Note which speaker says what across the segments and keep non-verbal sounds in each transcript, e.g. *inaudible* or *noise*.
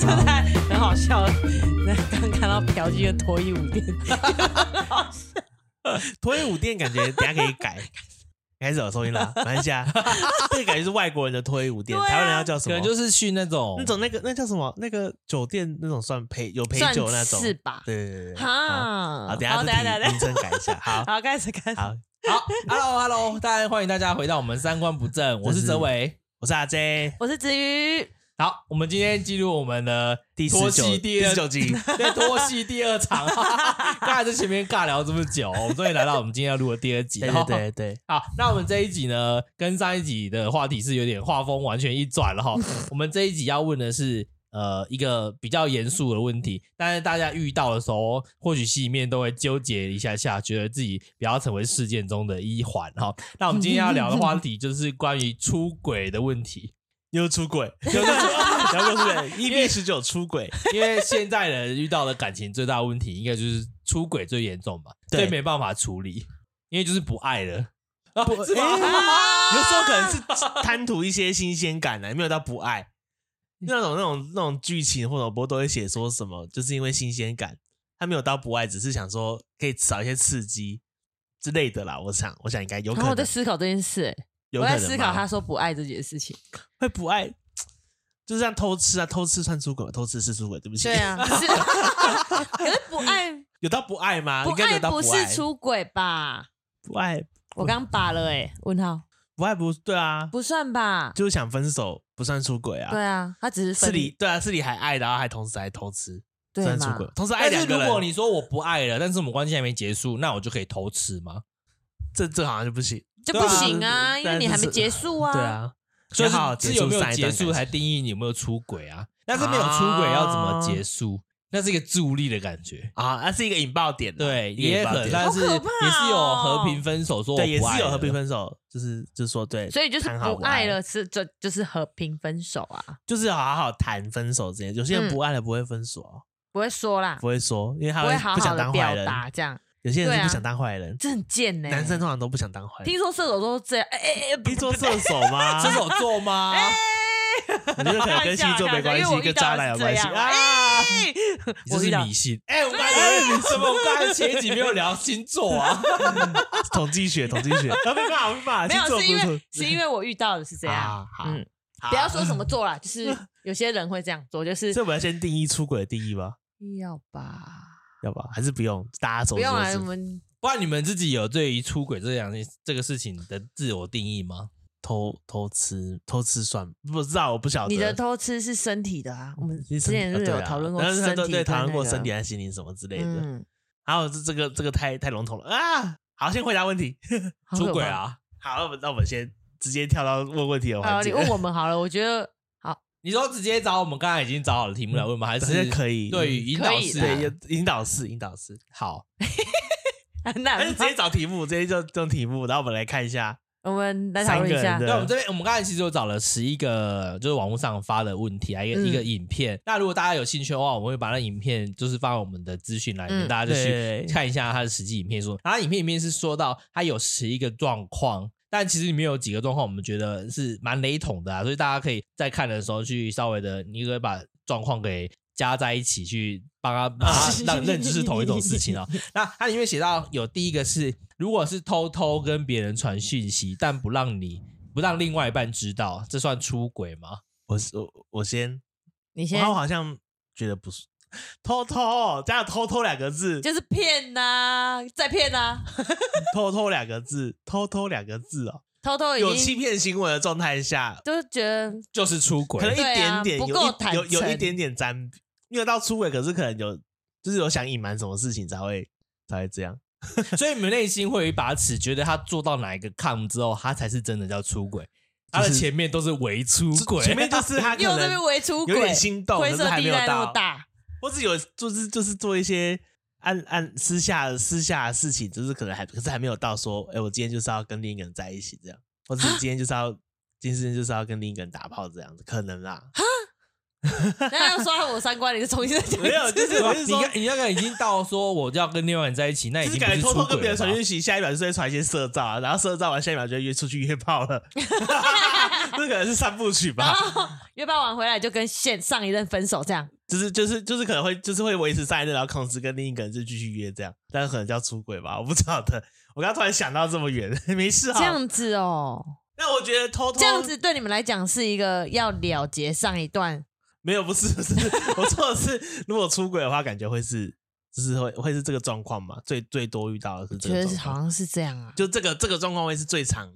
Speaker 1: 看很好笑，刚看到朴基的
Speaker 2: *laughs*
Speaker 1: 脱衣舞店，
Speaker 2: 脱衣舞店感觉等一下可以改，开始有收音了，马来西亚，这个感觉是外国人的脱衣舞店，
Speaker 1: 对啊
Speaker 2: 台湾人要叫什
Speaker 3: 可
Speaker 2: 么？
Speaker 3: 能就是去那种
Speaker 2: 那种那个那叫什么？那个酒店那种算陪有陪
Speaker 1: 算
Speaker 2: 酒那种，
Speaker 1: 是吧？
Speaker 2: 对对对对。好，
Speaker 1: 哈，
Speaker 2: 好等一下
Speaker 1: 好等一
Speaker 2: 这
Speaker 1: 下
Speaker 2: 题名
Speaker 1: 等一
Speaker 2: 称改一下。好
Speaker 1: 下， *laughs* 好，开始开始。
Speaker 2: 好，
Speaker 3: 好，Hello Hello，大家欢迎大家回到我们三观不正，我是
Speaker 2: 是
Speaker 3: 哲伟。
Speaker 2: 我是阿 J，
Speaker 1: 我是子瑜，
Speaker 3: 好，我们今天进入我们的
Speaker 2: 第十
Speaker 3: 脱
Speaker 2: 九
Speaker 3: 戏
Speaker 2: 第
Speaker 3: 第二
Speaker 2: 十九集，
Speaker 3: 对脱戏第二场， *laughs* 刚才在前面尬聊这么久，我们终于来到我们今天要录的第二集。
Speaker 2: 对对对对，
Speaker 3: 好，那我们这一集呢，跟上一集的话题是有点画风完全一转了哈。我们这一集要问的是，呃，一个比较严肃的问题，但是大家遇到的时候，或许心里面都会纠结一下下，觉得自己不要成为事件中的一环哈。那我们今天要聊的话题就是关于出轨的问题，
Speaker 2: 又出轨， *laughs* 又出，又出轨，EP 十九出轨，
Speaker 3: 因为现在人遇到的感情最大的问题，应该就是出轨最严重吧，
Speaker 2: 对
Speaker 3: 最没办法处理，因为就是不爱了， *laughs* 啊、是
Speaker 2: 诶
Speaker 3: 吗？
Speaker 2: 哎
Speaker 1: *laughs*
Speaker 2: 有时候可能是贪图一些新鲜感啊呢，没有到不爱。
Speaker 1: 嗯
Speaker 2: 那种那种那种剧情或者不都会写说什么，就是因为新鲜感，他没有到不爱，只是想说可以少一些刺激之类的啦。我想，我想应该有可
Speaker 1: 然哦后我在
Speaker 2: 能，
Speaker 1: 思考这件事、欸
Speaker 2: 有
Speaker 1: 我
Speaker 2: 可
Speaker 1: 在
Speaker 2: 能
Speaker 1: 思考
Speaker 2: 吧
Speaker 1: 他说不爱这件事情。
Speaker 2: 会不爱，就是像偷吃啊，偷吃算出轨吗，偷吃是出轨，对不起。
Speaker 1: 对，啊， *laughs* 是，可是不爱
Speaker 2: *laughs* 有到不爱吗？
Speaker 1: 不
Speaker 2: 应该没
Speaker 1: 爱
Speaker 2: 有到
Speaker 1: 不
Speaker 2: 爱
Speaker 1: 是，出轨吧？
Speaker 2: 不爱
Speaker 1: 我刚把了哎、欸，问号
Speaker 2: 不爱不对啊，
Speaker 1: 不算吧？
Speaker 2: 就是想分手不算出轨啊。
Speaker 1: 对啊，他只是
Speaker 2: 是
Speaker 1: 分
Speaker 2: 你对啊，是你还爱，然后还同时还偷吃，
Speaker 1: 对
Speaker 2: 算出
Speaker 1: 嘛
Speaker 2: 轨？，同时爱
Speaker 3: 但是
Speaker 2: 两个
Speaker 3: 如
Speaker 2: 人，
Speaker 3: 果你说我不爱了，但是我们关系还没结束，那我就可以偷吃吗？
Speaker 2: 这这好像就不行。
Speaker 1: 就
Speaker 3: 对
Speaker 1: 不
Speaker 3: 啊
Speaker 1: 行啊，因为
Speaker 2: 但
Speaker 1: 你还没
Speaker 2: 是
Speaker 1: 结束啊。
Speaker 2: 对，啊，
Speaker 3: 所以
Speaker 2: 要好好
Speaker 3: 是
Speaker 2: 结
Speaker 3: 是有
Speaker 2: 束
Speaker 3: 没有
Speaker 2: 上一
Speaker 3: 结
Speaker 2: 段
Speaker 3: 束
Speaker 2: 感
Speaker 3: 才定义你有没有出轨啊？但是没有出轨要怎么结束？那是一个助力的感觉，
Speaker 2: 情啊，那是一个引爆点啊，
Speaker 3: 对，
Speaker 2: 一个
Speaker 3: 也
Speaker 2: 引爆
Speaker 3: 很，
Speaker 2: 点。
Speaker 3: 但是也
Speaker 1: 好可怕哦
Speaker 3: 是有和平分手，说我
Speaker 2: 对，也
Speaker 3: 不爱
Speaker 2: 是有和平
Speaker 3: *laughs* 了，
Speaker 2: 分手，就是就是说对，
Speaker 1: 所以就是
Speaker 2: 谈好
Speaker 1: 不
Speaker 2: 不
Speaker 1: 爱
Speaker 2: 爱
Speaker 1: 了，，是就就是和平分手啊，
Speaker 2: 就是好好谈分手这些。有
Speaker 3: 嗯
Speaker 2: 些人不爱了不会分手啊，
Speaker 1: 不会说啦，
Speaker 2: 不会说，因为他
Speaker 1: 不会好
Speaker 2: 不
Speaker 1: 好
Speaker 2: 想
Speaker 1: 的
Speaker 2: 当坏
Speaker 1: 表
Speaker 2: 人。
Speaker 1: 达，这样
Speaker 2: 有些人
Speaker 1: 对
Speaker 2: 是
Speaker 1: 啊
Speaker 2: 不想当坏人，
Speaker 1: 这很贱呢、
Speaker 2: 男
Speaker 3: 欸
Speaker 2: 生通常都不想当坏人。
Speaker 1: 听说射手座都这样，哎哎哎，
Speaker 2: 听说射手吗？
Speaker 3: *laughs* 射手
Speaker 2: *laughs*
Speaker 3: 座吗？
Speaker 2: 我觉得可能跟星座
Speaker 3: *laughs*
Speaker 2: 没关系，跟渣男有关啊系啊。
Speaker 1: 啊！
Speaker 3: 你
Speaker 1: 我
Speaker 3: 这
Speaker 1: 遇
Speaker 3: 是
Speaker 2: *laughs*
Speaker 1: 到
Speaker 3: 迷信。哎，我刚才 *laughs* 什么？我刚才前几没有聊星座
Speaker 2: *laughs*
Speaker 3: 啊？
Speaker 2: 统计 *laughs* 学，统计学，啊没办法，没办法，
Speaker 1: 没
Speaker 2: 星座
Speaker 1: 有，是因
Speaker 2: 不
Speaker 1: 为是因为我遇到的是
Speaker 2: *laughs*
Speaker 1: 这样，
Speaker 2: 啊好
Speaker 1: 嗯，不要说什啊么做啦，就是
Speaker 2: 啊
Speaker 1: 有些人会这样做，就是
Speaker 2: 所以我们要先定义出轨的定义吧，
Speaker 1: 要吧，
Speaker 2: 要吧？还是不用？大家熟
Speaker 1: 不
Speaker 2: 悉
Speaker 1: 用
Speaker 2: 都
Speaker 1: 来
Speaker 2: 是
Speaker 1: 我们
Speaker 3: 不然你们自己有对于出轨这两件这个事情的自我定义吗？
Speaker 2: 偷偷吃，偷吃算不知道，我不晓得。
Speaker 1: 你的偷吃是身体的啊，我们之前
Speaker 2: 啊
Speaker 1: 是
Speaker 2: 对
Speaker 1: 有
Speaker 2: 啊
Speaker 1: 讨论过
Speaker 2: 但是
Speaker 1: 身
Speaker 2: 他
Speaker 1: 体
Speaker 2: 都
Speaker 1: 跟
Speaker 2: 对
Speaker 1: 那个，
Speaker 2: 讨论过身体和心灵什么之类的。
Speaker 1: 嗯，
Speaker 2: 还有这这个这个太太笼统了啊！好，先回答问题。
Speaker 1: *laughs* 好可
Speaker 3: 出轨
Speaker 1: 怕！
Speaker 3: 啊？
Speaker 2: 好，那我们那我们先直接跳到问问题的
Speaker 1: 好，
Speaker 2: 环
Speaker 1: 你
Speaker 2: 节。
Speaker 1: 问我们好了，我觉得 *laughs*
Speaker 3: 你说直接找我们刚才已经找好的题目来问吗？还
Speaker 2: 还
Speaker 3: 是
Speaker 2: 嗯是可以
Speaker 3: 对于引导式
Speaker 1: 可以啦
Speaker 2: 对引导式引导式，
Speaker 3: 好，
Speaker 2: 还
Speaker 1: 很
Speaker 2: 是
Speaker 1: 难
Speaker 2: 直。接找题目，直接就用题目，然后我们来看一下。
Speaker 1: 我们来讨论一
Speaker 2: 三
Speaker 1: 下
Speaker 2: 个人，的
Speaker 3: 那我们这边我们刚才其实有找了十一个，就是网络上发的问题啊，一个、
Speaker 1: 嗯
Speaker 3: 一个影片。那如果大家有兴趣的话，我们会把那影片就是放在我们的资讯栏里面，
Speaker 1: 嗯
Speaker 3: 大家就
Speaker 2: 对
Speaker 3: 去看一下它的实际影片说。然后它影片里面是说到它有十一个状况。但其实里面有几个状况，我们觉得是蛮雷同的啊，所以大家可以在看的时候去稍微的，你可以把状况给加在一起去帮他，把它让认知是同一种事情啊。那它里面写到有第一个是，如果是偷偷跟别人传讯息，但不让你不让另外一半知道，这算出轨吗？
Speaker 2: 我是我我先，
Speaker 1: 你
Speaker 2: 然
Speaker 1: 先
Speaker 2: 后我哦好像觉得不是偷偷加上“偷偷”两个字，
Speaker 1: 就是骗呐，再骗呐，
Speaker 2: 偷偷两个字，偷偷两个字哦，
Speaker 1: 偷偷
Speaker 2: 有
Speaker 1: 已
Speaker 2: 欺
Speaker 1: 经
Speaker 2: 骗行为的状态下，
Speaker 1: 就觉得
Speaker 3: 就是出轨
Speaker 2: 可能一
Speaker 1: 对啊
Speaker 2: 点点
Speaker 1: 不
Speaker 2: 有
Speaker 1: 够
Speaker 2: 一
Speaker 1: 坦
Speaker 2: 有有一
Speaker 1: 诚
Speaker 2: 点点沾，没有到出轨，可是可能有就是有想隐瞒什么事情才会才会这样。
Speaker 3: 所以你们内心会有一把尺，觉得他做到哪一个 com 之后，他才是真的叫出轨。他的
Speaker 2: 就是
Speaker 3: 前面都是伪出轨，*laughs*
Speaker 2: 前面就是
Speaker 1: *laughs*
Speaker 2: 他可
Speaker 1: 又这
Speaker 2: 能
Speaker 1: 边为出轨，
Speaker 2: 有点心动，
Speaker 1: 灰
Speaker 2: 可是
Speaker 1: 色
Speaker 2: 还没
Speaker 1: 地
Speaker 2: 有
Speaker 1: 带那么
Speaker 2: 到， *laughs*
Speaker 1: 大，
Speaker 2: 或是有就是就是做一些暗暗私下私下的事情，就是可能还可是还没有到说，哎、我今天就是要跟另一个人在一起这样，或是今天就是要今天就是要跟另一个人打炮这样子，可能啦，
Speaker 1: 那要刷我三观，你就重新再讲一次。
Speaker 2: 没有就是我是
Speaker 3: 你
Speaker 2: 说。
Speaker 3: 看你那个已经到说我要跟另外一个人在一起，那已
Speaker 2: 就是
Speaker 3: 经
Speaker 2: 感
Speaker 3: 不
Speaker 2: 觉
Speaker 3: 是
Speaker 2: 偷
Speaker 3: 出
Speaker 2: 偷跟别
Speaker 3: 轨
Speaker 2: 人
Speaker 3: 了吧
Speaker 2: 传讯息，下一秒就是会传一些色照啊，然后色照完下一秒就约出去约
Speaker 3: *laughs*
Speaker 2: 炮了，这可能是三部曲
Speaker 1: 然
Speaker 2: 吧？
Speaker 3: 啊
Speaker 1: 后约炮完回来就跟现上一任分手这样，
Speaker 2: 就是就是就是可能会就是会维持在那，然后同时跟另一个人就继续约这样，但是可能叫出轨吧，我不知道的。我刚刚突然想到这么远， *laughs* 没事
Speaker 1: 这
Speaker 2: 哈。
Speaker 1: 样子哦，
Speaker 2: 那我觉得偷偷
Speaker 1: 这样子对你们来讲是一个要了结上一段
Speaker 2: 没有，不是不是，我说的是如果出轨的话，感觉会是就是会会是这个状况嘛，最最多遇到的是这
Speaker 1: 觉
Speaker 2: 个
Speaker 1: 得
Speaker 2: 状
Speaker 1: 是
Speaker 2: 况
Speaker 1: 好像是这样啊。
Speaker 2: 就这个这个状况会是最常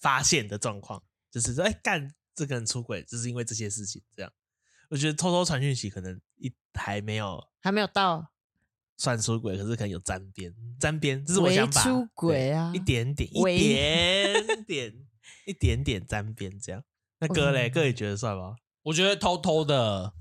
Speaker 2: 发现的状况，就是说，哎、干这个人出轨，就是因为这些事情这样。我觉得偷偷传讯息可能一还没有
Speaker 1: 还没有到，
Speaker 2: 算出轨，可是可能有沾边，沾边，这是我
Speaker 1: 微
Speaker 2: 想法。
Speaker 1: 出轨啊
Speaker 2: 对一点点，一
Speaker 1: 微 *laughs*
Speaker 2: 点点，一点点沾边这样。那哥嘞，
Speaker 1: 嗯
Speaker 2: 哥也觉得算吗？
Speaker 3: 我觉得偷偷的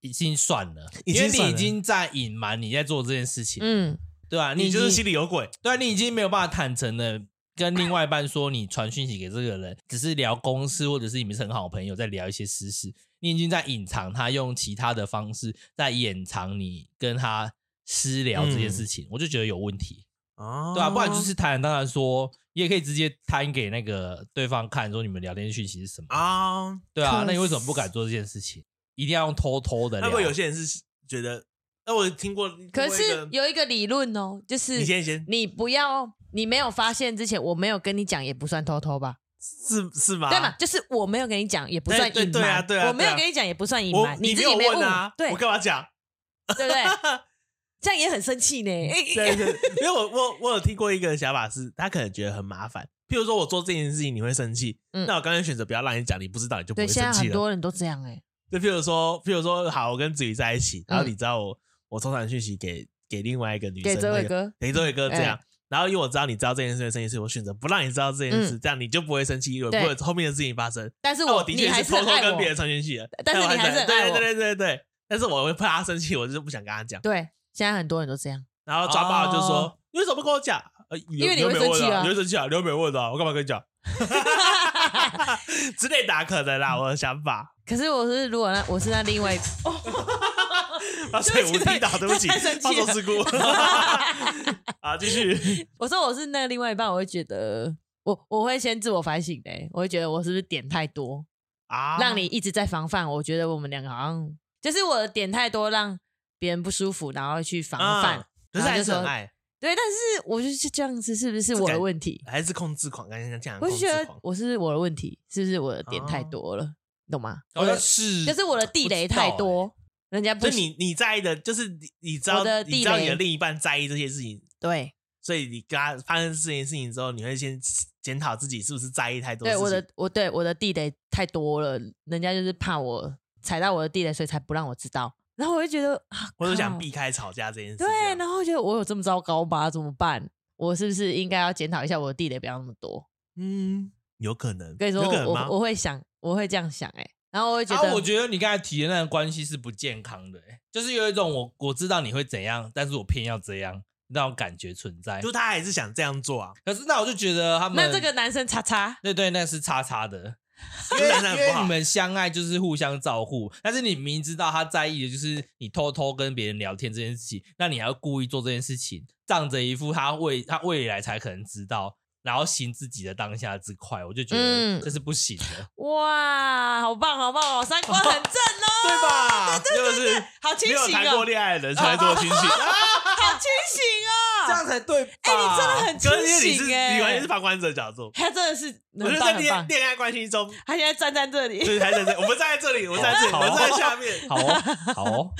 Speaker 3: 已经算了，
Speaker 2: 已
Speaker 3: 因
Speaker 2: 经
Speaker 3: 为
Speaker 2: 算
Speaker 3: 你
Speaker 2: 了
Speaker 3: 已经在隐瞒你在做这件事情，
Speaker 1: 嗯，
Speaker 3: 对吧、啊？
Speaker 2: 你
Speaker 3: 已
Speaker 2: 就是
Speaker 3: 经
Speaker 2: 心里有鬼，
Speaker 3: 对啊，你已经没有办法坦诚的跟另外一半说你传讯息给这个人，只是聊公司或者是你们是很好的朋友，在聊一些私事，你已经在隐藏他，用其他的方式在掩藏你跟他私聊这
Speaker 1: 嗯
Speaker 3: 件事情，我就觉得有问题，
Speaker 2: 哦
Speaker 3: 对吧、啊？不然就是坦坦当然说，也可以直接摊给那个对方看，说你们聊天讯息是什么，
Speaker 2: 啊、
Speaker 3: 对啊
Speaker 1: 可，
Speaker 3: 那你为什么不敢做这件事情？一定要用偷偷的
Speaker 2: 那
Speaker 3: 聊？
Speaker 2: 会不会有些人是觉得，那我听过，听过
Speaker 1: 可
Speaker 2: 一
Speaker 1: 是
Speaker 2: 个
Speaker 1: 有一个理论哦，就是
Speaker 2: 你先你先
Speaker 1: 你不要，你没有发现之前，我没有跟你讲，也不算偷偷吧，
Speaker 2: 是是吗？
Speaker 1: 对嘛？就是我没有跟你讲，也不算
Speaker 2: 对对
Speaker 1: 隐瞒，
Speaker 2: 对啊对啊
Speaker 1: 我没有
Speaker 2: 对啊
Speaker 1: 跟你讲，也不算隐
Speaker 2: 我
Speaker 1: 瞒，
Speaker 2: 你没
Speaker 1: 自己
Speaker 2: 有
Speaker 1: 没
Speaker 2: 问啊
Speaker 1: 误，对
Speaker 2: 我干嘛讲？
Speaker 1: 对不对？ *laughs* 这样也很生气
Speaker 2: *laughs*
Speaker 1: 呢，哎哎
Speaker 2: 对对，因为我我我有听过一个想法是，他可能觉得很麻烦。譬如说我做这件事情你会生气，
Speaker 1: 嗯
Speaker 2: 那我刚才选择不要让你讲，你不知道你就不
Speaker 1: 对，
Speaker 2: 会
Speaker 1: 现在
Speaker 2: 生气
Speaker 1: 很
Speaker 2: 了。
Speaker 1: 多人都这样哎，
Speaker 2: 就譬如说，譬如说，好，我跟子瑜在一起，然后
Speaker 1: 嗯
Speaker 2: 你知道我、我通常讯息给给另外一个女生，
Speaker 1: 给这
Speaker 2: 那
Speaker 1: 位
Speaker 2: 个
Speaker 1: 哥，
Speaker 2: 给周伟哥这样。
Speaker 1: 哎
Speaker 2: 然后因为我知道你知道这件事会生气，所以我选择不让你知道这件事，这样你就不会生气，因为不
Speaker 1: 嗯对
Speaker 2: 会有后面的事情发生。
Speaker 1: 但是
Speaker 2: 那
Speaker 1: 我
Speaker 2: 啊我的确
Speaker 1: 你还
Speaker 2: 偷
Speaker 1: 很
Speaker 2: 偷
Speaker 1: 爱
Speaker 2: 跟
Speaker 1: 我
Speaker 2: 别，人传讯息的，
Speaker 1: *laughs* 但是
Speaker 2: 我
Speaker 1: 你还是很爱
Speaker 2: 对
Speaker 1: 我
Speaker 2: 对对对对。但是我会怕他生气，我就不想跟他讲。
Speaker 1: 对，现在很多人都这样，
Speaker 2: 然后抓包就说：“
Speaker 3: 哦
Speaker 2: 你为什么不跟我讲？”呃，因
Speaker 1: 因为你会生气啊
Speaker 2: 你会生气啊，你又没问啊，我干嘛跟你讲？ *laughs* 之类的啊可能啦，我的想法。
Speaker 1: 可是我是如果那我是那另外一
Speaker 2: 啊，所以我听到，对不起
Speaker 1: 太生，气
Speaker 2: 放
Speaker 1: 了
Speaker 2: 纵事
Speaker 1: *laughs*
Speaker 2: 故。 *laughs* 啊，继续。
Speaker 1: 我说我是那个另外一半，我会觉得我我会先自我反省嘞、我会觉得我是不是点太多，
Speaker 2: 啊，
Speaker 1: 让你一直在防范。我觉得我们两个好像就是我的点太多，让别人不舒服，然后去防
Speaker 2: 啊
Speaker 1: 范。
Speaker 2: 可是还是很爱，
Speaker 1: 对，但是我就是这样子，是不是
Speaker 2: 这
Speaker 1: 我
Speaker 2: 感
Speaker 1: 的问题？
Speaker 2: 还是控制狂，刚刚讲
Speaker 1: 我
Speaker 2: 控
Speaker 1: 就觉
Speaker 2: 制
Speaker 1: 得
Speaker 2: 狂。
Speaker 1: 我是我的问题，是不是我的点
Speaker 2: 哦
Speaker 1: 太多了？你懂吗？
Speaker 3: 好像是，
Speaker 1: 就是我的地雷
Speaker 3: 欸
Speaker 1: 太多，人家不
Speaker 2: 欸所以你你在意的，就是你你知道
Speaker 1: 我的地雷
Speaker 2: 你知道你的另一半在意这些事情，
Speaker 1: 对
Speaker 2: 所以你跟他发生这件事情之后，你会先检讨自己是不是在意太多事
Speaker 1: 对
Speaker 2: 情。
Speaker 1: 我的我对我的地雷太多了，人家就是怕我踩到我的地雷，所以才不让我知道。然后我就觉得啊，
Speaker 2: 我都想
Speaker 1: 靠
Speaker 2: 避开吵架这件事。
Speaker 1: 对，然后觉得我有这么糟糕吗？怎么办？我是不是应该要检讨一下我的地雷不要那么多？
Speaker 2: 嗯，有可能，
Speaker 1: 跟你说，
Speaker 2: 有可能
Speaker 1: 我
Speaker 2: 吗啊
Speaker 1: 我？我会想，我会这样想、欸，哎，然后我会觉
Speaker 3: 然
Speaker 1: 得，
Speaker 3: 啊后我觉得你刚才提的那个关系是不健康的、欸就是有一种我我知道你会怎样，但是我偏要这样那种感觉存在。
Speaker 2: 就他还是想这样做啊，
Speaker 3: 可是那我就觉得他们
Speaker 1: 那这个男生叉叉，
Speaker 3: 对对，那是叉叉的，
Speaker 2: 因
Speaker 3: 因
Speaker 2: 为
Speaker 1: 啊
Speaker 3: 为
Speaker 2: 男
Speaker 3: 因
Speaker 2: 生很不
Speaker 3: 为
Speaker 2: 好
Speaker 3: 你们相爱就是互相照顾，但是你明知道他在意的就是你偷偷跟别人聊天这件事情，那你还要故意做这件事情，仗着一副他未他未来才可能知道。然后行自己的当下之快，我就觉得
Speaker 1: 嗯
Speaker 3: 这是不行的，
Speaker 1: 哇，好棒，好棒哦，三观很正哦，
Speaker 2: *laughs* 对吧？就是
Speaker 1: 好清
Speaker 2: 没有
Speaker 1: 醒
Speaker 2: 谈过
Speaker 1: 哦，
Speaker 2: 恋爱的人才会这么
Speaker 1: *laughs*
Speaker 2: 清醒，啊
Speaker 1: 好清醒
Speaker 2: *laughs*
Speaker 3: 这
Speaker 1: 哦，
Speaker 3: 样才对吧？
Speaker 1: 哎、你真的很
Speaker 2: 可是你
Speaker 1: 清
Speaker 2: 是
Speaker 1: 醒
Speaker 2: 你完
Speaker 1: 哎、
Speaker 2: 全是旁观者角度。
Speaker 1: 他真的是
Speaker 2: 我觉
Speaker 1: 很
Speaker 2: 得
Speaker 1: 棒
Speaker 2: 在
Speaker 1: 很
Speaker 2: 恋
Speaker 1: 棒，
Speaker 2: 恋爱关系中，
Speaker 1: 他现在站在这
Speaker 2: 就
Speaker 1: 里，
Speaker 2: 是还在这，我们站在这里，我们站在这里，
Speaker 3: 好
Speaker 2: 我们站在下面。
Speaker 3: 好哦，好
Speaker 1: *laughs*
Speaker 3: 哦，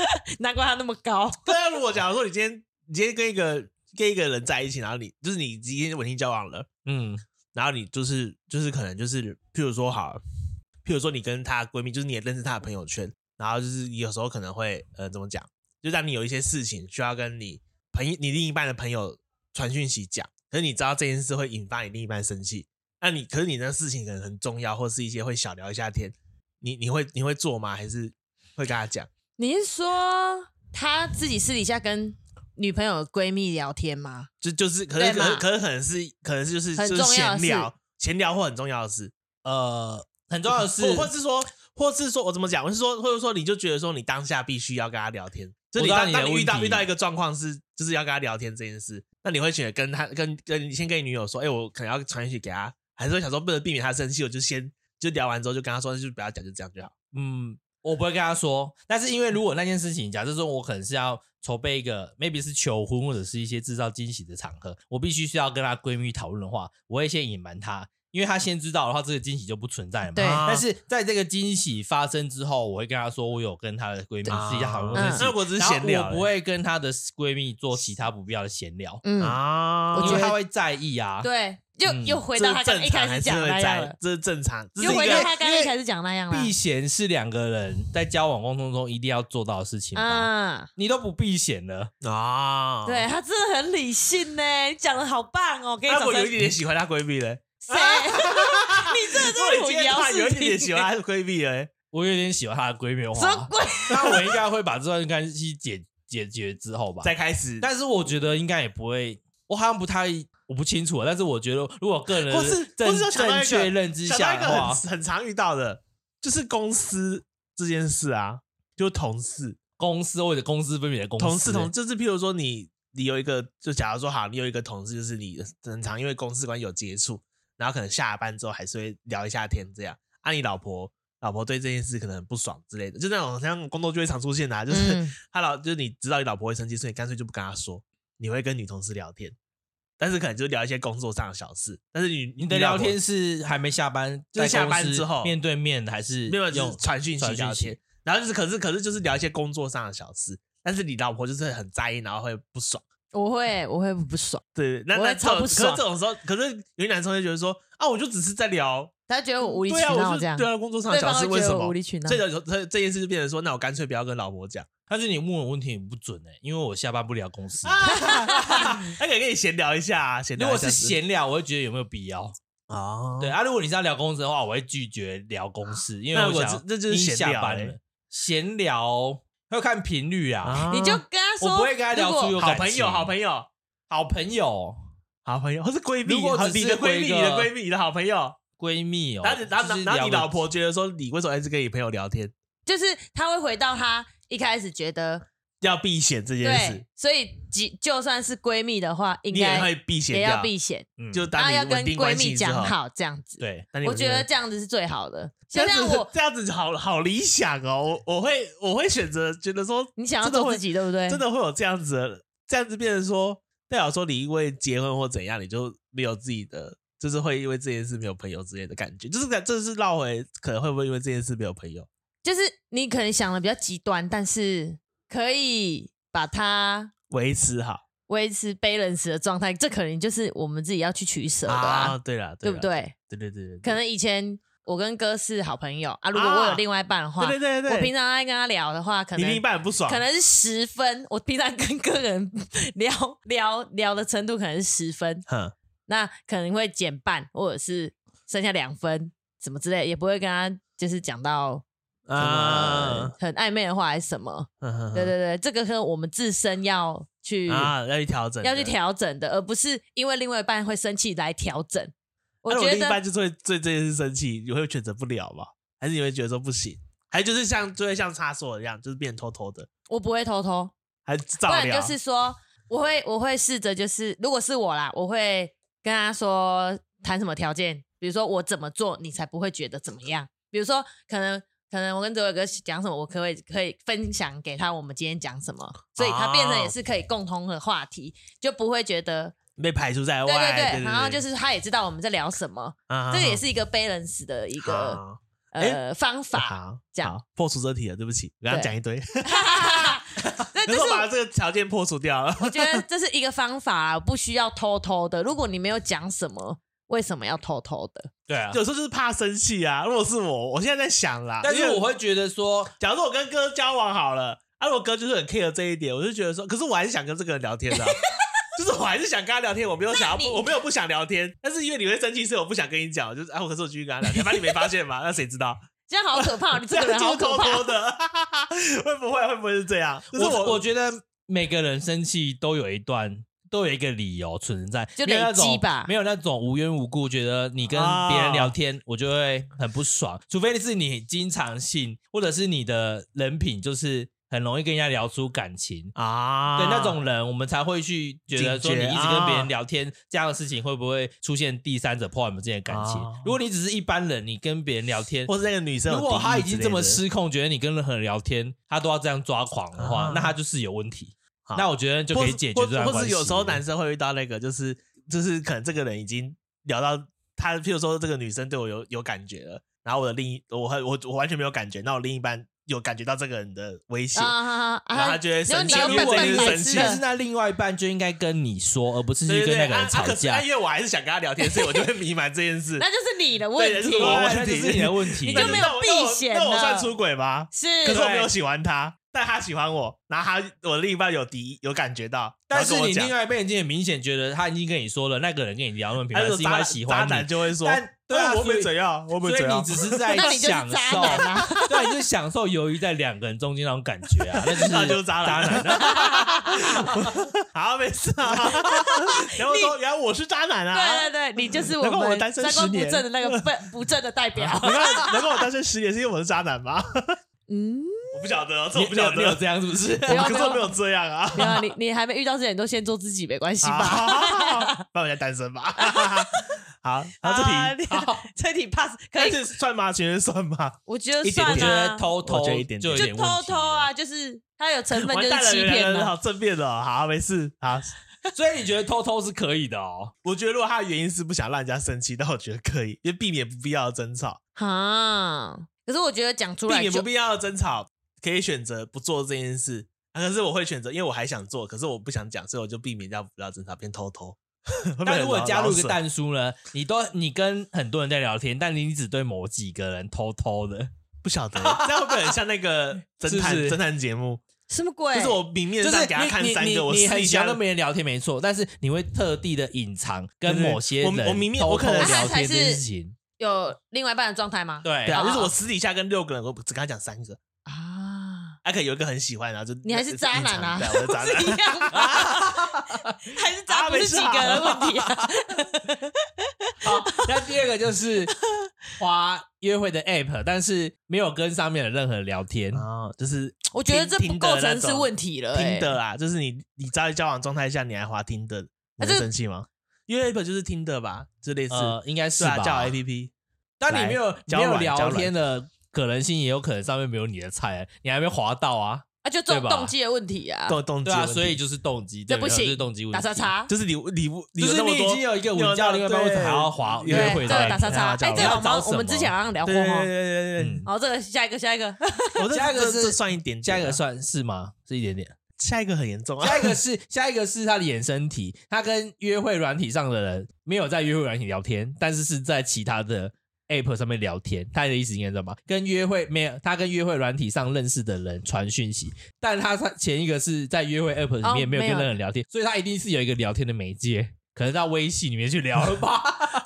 Speaker 1: 难怪他那么高，
Speaker 2: 对啊，如果假如说你今天你今天跟一个跟一个人在一起，然后你就是你今天稳定交往了，
Speaker 3: 嗯，
Speaker 2: 然后你就是就是可能就是，譬如说好了，譬如说你跟她闺蜜，就是你也认识她的朋友圈，然后就是有时候可能会呃怎么讲，就让你有一些事情需要跟你朋你另一半的朋友传讯息讲，可是你知道这件事会引发你另一半生气，那你可是你那事情可能很重要，或是一些会小聊一下天，你你会你会做吗？还是会跟他讲？
Speaker 1: 你是说他自己私底下跟女朋友闺蜜聊天吗？
Speaker 2: 就就是可是可
Speaker 1: 对
Speaker 2: 是
Speaker 1: 嘛
Speaker 2: 可是可能是可能是就是
Speaker 1: 很
Speaker 2: 就是
Speaker 1: 重要
Speaker 2: 闲
Speaker 1: 的事
Speaker 2: 聊闲聊或很重要的事，
Speaker 3: 呃，很重要的是，
Speaker 2: 或或是说，或是说我怎么讲？我是说，或者说你就觉得说你当下必须要跟他聊天，就
Speaker 3: 我
Speaker 2: 你
Speaker 3: 知道
Speaker 2: 当
Speaker 3: 你的
Speaker 2: 当你遇
Speaker 3: 问
Speaker 2: 到
Speaker 3: 题
Speaker 2: 遇到一个状况是，就是要跟他聊天这件事，那你会选择跟他跟跟你先跟你女友说，哎、我可能要传讯息给他，还是会想说不能避免他生气，我就先就聊完之后就跟他说，就不要讲，就这样就好。
Speaker 3: 嗯，我不会跟他说。但是因为如果那件事情，假设说我可能是要筹备一个 maybe 是求婚或者是一些制造惊喜的场合，我必须是要跟她闺蜜讨论的话，我会先隐瞒她，因为她先知道的话，这个惊喜就不存在了嘛。
Speaker 1: 对
Speaker 2: 啊
Speaker 3: 但是在这个惊喜发生之后，我会跟她说我有跟她的闺蜜私底下讨论这件
Speaker 1: 嗯
Speaker 3: 事情
Speaker 2: 啊那我只是
Speaker 3: 然后
Speaker 2: 闲聊，欸
Speaker 3: 我不会跟她的闺蜜做其他不必要的闲聊，
Speaker 1: 嗯，
Speaker 2: 啊，
Speaker 1: 我
Speaker 3: 因
Speaker 1: 觉
Speaker 3: 为
Speaker 1: 得
Speaker 3: 她会在意啊。
Speaker 1: 对，又
Speaker 3: 嗯
Speaker 1: 又回
Speaker 2: 这
Speaker 1: 到
Speaker 2: 是
Speaker 1: 他刚
Speaker 2: 正
Speaker 1: 一
Speaker 2: 常
Speaker 1: 开
Speaker 2: 还
Speaker 1: 始
Speaker 2: 是
Speaker 1: 讲
Speaker 2: 会
Speaker 1: 那样
Speaker 2: 在
Speaker 1: 了，，
Speaker 2: 这是正常，这是
Speaker 1: 又
Speaker 2: 一
Speaker 1: 回
Speaker 2: 个
Speaker 1: 到他刚一开始讲那样了。
Speaker 3: 避嫌是两个人在交往过程中一定要做到的事情吧？
Speaker 1: 啊，
Speaker 3: 你都不避嫌了，
Speaker 2: 啊，
Speaker 1: 对他真的很理性呢，你讲的好棒哦，给你
Speaker 2: 那
Speaker 1: 掌
Speaker 2: 我有
Speaker 1: 声
Speaker 2: 一。点点喜欢她闺蜜嘞，
Speaker 1: 谁？
Speaker 2: *laughs*
Speaker 1: 你这
Speaker 2: 我
Speaker 1: 真
Speaker 2: 已
Speaker 1: 的
Speaker 2: 经
Speaker 1: 是
Speaker 2: 她有一
Speaker 1: 摇视
Speaker 2: 点
Speaker 1: 频
Speaker 2: 点喜欢她的闺蜜嘞，
Speaker 3: 我有点喜欢她的闺蜜
Speaker 1: 什么
Speaker 3: 花，
Speaker 1: 鬼？
Speaker 3: 那我应该会把这段关系解 *laughs* 解决之后吧。
Speaker 2: 再开始，
Speaker 3: 但是我觉得应该也不会，我好像不太我不清楚啊，但是我觉得如果个人
Speaker 2: 或是
Speaker 3: 正
Speaker 2: 或是要想到一
Speaker 3: 正
Speaker 2: 个
Speaker 3: 确认知
Speaker 2: 想到
Speaker 3: 下
Speaker 2: 一个
Speaker 3: 的话，
Speaker 2: 很很常遇到的，就是公司这件事啊，就同事，
Speaker 3: 公司或者公司分别的公司
Speaker 2: 同事同就是譬如说你你有一个，就假如说好，你有一个同事，就是你很常因为公司关系有接触，然后可能下班之后还是会聊一下天这样。啊，你老婆老婆对这件事可能很不爽之类的，就那种好像工作就会常出现的、啊，就是
Speaker 1: 嗯
Speaker 2: 他老就是你知道你老婆会生气，所以你干脆就不跟她说，你会跟女同事聊天。但是可能就聊一些工作上的小事，但是你
Speaker 3: 你的
Speaker 2: 老
Speaker 3: 聊
Speaker 2: 婆
Speaker 3: 天是还没下班，
Speaker 2: 就
Speaker 3: 在
Speaker 2: 是下
Speaker 3: 公
Speaker 2: 班
Speaker 3: 司
Speaker 2: 之后
Speaker 3: 面对面还是
Speaker 2: 没有就
Speaker 3: 用
Speaker 2: 是传讯息
Speaker 3: 传讯
Speaker 2: 聊天
Speaker 3: 息，
Speaker 2: 然后就是可是可是就是聊一些工作上的小事，但是你老婆就是很在意，然后会不爽。
Speaker 1: 我会，我会不爽。
Speaker 2: 对，那
Speaker 1: 我会
Speaker 2: 那这
Speaker 1: 超
Speaker 2: 种
Speaker 1: 不爽
Speaker 2: 可是这种时候，可是有些男生会觉得说啊，我就只是在聊，
Speaker 1: 他觉得我无理取
Speaker 2: 对啊，
Speaker 1: 闹
Speaker 2: 我
Speaker 1: 这
Speaker 2: 就
Speaker 1: 样，
Speaker 2: 对啊，工作上的
Speaker 1: 对
Speaker 2: 小
Speaker 1: 方
Speaker 2: 事
Speaker 1: 会
Speaker 2: 为
Speaker 1: 觉
Speaker 2: 什
Speaker 1: 得我无
Speaker 2: 么？
Speaker 1: 理取闹
Speaker 2: 这。个这这件事就变成说，那我干脆不要跟老婆
Speaker 1: *laughs*
Speaker 2: 讲， *laughs*
Speaker 3: 但是你问我问题也不准哎、因为我下班不聊公司。
Speaker 2: 啊他哎可以跟你闲聊一下啊，闲
Speaker 3: 如
Speaker 2: 聊一
Speaker 3: 果
Speaker 2: 下
Speaker 3: 是闲聊，我会觉得有没有必要？
Speaker 2: 啊，
Speaker 3: 对啊，如果你是要聊公司的话，我会拒绝聊公司，因为
Speaker 2: 那
Speaker 3: 我
Speaker 2: 我
Speaker 3: 想
Speaker 2: 这这就是
Speaker 3: 已经
Speaker 2: 闲
Speaker 3: 下
Speaker 2: 聊
Speaker 3: 班
Speaker 2: 欸
Speaker 3: 了。闲聊要看频率啊，
Speaker 2: 啊，
Speaker 1: 你就跟他说，
Speaker 3: 我不会跟他聊
Speaker 1: 如果
Speaker 3: 出有
Speaker 2: 好
Speaker 3: 感
Speaker 2: 朋
Speaker 3: 情
Speaker 2: 友，好朋友，
Speaker 3: 好朋友、
Speaker 2: 好朋友，或是闺蜜，
Speaker 3: 如果
Speaker 2: 好
Speaker 3: 只
Speaker 2: 你
Speaker 3: 是
Speaker 2: 的闺
Speaker 3: 回
Speaker 2: 蜜，
Speaker 3: 个
Speaker 2: 你的闺蜜，你的好朋友，
Speaker 3: 闺蜜哦，
Speaker 2: 然后然后
Speaker 3: 就是
Speaker 2: 然后
Speaker 3: 聊
Speaker 2: 你
Speaker 3: 个
Speaker 2: 老婆觉得说，你为什么一直跟你朋友聊天？
Speaker 1: 就是他会回到他一开始觉得
Speaker 2: 要避嫌这件事
Speaker 1: 对，，所以即就算是闺蜜的话，应
Speaker 2: 你也
Speaker 1: 该
Speaker 2: 会避嫌
Speaker 1: 也要
Speaker 2: 掉，
Speaker 1: 避嫌，
Speaker 3: 嗯
Speaker 2: 就
Speaker 1: 然
Speaker 2: 当
Speaker 1: 后
Speaker 2: 你
Speaker 1: 要跟
Speaker 2: 稳定
Speaker 1: 闺
Speaker 2: 关
Speaker 1: 蜜
Speaker 2: 系之
Speaker 1: 讲
Speaker 2: 后，
Speaker 1: 好这样子。
Speaker 3: 对，
Speaker 2: 当你
Speaker 1: 我
Speaker 2: 稳定
Speaker 1: 觉得
Speaker 2: 关
Speaker 1: 这样子是最好的。
Speaker 2: 这
Speaker 1: 像这
Speaker 2: 样
Speaker 1: 样
Speaker 2: 子
Speaker 1: 我，
Speaker 2: 这样子好好理想哦，我我会我会选择觉得说
Speaker 1: 你想要
Speaker 2: 真的
Speaker 1: 做
Speaker 2: 会
Speaker 1: 自己，对不对？
Speaker 2: 真的会有这样子的，这样子变成说，代表说你因为结婚或怎样，你就没有自己的，就是会因为这件事没有朋友之类的感觉，就是感这是绕回可能会不会因为这件事没有朋友，
Speaker 1: 就是你可能想的比较极端，但是可以把它
Speaker 2: 维持好
Speaker 1: 维持 balance 的状态，这可能就是我们自己要去取舍的啊，
Speaker 2: 啊，对了，
Speaker 1: 对
Speaker 2: 啦
Speaker 1: 不？对？
Speaker 2: 对对对对，
Speaker 1: 可能以前我跟哥是好朋友啊，如果我有另外一半的话，
Speaker 2: 对对对对，
Speaker 1: 我平常爱跟他聊的话，可
Speaker 2: 你另一
Speaker 1: 能
Speaker 2: 半很不爽，
Speaker 1: 可能是十分，我平常跟个人 *laughs* 聊聊聊的程度可能是十分，
Speaker 2: 哼
Speaker 1: 那可能会减半，或者是剩下两分，什么之类，也不会跟他就是讲到什么
Speaker 2: 啊，
Speaker 1: 很暧昧的话还是什么。对对对，这个是我们自身要去、
Speaker 2: 嗯啊，要去调整，
Speaker 1: 要去。调整的，而不是因为另外一半会生气来调整。我
Speaker 2: 那
Speaker 1: 觉
Speaker 2: 另一半
Speaker 1: 得
Speaker 2: 就是会对这件事生气，你会选择不了吗？还是你会觉得说不行？还就是像就会像他说的一样，就是变偷偷的，
Speaker 1: 我不会偷偷，
Speaker 2: 还
Speaker 1: 不
Speaker 2: 照
Speaker 1: 然
Speaker 2: 聊，
Speaker 1: 就是说我会我会试着就是，如果是我啦，我会跟他说谈什么条件，比如说我怎么做你才不会觉得怎么样，比如说可能。可能我跟哲伟哥讲什么，我可不可以可以分享给他我们今天讲什么，所以他变成也是
Speaker 2: 啊
Speaker 1: 可以共通的话题，就不会觉得
Speaker 2: 被排除在
Speaker 1: 对
Speaker 2: 外。
Speaker 1: 对
Speaker 2: 对嗯啊
Speaker 1: 对，然后就是他也知道我们在聊什么，这个也是一个 balance 的一
Speaker 2: 一
Speaker 1: 个呃方法。这样
Speaker 2: 破除这题了，对不起，我刚刚
Speaker 1: 对
Speaker 2: 讲一堆，
Speaker 1: *laughs*
Speaker 2: 可
Speaker 1: 那就是
Speaker 2: *laughs* 我把
Speaker 1: 是
Speaker 2: 这个条件破除掉
Speaker 1: *laughs*
Speaker 2: 了。
Speaker 1: 我觉得这是一个方法啊，不需要偷偷的。如果你没有讲什么，为什么要偷偷的？
Speaker 3: 对啊。
Speaker 2: 有时候就是怕生气啊。如果是我，我现在在想啦，
Speaker 3: 但是
Speaker 2: 因为
Speaker 3: 我会觉得说，
Speaker 2: 假如说我跟哥交往好了，啊，我哥就是很 care 这一点，我就觉得说，可是我还是想跟这个人聊天
Speaker 1: *laughs*
Speaker 2: 的啊、就是我还是想跟他聊天，我没有想要
Speaker 1: 那
Speaker 2: 不，
Speaker 1: 你
Speaker 2: 我没有不想聊天，但是因为你会生气，所以我不想跟你讲，就是啊，我可是我继续跟他聊天，反正你没发现嘛，那谁知
Speaker 1: *laughs*
Speaker 2: 道？
Speaker 1: 这样好可怕，你这个人
Speaker 2: 就
Speaker 1: 好
Speaker 2: 是
Speaker 1: 可
Speaker 2: 偷
Speaker 1: 怕。
Speaker 2: 偷的，会不会会不会是这样？就是
Speaker 3: 我
Speaker 2: 我
Speaker 3: 我觉得每个人生气都有一段。都有一个理由存在，
Speaker 1: 就
Speaker 3: 没有那
Speaker 1: 累积
Speaker 3: 种
Speaker 1: 吧
Speaker 3: 没有那种无缘无故觉得你跟
Speaker 2: 啊
Speaker 3: 别人聊天，我就会很不爽。除非是你经常性，或者是你的人品就是很容易跟人家聊出感情。
Speaker 2: 啊，
Speaker 3: 对那种人，我们才会去觉得说，
Speaker 2: 警
Speaker 3: 你
Speaker 2: 觉
Speaker 3: 一直跟别
Speaker 2: 啊
Speaker 3: 人聊天、这样的事情，会不会出现第三者破坏你们之间的感情？
Speaker 2: 啊
Speaker 3: 如果你只是一般人，你跟别人聊天，
Speaker 2: 或是那个女生有
Speaker 3: 如
Speaker 2: 敌意之类的，
Speaker 3: 果他已经这么失控，觉得你跟任何人聊天，他都要这样抓狂的话，
Speaker 2: 啊
Speaker 3: 那他就是有问题。
Speaker 2: 好，
Speaker 3: 那我觉得就
Speaker 2: 或
Speaker 3: 可以
Speaker 2: 是
Speaker 3: 解决
Speaker 2: 或
Speaker 3: 这段
Speaker 2: 或
Speaker 3: 关
Speaker 2: 是
Speaker 3: 系。
Speaker 2: 有时候男生会遇到那个，就是就是可能这个人已经聊到他，譬如说这个女生对我有有感觉了，然后我的另一我很我我完全没有感觉，那我另一半有感觉到这个人的威胁，
Speaker 1: 啊，
Speaker 2: 然后他就会
Speaker 1: 然后
Speaker 2: 生气，
Speaker 1: 你
Speaker 3: 那
Speaker 1: 有
Speaker 2: 因
Speaker 3: 如
Speaker 2: 为
Speaker 3: 果你
Speaker 2: 这件
Speaker 1: 本笨
Speaker 2: 事
Speaker 1: 笨白
Speaker 2: 生
Speaker 1: 痴
Speaker 2: 气
Speaker 1: 的
Speaker 3: 但是啊那另外一 *laughs* 半就应该跟你说，而不是哎去
Speaker 2: 对对
Speaker 3: 跟那
Speaker 2: 对，
Speaker 3: 个
Speaker 2: 啊
Speaker 3: 人
Speaker 2: 啊
Speaker 3: 吵
Speaker 2: 可是啊
Speaker 3: 架。
Speaker 2: 因为我还是想跟他聊天，所以我就会迷茫这件
Speaker 3: *laughs*
Speaker 2: 事。
Speaker 1: 那就是你的问
Speaker 2: 对
Speaker 1: 题
Speaker 2: 这，是
Speaker 3: 对
Speaker 2: 我
Speaker 3: 那啊就是你的问题，
Speaker 1: 你就没有
Speaker 2: 那我那我
Speaker 1: 避嫌
Speaker 2: 那我
Speaker 1: 了
Speaker 2: 算出轨吗？
Speaker 1: 是
Speaker 2: 可是我没有喜欢他，但他喜欢我，然后他我另一半有敌意有感觉到，
Speaker 3: 但是
Speaker 2: 然后
Speaker 3: 你
Speaker 2: 跟我讲
Speaker 3: 另外一半已经很明显觉得他已经跟你说了，那个人跟你聊那么频
Speaker 2: 他
Speaker 3: 繁
Speaker 2: 就是
Speaker 3: 因为他
Speaker 2: 渣男
Speaker 3: 喜
Speaker 2: 渣
Speaker 3: 欢
Speaker 2: 男
Speaker 3: 你，
Speaker 2: 就会说，
Speaker 3: 但对啊
Speaker 2: 哎我
Speaker 3: 所以
Speaker 2: 没怎样，我没
Speaker 3: 所
Speaker 2: 怎
Speaker 3: 以你
Speaker 2: 样，
Speaker 3: 只是在
Speaker 1: *laughs* 那你就是
Speaker 3: 享
Speaker 1: 渣
Speaker 3: 受
Speaker 1: 男啊，
Speaker 3: 对，你就享受由于在两个人中间那种感觉啊，那就是
Speaker 2: *laughs* 那就是渣
Speaker 3: 渣
Speaker 2: 男
Speaker 3: 男。
Speaker 2: *laughs* 好，没事啊。然后说，原来我是渣男啊。
Speaker 1: *laughs* 对对对，你就是我
Speaker 2: 难怪我
Speaker 1: 们
Speaker 2: 单身
Speaker 1: 三观
Speaker 2: 10
Speaker 1: 不
Speaker 2: 年
Speaker 1: 正的那个不不正的代表。
Speaker 2: *laughs* 难怪难怪我单身十年是因为我是渣男吗？
Speaker 1: 嗯，
Speaker 2: 我不晓得，这
Speaker 3: 你
Speaker 2: 我不晓
Speaker 3: 你有你有
Speaker 2: 得。
Speaker 3: 这样是不是？
Speaker 1: 样
Speaker 2: 我可是我没有这样
Speaker 1: *laughs*
Speaker 2: 啊。
Speaker 1: 没有啊，你你还没遇到之前，你都先做自己，没关系
Speaker 2: 好，
Speaker 1: 吧？
Speaker 2: *laughs* 那我先单身吧。好，然后这
Speaker 1: *laughs*
Speaker 2: 题
Speaker 1: 啊你这题 pass 可
Speaker 2: 但
Speaker 1: 以，
Speaker 2: 是算吗？情人算吗？
Speaker 1: 我觉
Speaker 3: *laughs*
Speaker 1: 得
Speaker 3: 一点
Speaker 1: 算
Speaker 3: 我觉得
Speaker 1: 啊，
Speaker 3: 偷偷
Speaker 2: 我觉得一点点
Speaker 3: 就有
Speaker 1: 就
Speaker 3: 点问
Speaker 1: 偷
Speaker 3: 题
Speaker 1: 偷啊，就是它有成分就
Speaker 2: 完
Speaker 1: 是
Speaker 2: 蛋了，
Speaker 1: 欺
Speaker 2: 原来
Speaker 1: 骗
Speaker 2: 人
Speaker 1: 嘛
Speaker 2: 好。正面的哦。好，没事。好，
Speaker 3: 了，所以你觉得偷偷是可以的哦？
Speaker 2: 我觉得如果他的原因是不想让人家生气，那我觉得可以，因为避免不必要的争吵。
Speaker 1: 啊，可是我觉得讲出
Speaker 2: 避
Speaker 1: 来
Speaker 2: 免不
Speaker 1: 就
Speaker 2: 必要的争吵，可以选择不做这件事。啊、可是我会选择，因为我还想做，可是我不想讲，所以我就避免掉不要争吵，变偷 *laughs* 偷。会不会
Speaker 3: 但如果
Speaker 2: 很
Speaker 3: 加入一个
Speaker 2: 老
Speaker 3: 蛋叔呢？你都你跟很多人在聊天，但你只对某几个人偷偷
Speaker 2: *laughs*
Speaker 3: 的，
Speaker 2: 舍，不
Speaker 3: *laughs*
Speaker 2: 晓得这样会不会很像那个侦探
Speaker 3: 是不是
Speaker 2: 侦探节目？
Speaker 1: 什么鬼？
Speaker 2: 就是我明面
Speaker 3: 就是
Speaker 2: 上给他看
Speaker 3: 你
Speaker 2: 三
Speaker 3: 你
Speaker 2: 个，我
Speaker 3: 你你
Speaker 2: 私
Speaker 3: 很
Speaker 2: 底
Speaker 3: 想
Speaker 2: 下
Speaker 3: 跟别人聊天没错，但是你会特地的隐藏跟
Speaker 2: 对对
Speaker 3: 某些
Speaker 2: 我
Speaker 3: 人
Speaker 2: 我明面
Speaker 3: 偷
Speaker 2: 我
Speaker 3: 偷
Speaker 2: 可能
Speaker 3: 聊
Speaker 1: 才
Speaker 3: 天这件
Speaker 1: 是
Speaker 3: 事情。
Speaker 1: 有另外一半的状态吗？
Speaker 3: 对
Speaker 2: 对啊，
Speaker 1: 好
Speaker 2: 就是我私底下跟六个人，我只跟他讲三个， *laughs*
Speaker 1: 啊，
Speaker 2: 啊，可能有一个很喜欢，然后就
Speaker 1: 你还是渣男啊？
Speaker 2: 对，我是渣
Speaker 1: 不是
Speaker 3: *laughs*
Speaker 1: 一
Speaker 2: 男。
Speaker 1: 样
Speaker 2: *laughs*
Speaker 1: 吗还是渣
Speaker 2: 啊
Speaker 1: 不
Speaker 2: 没
Speaker 1: 是
Speaker 2: 事
Speaker 1: 几
Speaker 2: 啊
Speaker 1: 个人的问题啊？
Speaker 3: 好，那第二个就是滑约会的 app，但是没有跟上面的任何人聊天。
Speaker 2: 哦，就是
Speaker 1: *laughs* 我觉得这不构成是问
Speaker 2: 题。
Speaker 1: 题了、
Speaker 2: 听
Speaker 1: 欸。
Speaker 2: 的啦，就是你你在交往状态下，你还滑听的，你会
Speaker 1: 啊这个
Speaker 2: 生气吗？因为 app 就是听的吧，就类似
Speaker 3: 呃，应该是
Speaker 2: 是啊，
Speaker 3: 吧。
Speaker 2: 交友 APP。
Speaker 3: 但你没有
Speaker 2: 来
Speaker 3: 你没
Speaker 2: 交
Speaker 3: 有
Speaker 2: 软交
Speaker 3: 聊
Speaker 2: 软
Speaker 3: 天的可能性，也有可能上面没有你的菜，你还没滑到啊。
Speaker 1: 啊，就
Speaker 3: 对
Speaker 1: 动
Speaker 3: 吧
Speaker 1: 动机的问题啊，
Speaker 2: 动动机
Speaker 3: 对
Speaker 2: 的
Speaker 3: 啊，
Speaker 2: 问题，
Speaker 3: 所以就是动机，
Speaker 1: 这
Speaker 3: 对
Speaker 1: 不
Speaker 3: 没有就是
Speaker 1: 行
Speaker 3: 动机问，题。
Speaker 1: 打叉叉。
Speaker 2: 就是你你不你
Speaker 3: 就是
Speaker 2: 那么
Speaker 3: 你已
Speaker 2: 多
Speaker 3: 经有一个
Speaker 2: 你有
Speaker 3: 稳交
Speaker 2: 那
Speaker 3: 另
Speaker 2: 么
Speaker 3: 外一半，为什么还要
Speaker 2: 对
Speaker 3: 滑
Speaker 2: 对
Speaker 1: 对
Speaker 3: 约会
Speaker 1: 这
Speaker 3: 的
Speaker 1: 个
Speaker 3: app？
Speaker 1: 打叉叉，
Speaker 2: 对
Speaker 1: 哎、
Speaker 2: 啊
Speaker 1: 这个
Speaker 3: 要找
Speaker 1: 我们我们
Speaker 3: 什么
Speaker 1: 之前好像聊过
Speaker 2: 对对对
Speaker 1: 哈。
Speaker 2: 对对
Speaker 3: 嗯
Speaker 1: 好，这个下一个 *laughs* 啊下一个，
Speaker 2: 对，我这
Speaker 3: 下一个
Speaker 2: 这
Speaker 3: 是
Speaker 2: 这算一点点啊，
Speaker 3: 下一个算是吗？是一点点。
Speaker 2: 下一个很严重啊，
Speaker 3: *laughs* 下一个是下一个是他的衍生题，他跟约会软体上的人没有在约会软体聊天，但是是在其他的 app 上面聊天。他的意思应该是什么？跟约会没有，他跟约会软体上认识的人传讯息，但他他前一个是在约会 app 里
Speaker 1: 哦
Speaker 3: 面没有跟
Speaker 1: 没有
Speaker 3: 任何人聊天，所以他一定是有一个聊天的媒介，可能到微信里面去聊了 *laughs* 吧，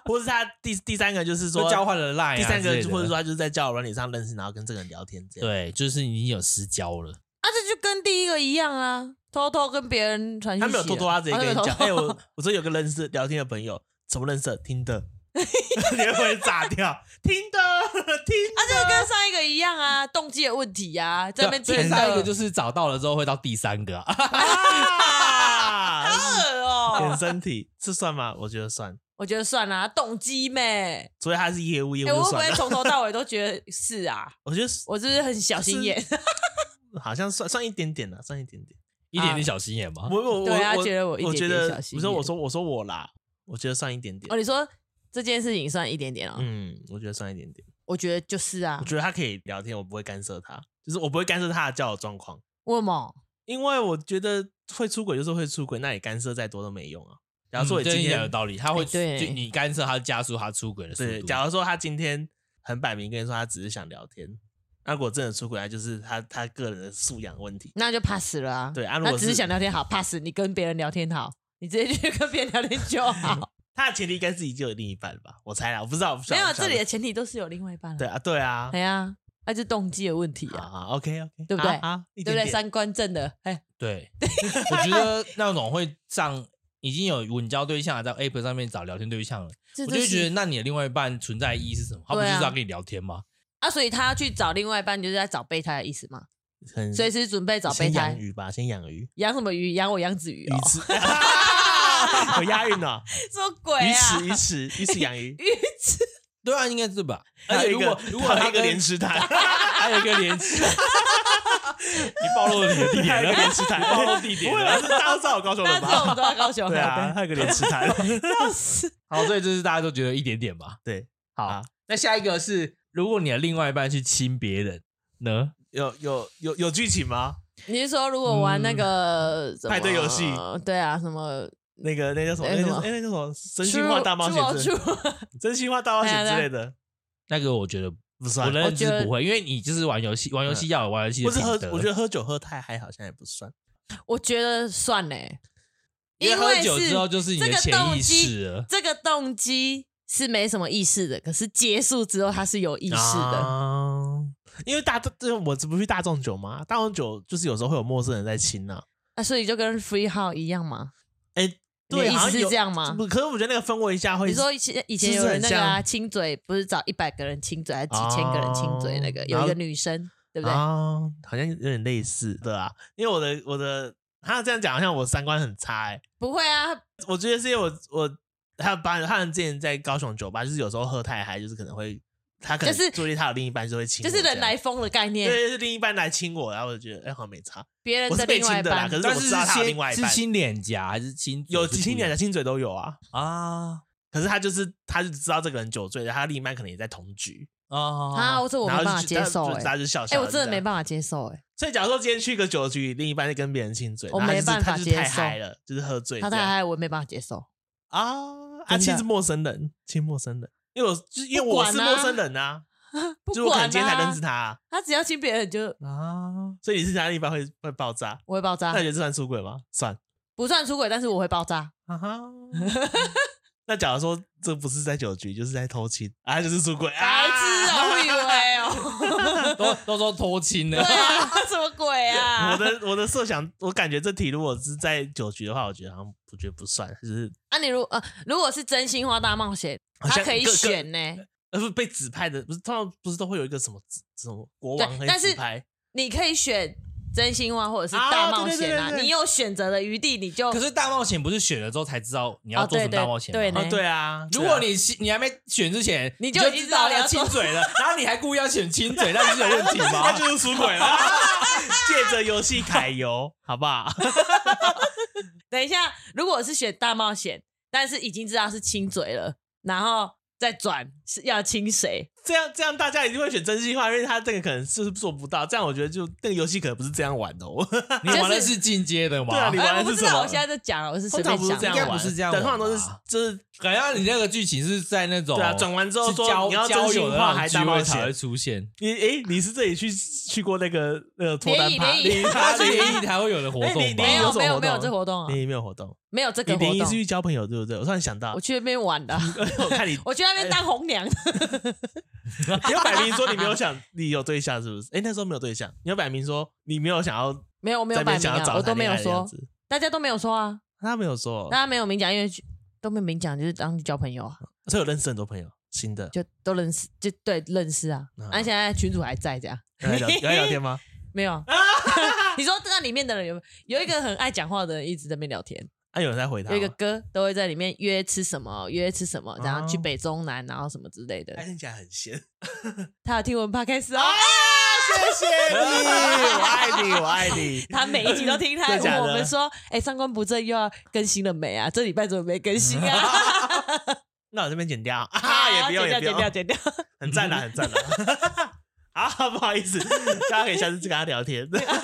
Speaker 2: 或是他第第三个就是
Speaker 3: 就
Speaker 2: 说
Speaker 3: 交换了 line，、啊、
Speaker 2: 第三个或者
Speaker 3: 说
Speaker 2: 说他就是在交友软体上认识，然后跟这个人聊天这样。
Speaker 3: 对，就是已经有私交了。
Speaker 1: 啊，这就跟第一个一样啊，偷偷跟别人传讯息
Speaker 2: 他没
Speaker 1: 啊，
Speaker 2: 有偷偷，他直接
Speaker 1: 啊
Speaker 2: 跟你
Speaker 1: *laughs*
Speaker 2: 讲，
Speaker 1: 没
Speaker 2: 哎，
Speaker 1: 有偷偷
Speaker 2: 我我说有个认识聊天的朋友，怎么认识的？听的，你会不会炸掉？听的，听
Speaker 1: 啊，这个跟上一个一样啊，动机的问题啊，这边
Speaker 3: 所
Speaker 1: 听
Speaker 3: 以下一个
Speaker 1: 的，
Speaker 3: 就是找到了之后会到第三个、啊， *laughs*
Speaker 2: 啊！
Speaker 1: 二哦
Speaker 2: 衍，生体是算吗？我觉得算，
Speaker 1: 我觉得算啦、动机妹，
Speaker 2: 所以他是业务，业
Speaker 1: 哎、
Speaker 2: 务
Speaker 1: 我
Speaker 2: 就
Speaker 1: 会不
Speaker 2: 算
Speaker 1: 会
Speaker 2: 了。
Speaker 1: 从头到尾都觉得是啊？
Speaker 2: *laughs* 我觉得
Speaker 1: 我是不是很小心眼？
Speaker 2: 好像算算一点点了，算一点点。
Speaker 3: 一点点小心眼吗？
Speaker 2: 我我我
Speaker 1: 对啊
Speaker 2: 我
Speaker 1: 觉得我一点
Speaker 2: 我觉
Speaker 1: 点
Speaker 2: 得
Speaker 1: 小
Speaker 2: 不
Speaker 1: 心
Speaker 2: 是
Speaker 1: 眼
Speaker 2: 我说我说我啦，我觉得算一点点
Speaker 1: 哦，。你说这件事情算一点点哦，
Speaker 2: 嗯，我觉得算一点点。
Speaker 1: 我觉得就是啊
Speaker 2: 我，觉得他可以聊天，我不会干涉他，就是我不会干涉他的交友状况，
Speaker 1: 为什么？
Speaker 2: 因为我觉得会出轨就是会出轨，那你干涉再多都没用啊。假如说
Speaker 3: 我
Speaker 2: 我今
Speaker 3: 讲
Speaker 2: 天、
Speaker 3: 嗯有道理，他会
Speaker 1: 哎对
Speaker 3: 就你干涉他加速他出轨的速
Speaker 2: 对，
Speaker 3: 度。
Speaker 2: 假如说他今天很摆明跟你说他只是想聊天，那如果真的出轨，那就是他他个人的素养问题。
Speaker 1: 那就 pass 了啊。
Speaker 2: 对啊如
Speaker 1: 那
Speaker 2: 果
Speaker 1: 只是
Speaker 2: 是
Speaker 1: 想聊天好 pass，你跟别人聊天好，你直接去跟别人聊天就好。
Speaker 2: 他的前提应该自己就有另一半吧？我猜啦，我不知道，我不晓
Speaker 1: 没
Speaker 2: 得
Speaker 1: 有，啊
Speaker 2: 不晓
Speaker 1: 这
Speaker 2: 得
Speaker 1: 里的前提都是有另外一半了。
Speaker 2: 对啊，对啊
Speaker 1: 哎，呀，那就动机的问题
Speaker 2: 啊
Speaker 1: 啊，
Speaker 2: 啊，OK OK，
Speaker 1: 对不对
Speaker 2: 啊，对
Speaker 1: 对不对？三观正的，哎，
Speaker 3: 对，我觉得那种会上已经有稳交对象了，在 App 上面找聊天对象了，
Speaker 1: 这
Speaker 3: 我就会
Speaker 1: 是
Speaker 3: 觉得那你的另外一半存在意义是什么？他不
Speaker 1: 对
Speaker 3: 就
Speaker 1: 啊
Speaker 3: 是要跟你聊天吗？
Speaker 1: 啊，所以他要去找另外一半，就是在找备胎的意思吗？
Speaker 2: 很
Speaker 1: 随时准备找备
Speaker 2: 嗯先养
Speaker 1: 胎。
Speaker 2: 鱼吧，先养鱼，
Speaker 1: 养什么鱼？养我养子鱼
Speaker 2: 鱼
Speaker 1: 哦？ *laughs*
Speaker 2: 翅，有押韵哦，
Speaker 1: 什么鬼
Speaker 2: 鱼
Speaker 1: 啊？
Speaker 2: 翅鱼翅鱼翅养
Speaker 1: *laughs*
Speaker 2: 鱼，
Speaker 1: 鱼翅，
Speaker 3: 对啊，应该是吧？
Speaker 2: 还
Speaker 3: 那
Speaker 2: 有一
Speaker 3: 如
Speaker 2: 个
Speaker 3: 果如果
Speaker 2: 还有
Speaker 3: 他
Speaker 2: 一个
Speaker 3: 跟
Speaker 2: 莲池潭， *laughs*
Speaker 3: 还有一个连池，你暴露了你的地
Speaker 2: 还
Speaker 1: *laughs*
Speaker 3: 点
Speaker 2: 有一个
Speaker 3: 了
Speaker 2: 莲，池潭，
Speaker 3: 暴露地点
Speaker 2: 不会
Speaker 3: 了
Speaker 2: 吧？。大家都知道我高雄
Speaker 1: 那
Speaker 2: 了
Speaker 1: 这种
Speaker 2: 吧？
Speaker 1: 都要
Speaker 2: *laughs*
Speaker 1: 高雄
Speaker 2: 对啊，还有一个莲池
Speaker 1: *laughs*
Speaker 2: 潭，
Speaker 1: 笑死！
Speaker 3: 好，所以这是大家都觉得一点点吧。
Speaker 2: 对，
Speaker 3: 好，
Speaker 2: 啊
Speaker 3: 那下一个是，如果你的另外一半去亲别人呢？
Speaker 2: 有有有有剧情吗？
Speaker 1: 你是说如果玩那个什么
Speaker 2: 嗯派对游戏？
Speaker 1: 对啊，什么
Speaker 2: 那个那叫什么？
Speaker 1: 那
Speaker 2: 那
Speaker 1: 个
Speaker 2: 叫
Speaker 1: 什么
Speaker 2: 哎那叫什么？真心话大冒险之
Speaker 1: 出出
Speaker 2: 真心话大冒
Speaker 1: 哎
Speaker 2: 险之类的，
Speaker 3: 那个我觉得
Speaker 2: 不
Speaker 3: 我
Speaker 2: 算。
Speaker 3: 的认知
Speaker 1: 我觉得
Speaker 3: 不会，因为你就是玩游戏，玩游戏要有玩游戏的
Speaker 2: 不是
Speaker 3: 品
Speaker 2: 喝，
Speaker 3: 德。
Speaker 2: 我觉得喝酒喝太嗨好像也不算。
Speaker 1: 我觉得算嘞，
Speaker 3: 因为
Speaker 1: 因
Speaker 3: 喝
Speaker 1: 为
Speaker 3: 酒
Speaker 1: 是
Speaker 3: 之后就是你的
Speaker 1: 这个
Speaker 3: 潜
Speaker 1: 动
Speaker 3: 意
Speaker 1: 机，
Speaker 3: 识了。
Speaker 1: 这个动机是没什么意识的，可是结束之后它是有意识的。
Speaker 2: 啊因为大这我这不是大众酒吗？大众酒就是有时候会有陌生人在亲呐、啊。
Speaker 1: 那所以就跟 free 号一样嘛？
Speaker 2: 哎，
Speaker 1: 你的
Speaker 2: 对，
Speaker 1: 意
Speaker 2: 好像
Speaker 1: 思是
Speaker 2: 有
Speaker 1: 这样吗
Speaker 2: 不可是我觉得那个氛围一下会，
Speaker 1: 你说以前以前
Speaker 2: 哦是不
Speaker 1: 有
Speaker 2: 是
Speaker 1: 人那个
Speaker 2: 很
Speaker 1: 啊
Speaker 2: 像
Speaker 1: 亲嘴，不是找一百个人亲嘴，还是几千个人亲嘴那个？
Speaker 2: 哦
Speaker 1: 有
Speaker 2: 然
Speaker 1: 一
Speaker 2: 后
Speaker 1: 个女生，对不对？
Speaker 2: 啊，好像有点类似的啊。因为我的我的，他这样讲好像我三观很差哎、
Speaker 1: 不会啊，
Speaker 2: 我觉得是因为我我还有把他们之前在高雄酒吧，就是有时候喝太嗨，就是可能会他可能
Speaker 1: 就是
Speaker 2: 注意他有另一半就会亲我
Speaker 1: 就
Speaker 2: 这
Speaker 1: 是
Speaker 2: 样，
Speaker 1: 人来疯欸的概
Speaker 2: 对
Speaker 1: 念，
Speaker 2: 对，是另一半来亲我，然后我就觉得哎好像没差，
Speaker 1: 别人
Speaker 2: 我是被
Speaker 1: 另外
Speaker 2: 亲
Speaker 1: 一
Speaker 2: 的啦，
Speaker 1: 半
Speaker 2: 可。是
Speaker 3: 但
Speaker 2: 我
Speaker 3: 是
Speaker 2: 知道他有
Speaker 3: 先
Speaker 2: 另外一
Speaker 3: 是
Speaker 2: 半，
Speaker 3: 亲脸颊还是亲
Speaker 2: 有亲脸颊、亲嘴都有啊。
Speaker 3: 啊
Speaker 2: 可是他就是他就知道这个人酒醉了，他另一半可能也在同居，
Speaker 1: 啊，
Speaker 3: 啊！
Speaker 1: 我这我
Speaker 2: 哦然后
Speaker 1: 没
Speaker 2: 就
Speaker 1: 办法
Speaker 2: 就
Speaker 1: 接
Speaker 2: 他
Speaker 1: 受
Speaker 2: 就
Speaker 1: 哎、
Speaker 2: 大家就笑
Speaker 1: 哎、
Speaker 2: 笑。
Speaker 1: 我真的没
Speaker 2: 法。
Speaker 1: 办法接受哎、
Speaker 2: 所以假如说今天去一个酒局，另一半在跟别人亲嘴，
Speaker 1: 我
Speaker 2: 然后他就是
Speaker 1: 没办法
Speaker 2: 他就是太
Speaker 1: 接受
Speaker 2: 嗨了，就是喝醉这
Speaker 1: 他
Speaker 2: 样，
Speaker 1: 太爱我也没办法接受， *laughs*
Speaker 2: 啊啊！
Speaker 1: 真的
Speaker 2: 亲是陌生人，亲陌生人，因为我就是因为我是
Speaker 1: 不管啊
Speaker 2: 陌生人啊，
Speaker 1: 不
Speaker 2: 就是我可
Speaker 1: 管
Speaker 2: 能今天才认
Speaker 1: 啊
Speaker 2: 识，他啊，
Speaker 1: 他只要亲别人就
Speaker 3: 啊，
Speaker 2: 所以你是他另一半会会爆炸。
Speaker 1: 我会爆炸
Speaker 2: 那，你觉得这算出轨吗？算
Speaker 1: 不算出轨，但是我会爆炸。
Speaker 2: 啊哈。那假如说这不是在酒局，就是在偷亲啊，就是出轨啊！
Speaker 1: 白痴哦，我以为
Speaker 2: *laughs*
Speaker 1: 哦，
Speaker 3: *laughs* 都都说偷亲
Speaker 1: 对
Speaker 3: 了，
Speaker 1: 啊，什么鬼啊？
Speaker 2: 我的我的设想，我感觉这题如果是在酒局的话，我觉得好像我觉得不算，就是
Speaker 1: 啊，你如呃，如果是真心话大冒险，
Speaker 2: 好像
Speaker 1: 他可以
Speaker 2: 各各
Speaker 1: 选呢、
Speaker 2: 呃不是被指派的，不是通常不是都会有一个什么指什么国
Speaker 1: 对
Speaker 2: 王可以
Speaker 1: 但是
Speaker 2: 指派？
Speaker 1: 你可以选真心话或者是大冒
Speaker 2: 啊对
Speaker 1: 险啊，
Speaker 2: 对对对对
Speaker 1: 你有选择的余地，你就
Speaker 3: 可是大冒险不是选了之后才知道你要
Speaker 1: 哦
Speaker 3: 做什么
Speaker 1: 对
Speaker 3: 大
Speaker 1: 对
Speaker 3: 冒险吗？
Speaker 1: 对呢
Speaker 2: 啊，对啊，
Speaker 3: 哎如
Speaker 2: 对
Speaker 3: 果
Speaker 2: 啊
Speaker 3: 你你还没选之前，
Speaker 1: 你
Speaker 3: 就
Speaker 1: 就已经
Speaker 3: 知道
Speaker 1: 知道
Speaker 3: 要
Speaker 1: 要
Speaker 3: 亲
Speaker 1: 做
Speaker 3: 嘴了， *laughs* 然后你还故意要选亲嘴，那不是有问题 *laughs*
Speaker 1: *laughs*
Speaker 2: 那
Speaker 3: 吗？
Speaker 2: 就是出轨了。 *laughs* 借着游戏揩油，好不好？ *laughs*
Speaker 1: 等一下，如果是选大冒险，但是已经知道是亲嘴了，然后再转是要亲谁？
Speaker 2: 这样这样，大家一定会选真心话，因为他这个可能就是做不到。这样我觉得就那个游戏可能不是这样玩的、哦。
Speaker 3: 你玩的是进阶的吗？
Speaker 2: 对啊你玩
Speaker 1: 哎，
Speaker 2: 的
Speaker 1: 我不
Speaker 2: 是
Speaker 1: 知
Speaker 2: 什么
Speaker 1: 道，我现在在讲了，我是随
Speaker 2: 通
Speaker 1: 便
Speaker 2: 常不是
Speaker 1: 想
Speaker 2: 这样
Speaker 3: 应
Speaker 1: 的
Speaker 3: 该
Speaker 2: 玩，
Speaker 3: 不是这样玩
Speaker 2: 对
Speaker 3: 吧
Speaker 2: 通常都是就是
Speaker 3: 感觉你那个剧情是在那种
Speaker 2: 对啊，转完之后
Speaker 3: 是
Speaker 2: 说
Speaker 3: 交
Speaker 2: 你要真
Speaker 3: 交友
Speaker 2: 心
Speaker 3: 的
Speaker 2: 话
Speaker 3: 那
Speaker 2: 还
Speaker 3: 种
Speaker 2: 大
Speaker 3: 聚
Speaker 2: 冒
Speaker 3: 会才会
Speaker 2: 险。
Speaker 3: 出 *laughs* 现，
Speaker 2: 你诶，你是这里去去过那个那个脱单趴
Speaker 1: 联谊联谊
Speaker 2: 谊
Speaker 1: *laughs*
Speaker 2: 趴
Speaker 3: 所
Speaker 2: 联
Speaker 3: 以
Speaker 2: 谊
Speaker 3: 才会有的活
Speaker 2: 哎
Speaker 3: 动
Speaker 2: 你你
Speaker 3: 吧？
Speaker 1: 没
Speaker 2: 有
Speaker 1: 有
Speaker 2: 什么
Speaker 1: 没
Speaker 2: 活
Speaker 1: 有没有
Speaker 2: 动
Speaker 1: 这活动啊
Speaker 2: *laughs* 联，谊没有活动，
Speaker 1: 没有这
Speaker 2: 你
Speaker 1: 个活
Speaker 2: 联谊是
Speaker 1: 动。
Speaker 2: 去交朋友对不对？我突然想到
Speaker 1: 我，去那边玩的啊，
Speaker 2: *laughs* 我看你
Speaker 1: 我去那边当红娘，
Speaker 2: 你有摆明说你没有想你有对象是不是？诶，那时候没有对象，你有摆明说你没有想要
Speaker 1: 没有我没有
Speaker 2: 在那
Speaker 1: 摆
Speaker 2: 边
Speaker 1: 明
Speaker 2: 想要
Speaker 1: 啊，
Speaker 2: 找
Speaker 1: 我都
Speaker 2: 谈
Speaker 1: 没
Speaker 2: 恋
Speaker 1: 有
Speaker 2: 爱的样
Speaker 1: 说，
Speaker 2: 子。哦
Speaker 1: 大家都没有说啊，
Speaker 2: 他没有说
Speaker 1: 大，家没有明讲，因为都没有明讲，就是当交朋友啊，
Speaker 2: 所以我认识很多朋友，新的
Speaker 1: 就都认识，就对认识啊。
Speaker 2: 嗯
Speaker 1: 啊，现在群主还在这样，
Speaker 2: 有在聊有在聊天
Speaker 1: *laughs*
Speaker 2: 吗？
Speaker 1: 没有？
Speaker 2: *laughs*
Speaker 1: 你说那里面的人有没有有一个很爱讲话的人一直在那边聊天？
Speaker 2: 啊，有人在回他吗。
Speaker 1: 有一个哥都会在里面约吃什么，约吃什么，然后去
Speaker 2: 哦
Speaker 1: 北中南，然后什么之类的
Speaker 2: 哎，。听起来很
Speaker 1: *laughs*
Speaker 2: 闲。
Speaker 1: 他有听我们 podcast 哦，
Speaker 2: 谢谢你，哎我爱你，我爱你。
Speaker 1: *laughs* 他每一集都听，他还
Speaker 2: *laughs* 真的假
Speaker 1: 问我
Speaker 2: 的
Speaker 1: 们说：“哎，三观不正又要更新了没啊？这礼拜怎么没更新啊
Speaker 2: 那我这边剪
Speaker 1: *laughs*
Speaker 2: 掉？”啊， *laughs* 也
Speaker 1: 啊
Speaker 2: 不
Speaker 1: 剪
Speaker 2: 用，也
Speaker 1: 掉，
Speaker 2: 不
Speaker 1: 剪掉，
Speaker 2: 用，
Speaker 1: 剪掉。
Speaker 2: 很赞啊啦，很赞啦。啊， *laughs* 不好意思，大家可以下次跟他聊天。
Speaker 1: 啊
Speaker 3: *laughs*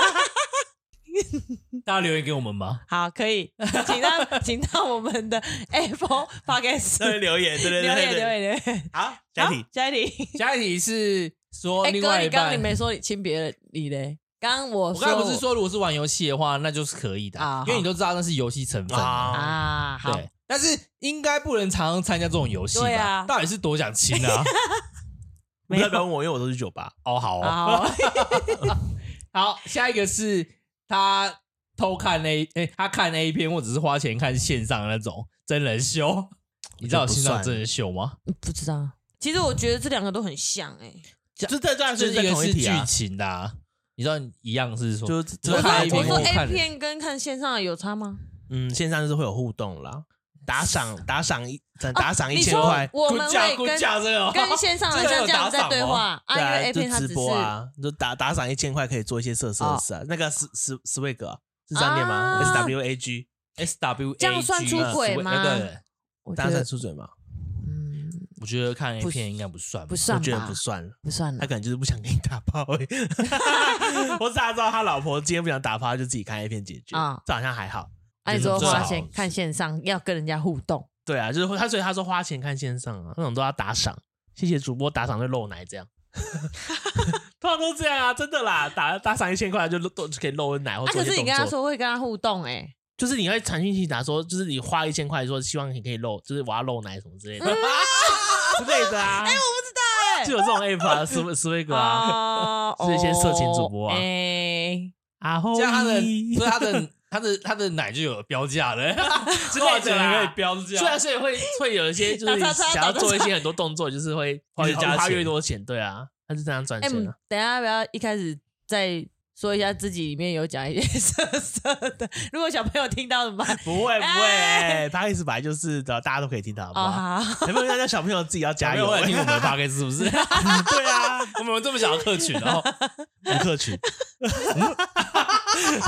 Speaker 3: 大家留言给我们吗？
Speaker 1: 好，
Speaker 2: *laughs*
Speaker 1: 可以，请到请到我们的 Apple
Speaker 2: 这
Speaker 1: podcast
Speaker 2: 边留言，对对
Speaker 1: 留
Speaker 2: 对
Speaker 1: 言
Speaker 2: 对
Speaker 1: 留
Speaker 2: 对。
Speaker 1: 言留言。
Speaker 2: 好，
Speaker 1: 好
Speaker 2: 下一题，
Speaker 1: 下一 *laughs* 题。
Speaker 3: 下一题是说
Speaker 1: 哎，
Speaker 3: 哦另
Speaker 1: 哥，
Speaker 3: 外
Speaker 1: 你
Speaker 3: 一
Speaker 1: 刚刚你
Speaker 3: 半，
Speaker 1: 没说你亲别人你嘞？刚刚我
Speaker 3: 我刚才不是说如果是玩游戏的话，那就是可以的
Speaker 1: 啊，
Speaker 3: 因为你都知道那是游戏成分嘛。
Speaker 1: 我
Speaker 2: 啊，
Speaker 1: 啊？好，
Speaker 3: 对，但是应该不能常常参加这种游戏吧？
Speaker 1: 对啊
Speaker 3: 到底是多想亲
Speaker 1: *laughs*
Speaker 3: 啊？
Speaker 2: 不要不要问我，因为我都去酒吧。
Speaker 3: 哦，好哦，
Speaker 1: 好，
Speaker 3: 好，下一个是他偷看 A，哎、他看 A 片或者是花钱看线上的那种真人秀。
Speaker 2: *laughs*
Speaker 3: 你知道有线上真人秀吗？
Speaker 1: *laughs* 不知道。其实我觉得这两个都很像哎，
Speaker 2: 这这段
Speaker 3: 就是是一个
Speaker 2: 同一
Speaker 3: 是
Speaker 2: 题
Speaker 3: 剧
Speaker 2: 啊。
Speaker 3: 情的、啊，你知道一样是说，
Speaker 2: 就是
Speaker 3: 我
Speaker 2: 这
Speaker 1: 我
Speaker 3: 说
Speaker 1: 说
Speaker 2: 看
Speaker 3: 看
Speaker 2: 一
Speaker 1: 我
Speaker 2: 点
Speaker 1: 说
Speaker 3: 我看
Speaker 1: A 片跟看线上的有
Speaker 2: *laughs*
Speaker 1: 差吗？
Speaker 2: 嗯，线上就是会有互动啦，打赏
Speaker 1: *laughs*
Speaker 2: 打赏一打赏一
Speaker 1: 哦你
Speaker 2: 千
Speaker 1: 说
Speaker 2: 块，
Speaker 1: 我
Speaker 2: *laughs*
Speaker 1: 们会
Speaker 3: 估
Speaker 1: 跟
Speaker 3: 价这个哦
Speaker 1: 跟线上的
Speaker 3: 这个
Speaker 1: 像
Speaker 3: 有
Speaker 1: 这样
Speaker 3: 打
Speaker 1: 子在
Speaker 3: 赏
Speaker 1: 对
Speaker 3: 哦
Speaker 1: 话啊，
Speaker 2: 对
Speaker 1: 因为
Speaker 2: 啊，
Speaker 1: A
Speaker 2: 就
Speaker 1: 片它只
Speaker 2: 直
Speaker 1: 是哦
Speaker 2: 播啊，就打打赏一千块可以做一些色色事啊。那个是是 swag 啊是这样念吗
Speaker 1: 啊
Speaker 2: ？S W A G
Speaker 3: S W 啊
Speaker 1: 这样算出轨吗
Speaker 3: 对，对
Speaker 1: 我觉
Speaker 2: 打赏
Speaker 1: 得
Speaker 2: 出嘴嘛，
Speaker 1: 嗯
Speaker 3: 我觉得看 A
Speaker 1: 不
Speaker 3: 片应该不算吧，
Speaker 1: 不
Speaker 2: 我
Speaker 1: 算
Speaker 2: 觉得
Speaker 1: 吧
Speaker 2: 不，算了。
Speaker 1: 不算
Speaker 2: 他
Speaker 1: 了。
Speaker 2: 可能就是不想给你打炮而已。 *laughs* 我只知道他老婆今天不想打炮，就自己看 A 片解决
Speaker 1: 啊。
Speaker 2: 这好像还好。
Speaker 1: 按说
Speaker 3: 这
Speaker 1: 花
Speaker 3: 好
Speaker 1: 钱看线上要跟人家互动，
Speaker 2: 对啊，就是他，所以他说花钱看线上啊，那种都要打赏，谢谢主播打赏就露奶这样。 *laughs* 通常都这样啊，真的啦，打打赏一千块就露都就可以露奶或
Speaker 1: 啊，
Speaker 2: 哦做
Speaker 1: 可
Speaker 2: 一些
Speaker 1: 是你
Speaker 2: 动
Speaker 1: 跟他
Speaker 2: 作。
Speaker 1: 说会跟他互动，哎，
Speaker 2: 就是你会传讯息打说，就是你花一千块说希望你可以露，就是我要露奶什么之类的、
Speaker 1: 嗯
Speaker 2: *laughs* 之类的啊。哎、我不知道哎、
Speaker 1: 哦
Speaker 2: 就有这种 app 啊，斯斯威格啊，
Speaker 1: 啊
Speaker 2: 是一些色情主播啊
Speaker 1: 哎，
Speaker 2: 啊吼
Speaker 3: 这样他的
Speaker 2: 咦
Speaker 3: 所以他的他的他的奶就有标价了，之
Speaker 2: 类
Speaker 3: *laughs*
Speaker 2: 的啦
Speaker 3: 可以标价，
Speaker 2: 虽然所以会会有一
Speaker 1: *laughs*
Speaker 2: 些就是
Speaker 1: 啊打叉叉
Speaker 2: 想要做一
Speaker 1: 打叉
Speaker 2: 些很多动作，就是 *laughs* 会
Speaker 3: 花越加
Speaker 2: 花越
Speaker 3: 钱
Speaker 2: 多钱，对啊，他就这样赚
Speaker 1: 哎，
Speaker 2: 钱啊。
Speaker 1: 等一下要不要一开始再说一下自己里面有讲一些色色的？如果小朋友听到怎么办？
Speaker 2: 不会不
Speaker 1: 哎
Speaker 2: 会，他意思本来就是的，大家都可以听到，好不
Speaker 1: 哦，
Speaker 2: 好？
Speaker 1: 好， *laughs*
Speaker 2: 有没有让小朋友自己要
Speaker 3: 假
Speaker 2: 加
Speaker 3: 有
Speaker 2: 油？
Speaker 3: 来听我们 *laughs* 的 p o 是不是？
Speaker 2: 对 *laughs* 啊，
Speaker 3: 我们有这么小的客群，然后
Speaker 2: 不客 *laughs* 气，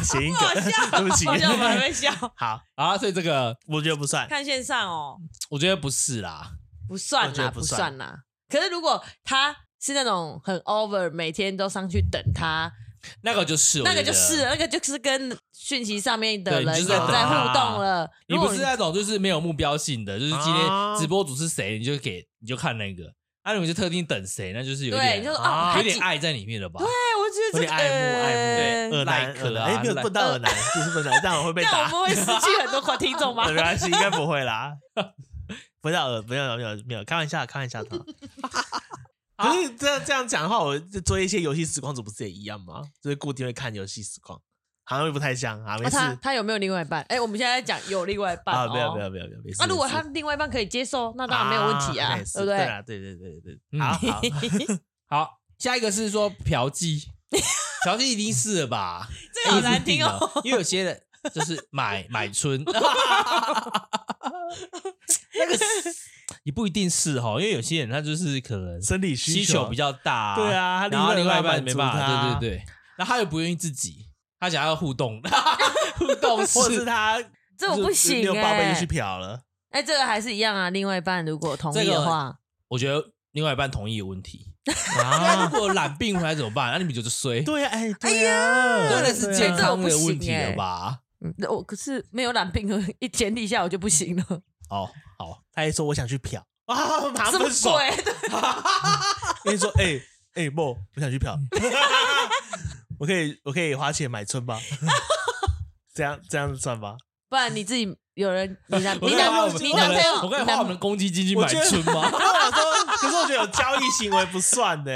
Speaker 2: 谐音
Speaker 1: 好
Speaker 2: 梗，
Speaker 1: 笑，
Speaker 2: 对不起
Speaker 1: 好。笑，我还会笑。
Speaker 2: 好，
Speaker 3: 啊，所以这个
Speaker 2: 我觉得不算，
Speaker 1: *laughs* 看线上哦，
Speaker 3: 我觉得不是啦，
Speaker 1: 不算
Speaker 2: 我觉得
Speaker 1: 啦，
Speaker 2: 不
Speaker 1: 不
Speaker 2: 算
Speaker 1: 算啦。可是如果他是那种很 over，每天都上去等他，
Speaker 3: 那个就是
Speaker 1: 那个就
Speaker 3: 我觉得
Speaker 1: 是那个就是跟讯息上面的
Speaker 3: 对
Speaker 1: 人
Speaker 3: 你就是
Speaker 1: 有
Speaker 3: 在
Speaker 1: 在
Speaker 3: 等
Speaker 2: 他
Speaker 1: 互动了。
Speaker 3: 你
Speaker 1: 如果
Speaker 3: 不是那种就是没有目标性的，就是今
Speaker 2: 啊
Speaker 3: 天直播主是谁，你就给你就看那个，啊，你就特定等谁，那就是有一
Speaker 1: 对，
Speaker 3: 点
Speaker 1: 你就说
Speaker 2: 啊
Speaker 1: 哦，
Speaker 3: 有
Speaker 1: 还
Speaker 3: 点
Speaker 1: 几
Speaker 3: 爱在里面了吧？
Speaker 1: 哎，我觉得
Speaker 2: 有
Speaker 1: 这
Speaker 2: 点
Speaker 1: 个
Speaker 2: 爱慕爱
Speaker 1: 呃
Speaker 2: 慕，对，恶男
Speaker 3: 赖
Speaker 2: 恶
Speaker 3: 可
Speaker 2: 男，
Speaker 3: 啊
Speaker 2: 哎，没有
Speaker 3: 赖
Speaker 2: 不到恶男，就是不能，这样我会被
Speaker 1: 但我
Speaker 2: 打。
Speaker 1: 们会失去很多好听众吗
Speaker 2: 呃没？关系，应该不会啦。 *laughs* 不要了，不要了，没有没有，开玩笑，开玩笑
Speaker 1: *laughs*
Speaker 2: 的。可是这样这样讲的话，我就做一些游戏实况组不是也一样吗？就是固定会看游戏实况，好像又不太像 *laughs* 啊，没
Speaker 1: 那
Speaker 2: 事
Speaker 1: 哦他他有没有另外一半？哎，我们现在在讲有另外一半
Speaker 2: 啊，
Speaker 1: 哦
Speaker 2: 不要不要不要不要，没事。
Speaker 1: 啊，如果
Speaker 2: 没事
Speaker 1: 他另外一半可以接受，那当然没有问题啊，
Speaker 2: 没事
Speaker 1: 对不
Speaker 2: 对
Speaker 1: 对？
Speaker 2: 啊？对对对
Speaker 1: *laughs*
Speaker 2: 对对，
Speaker 3: 嗯
Speaker 2: 好好，
Speaker 3: 好，下一个是说嫖妓，嫖妓一定是了吧？哎
Speaker 1: 这个好难听
Speaker 3: 一定
Speaker 1: 哦
Speaker 3: 的，因为有些人就是买买春，那个是也不一定是哈，因为有些人他就是可能
Speaker 2: 生理需
Speaker 3: 需求比较大、
Speaker 2: 对啊他
Speaker 3: 然后
Speaker 2: 另
Speaker 3: 另
Speaker 2: 外
Speaker 3: 外
Speaker 2: 一
Speaker 3: 一半
Speaker 2: 半
Speaker 3: 没办
Speaker 2: 满足他
Speaker 3: 法，对对对，然后他又不愿意自己，他想要互动，互动
Speaker 2: 或者是
Speaker 3: 是
Speaker 2: 他
Speaker 1: 这我不行
Speaker 2: 六八倍
Speaker 1: 哎
Speaker 2: 就去嫖了，
Speaker 1: 哎，这个还是一样啊。另外一半如果同
Speaker 3: 这
Speaker 1: 意
Speaker 3: 个
Speaker 1: 的话，
Speaker 3: 我觉得另外一半同意有问题，那如
Speaker 2: 啊，
Speaker 3: 果染病回来怎么办？那你们就是衰，
Speaker 2: 对呀，哎，对呀，
Speaker 3: 当然是
Speaker 2: 对啊
Speaker 3: 健康的
Speaker 1: 这我不
Speaker 3: 问题
Speaker 1: 行欸
Speaker 3: 了吧？
Speaker 1: 嗯，那我可是没有染病的一前提下我就不行了，
Speaker 3: *laughs* 哦，好，
Speaker 2: 他还说我想去嫖 *laughs* 啊，马上
Speaker 1: 什么
Speaker 2: 分手。
Speaker 1: 鬼？对
Speaker 2: 跟你说，哎、哎，莫、我想去
Speaker 1: *laughs*
Speaker 2: 嫖， *laughs* 我可以我可以花钱买春吧， *laughs* 这样这样算
Speaker 1: *laughs*
Speaker 2: 吧？
Speaker 1: 不然你自己有人，你
Speaker 3: *laughs*
Speaker 1: 男
Speaker 3: 我
Speaker 1: 你
Speaker 3: 可以
Speaker 1: 男
Speaker 3: 花我
Speaker 1: 朋友，
Speaker 3: 们
Speaker 1: 你男朋友，
Speaker 3: 我可以花我
Speaker 1: 你男
Speaker 3: 们的公积金去
Speaker 2: 我
Speaker 3: 买
Speaker 2: 觉得
Speaker 3: 春 *laughs* 吗？
Speaker 2: 然后我说，可是我觉得有交易行为不算呢、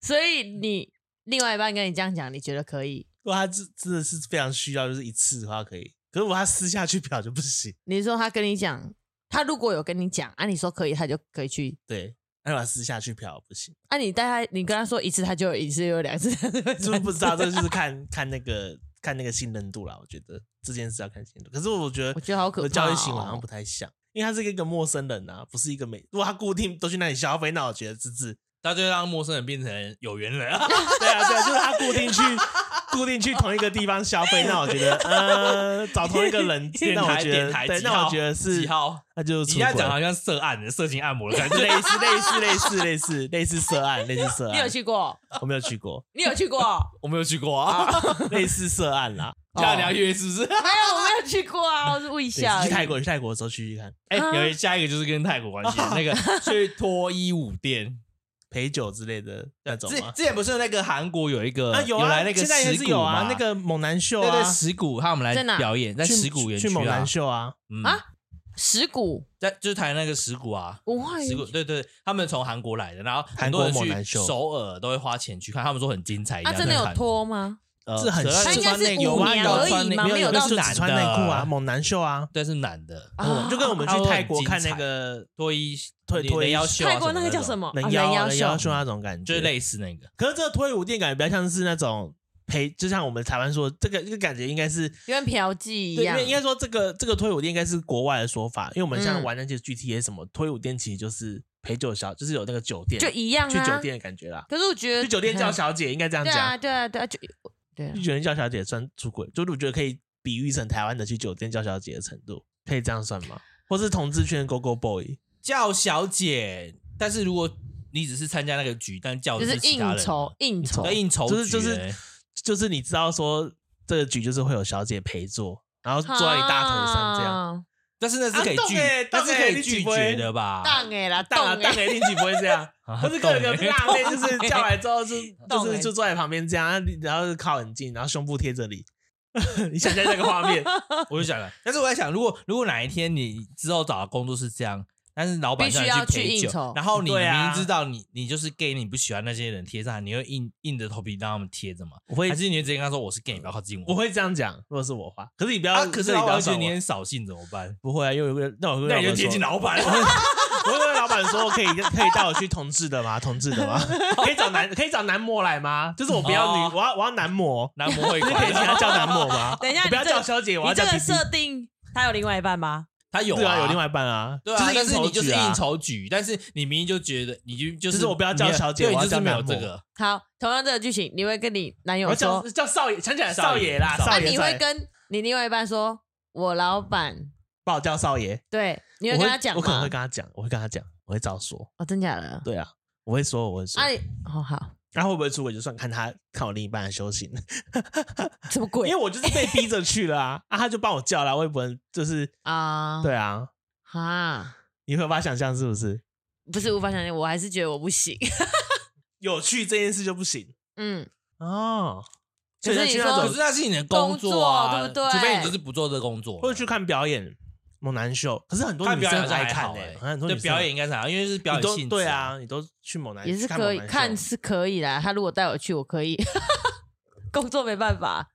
Speaker 1: 所以你另外一半跟你这样讲，你觉得可以？
Speaker 2: 如果他真真的是非常需要，就是一次的话可以，可是我他私下去嫖就不行。
Speaker 1: 你说他跟你讲，他如果有跟你讲，啊，你说可以，他就可以去。
Speaker 2: 对，那他私下去嫖不行，
Speaker 1: 啊，你带他，你跟他说一次，他就有一次，又有两次， *laughs* 他就有
Speaker 2: 就是
Speaker 1: 三
Speaker 2: 不
Speaker 1: 次
Speaker 2: 知道，这就是看 *laughs* 看那个看那个信任度啦。我觉得这件事要看信任度，可是我觉得
Speaker 1: 我觉得好可怕哦
Speaker 2: 我交易行为好像不太像。因为他是一个陌生人啊，不是一个美。如果他固定都去那里消费，那我觉得这是
Speaker 3: 他就让陌生人变成有缘人。，
Speaker 2: *laughs* 对啊，对啊，就是他固 *laughs* 定去固定去同一个地方消费，那我觉得， *laughs* 呃，找同一个人
Speaker 3: 电
Speaker 2: 那我
Speaker 3: 台
Speaker 2: 觉
Speaker 3: 电
Speaker 2: 得
Speaker 3: 台，
Speaker 2: 对，
Speaker 3: 几
Speaker 2: 那
Speaker 3: 号
Speaker 2: 我觉得是
Speaker 3: 几，号？
Speaker 2: 那就
Speaker 3: 你
Speaker 2: 出
Speaker 3: 现在讲好
Speaker 2: 轨，
Speaker 3: 像色按的色情按摩的感觉，
Speaker 2: 类似类似类似类似类似涉案，类似涉
Speaker 1: 你有
Speaker 2: 案，
Speaker 1: 去过？
Speaker 2: 我没有去过，
Speaker 1: 你有
Speaker 3: *laughs*
Speaker 1: 去过？
Speaker 3: *laughs* 我没有去过 *laughs* 啊，
Speaker 2: 类似涉案啦。
Speaker 3: 这样你要约是不是？
Speaker 1: 哦
Speaker 3: *laughs*
Speaker 1: 没有，我没有去过啊，我是问一
Speaker 2: 对
Speaker 1: 下。
Speaker 2: 去泰国去泰国的时候去去看
Speaker 3: 哎，
Speaker 1: 啊
Speaker 3: 有一下一个就是跟泰国 *laughs* 关系的那个去脱衣舞店，
Speaker 2: 陪酒之类的那种
Speaker 3: 之
Speaker 2: 吗？
Speaker 3: 之前不是那个韩国有一个
Speaker 2: 啊，有啊，
Speaker 3: 来那个
Speaker 2: 现在也
Speaker 3: 石
Speaker 2: 是
Speaker 3: 鼓
Speaker 2: 有啊
Speaker 3: 嘛，
Speaker 2: 那个猛男秀
Speaker 3: 对
Speaker 2: 啊
Speaker 3: 对，石鼓他们来
Speaker 1: 在哪
Speaker 3: 表演在
Speaker 2: 去
Speaker 3: 石鼓园
Speaker 2: 去
Speaker 3: 区
Speaker 2: 猛
Speaker 3: 啊
Speaker 2: 男，秀啊，
Speaker 3: 嗯
Speaker 1: 啊，石鼓
Speaker 3: 在就是台那个石鼓啊。
Speaker 1: 文化园
Speaker 3: 石鼓对对，对他们从韩国来的，然后很
Speaker 2: 韩国
Speaker 3: 多人
Speaker 2: 猛男
Speaker 3: 去
Speaker 2: 秀
Speaker 3: 首尔都会花钱去看，他们说很精彩。一定
Speaker 2: 哎
Speaker 1: 啊，
Speaker 3: 要
Speaker 1: 真的
Speaker 3: 去
Speaker 1: 有
Speaker 3: 看
Speaker 1: 脱吗？
Speaker 3: 呃
Speaker 2: 这很
Speaker 3: 他
Speaker 1: 他应该是
Speaker 2: 穿内裤
Speaker 1: 五
Speaker 2: 啊
Speaker 1: 年
Speaker 2: 有
Speaker 1: 而
Speaker 3: 穿
Speaker 1: 已
Speaker 3: 内
Speaker 1: 吗？
Speaker 3: 没有
Speaker 1: 有
Speaker 3: 那
Speaker 1: 到
Speaker 2: 是
Speaker 3: 是
Speaker 2: 只
Speaker 3: 男
Speaker 2: 穿内
Speaker 3: 的
Speaker 2: 裤啊，猛男秀啊，
Speaker 3: 但是男的
Speaker 1: 啊
Speaker 2: 就跟我们去
Speaker 3: 啊
Speaker 2: 泰国看那
Speaker 3: 啊
Speaker 2: 个
Speaker 3: 脱衣
Speaker 2: 脱脱衣
Speaker 3: 衣要秀啊
Speaker 1: 泰国那个
Speaker 3: 什么
Speaker 1: 叫什么？啊
Speaker 2: 人妖人
Speaker 1: 人妖
Speaker 2: 妖
Speaker 1: 秀
Speaker 2: 秀那种感觉，
Speaker 3: 就是类似那个
Speaker 2: 可是这个脱衣舞店感觉比较像是那种陪，就像我们台湾说，这个这个感觉应该是
Speaker 1: 就跟嫖妓一
Speaker 2: 对，因
Speaker 1: 样
Speaker 2: 为，应该说这个这个推舞店应该是国外的说法，因为我们像
Speaker 1: 嗯
Speaker 2: 玩那些 GTA 什么、推舞店，其实就是陪酒小，就是有那个酒店
Speaker 1: 就一样啊。
Speaker 2: 去酒，店的感觉啦，
Speaker 1: 可是我觉得嗯
Speaker 2: 去酒店叫小姐应该这样
Speaker 1: 对啊，
Speaker 2: 讲，
Speaker 1: 对啊，对啊，就对啊
Speaker 2: 去，酒店叫小姐算出轨，就是我觉得可以比喻成台湾的去酒店叫小姐的程度，可以这样算吗？或是同志圈 Go Go Boy
Speaker 3: 叫小姐，但是如果你只是参加那个局，但叫
Speaker 1: 就
Speaker 3: 的
Speaker 1: 是
Speaker 3: 其
Speaker 1: 应
Speaker 3: 他
Speaker 2: 啊
Speaker 3: 人
Speaker 1: 酬，应酬
Speaker 3: 对，应酬
Speaker 2: 就是
Speaker 3: 局
Speaker 2: 就是
Speaker 3: 欸
Speaker 2: 就是你知道说这个局就是会有小姐陪坐，然后坐在你大腿上
Speaker 3: 啊
Speaker 2: 这样，
Speaker 1: 样，
Speaker 3: 但是那是可以
Speaker 2: 啊
Speaker 3: 拒
Speaker 2: 懂欸，
Speaker 3: 那是可
Speaker 2: 懂欸
Speaker 3: 以拒绝的吧？
Speaker 1: 当哎啦，
Speaker 2: 啊当然
Speaker 1: 当
Speaker 2: 当
Speaker 1: 哎，
Speaker 2: 然一定不会
Speaker 3: *laughs*
Speaker 2: 这样。
Speaker 3: 啊
Speaker 2: 不是各个
Speaker 3: 欸懂欸
Speaker 2: 辣妹，就是叫来之后
Speaker 3: *laughs*
Speaker 2: 就
Speaker 1: 懂
Speaker 2: 就是
Speaker 1: 欸
Speaker 2: 就坐在旁边这样，然后靠很近，然后胸部贴
Speaker 3: *laughs*
Speaker 2: 着你。你想象这个画面，
Speaker 3: 我就想了，但是我在想，如果如果哪一天你之后找的工作是这样，但是老板
Speaker 1: 必须
Speaker 3: 叫
Speaker 1: 要
Speaker 3: 你
Speaker 1: 去
Speaker 3: 陪
Speaker 1: 应
Speaker 3: 酒
Speaker 1: 酬，
Speaker 3: 然 *laughs* 后你
Speaker 2: 对啊
Speaker 3: 明知道你你就是 gay，你不喜欢那些人贴上，你会硬硬着头皮让他们贴着吗？
Speaker 2: 我会
Speaker 3: 还是你会直接跟他说我是 gay，你不要靠近我？
Speaker 2: 我会这样讲，如果是我的话，可是你不要，
Speaker 3: 啊，可是
Speaker 2: 你
Speaker 3: 老
Speaker 2: 不要
Speaker 3: 板觉
Speaker 2: 说
Speaker 3: 得你
Speaker 2: 我
Speaker 3: 很扫兴怎么办？
Speaker 2: 不会啊，因为有个那我会
Speaker 3: 那
Speaker 2: 跟
Speaker 3: 你就贴近
Speaker 2: 老
Speaker 3: 老 *laughs* 板。
Speaker 2: 板说，我会跟老板说，
Speaker 3: *laughs*
Speaker 2: 可以可以带我去同志的吗？同志的吗？ *laughs* 可以找男可以找男模来吗？就是我不要
Speaker 3: 哦
Speaker 2: 女，我要我要男模，
Speaker 3: 男模会
Speaker 2: 就是可以
Speaker 3: 馆，
Speaker 2: 请他叫男模吗？
Speaker 1: *laughs* 等一下
Speaker 2: 我不要
Speaker 1: 你这
Speaker 2: 叫小姐，我
Speaker 1: 你
Speaker 2: 要
Speaker 1: 这
Speaker 2: 叫
Speaker 1: 个
Speaker 2: P P。
Speaker 1: 设定，他有另外一半吗？
Speaker 3: 他有
Speaker 2: 对啊，有另
Speaker 3: 外。
Speaker 2: 外一半啊，
Speaker 3: 对啊，但
Speaker 2: 应
Speaker 3: 是
Speaker 2: 酬
Speaker 3: 你就是
Speaker 2: 局啊
Speaker 3: 应酬局，但是你明明就觉得你就就
Speaker 2: 就是是我不要叫
Speaker 3: 你没有
Speaker 2: 小姐
Speaker 3: 对
Speaker 2: 我要
Speaker 3: 你就
Speaker 2: 叫
Speaker 3: 是没有
Speaker 2: 男模
Speaker 3: 这个，
Speaker 1: 好，同样这个剧情，你会跟你男
Speaker 2: 我
Speaker 1: 友
Speaker 2: 叫
Speaker 1: 说，
Speaker 2: 叫少爷，想起来
Speaker 3: 少
Speaker 2: 少
Speaker 3: 爷
Speaker 2: 爷啦，
Speaker 3: 少
Speaker 1: 那
Speaker 2: 少爷。
Speaker 1: 你
Speaker 2: 少
Speaker 1: 会
Speaker 2: 爷
Speaker 1: 跟你另外一半说，我老板，
Speaker 2: 把我叫少爷，
Speaker 1: 对，你
Speaker 2: 我
Speaker 1: 会跟他讲
Speaker 2: 我可能
Speaker 1: 吗
Speaker 2: 会？跟他讲，我会跟他讲，我会照说。
Speaker 1: 哦，真假的？
Speaker 2: 对啊，我会说，我会说
Speaker 1: 啊。，你哦好，
Speaker 2: 然后会不会出轨，就算看他看我另一半的修
Speaker 1: *laughs*
Speaker 2: 行，
Speaker 1: 什么
Speaker 2: 因
Speaker 1: 鬼
Speaker 2: 为我就是被逼着去了啊。 *laughs* 啊，他就帮我叫了，我也不能就是
Speaker 1: 啊？
Speaker 2: 对啊，
Speaker 1: 啊，
Speaker 2: 你会无法想象是不是？
Speaker 1: 不是无法想象，我还是觉得我不行。 *laughs*
Speaker 2: 有去这件事就不行
Speaker 1: 嗯，
Speaker 2: 哦。
Speaker 1: 可
Speaker 2: 所以在
Speaker 1: 是你
Speaker 2: 去那
Speaker 1: 说
Speaker 3: 可
Speaker 2: 种
Speaker 3: 是，那是你的工作啊，
Speaker 1: 工作对不对
Speaker 3: 除非你就是不做这个工作，
Speaker 2: 或者去看表演，猛男秀，可是很多
Speaker 3: 看
Speaker 2: 女
Speaker 3: 表
Speaker 2: 生
Speaker 3: 演
Speaker 2: 很
Speaker 3: 是
Speaker 2: 爱
Speaker 3: 还
Speaker 2: 看
Speaker 3: 好
Speaker 2: 诶
Speaker 3: 欸，
Speaker 2: 很多
Speaker 3: 对
Speaker 2: 女生
Speaker 3: 表演应该是还好，因为是表
Speaker 2: 你
Speaker 3: 演
Speaker 2: 都
Speaker 3: 性质
Speaker 2: 对啊，，你都去猛男
Speaker 1: 也是
Speaker 2: 去
Speaker 1: 可
Speaker 2: 猛
Speaker 1: 以
Speaker 2: 男秀
Speaker 1: 看是可以啦，他如果带我去，我可以。 *laughs* 工作没办法，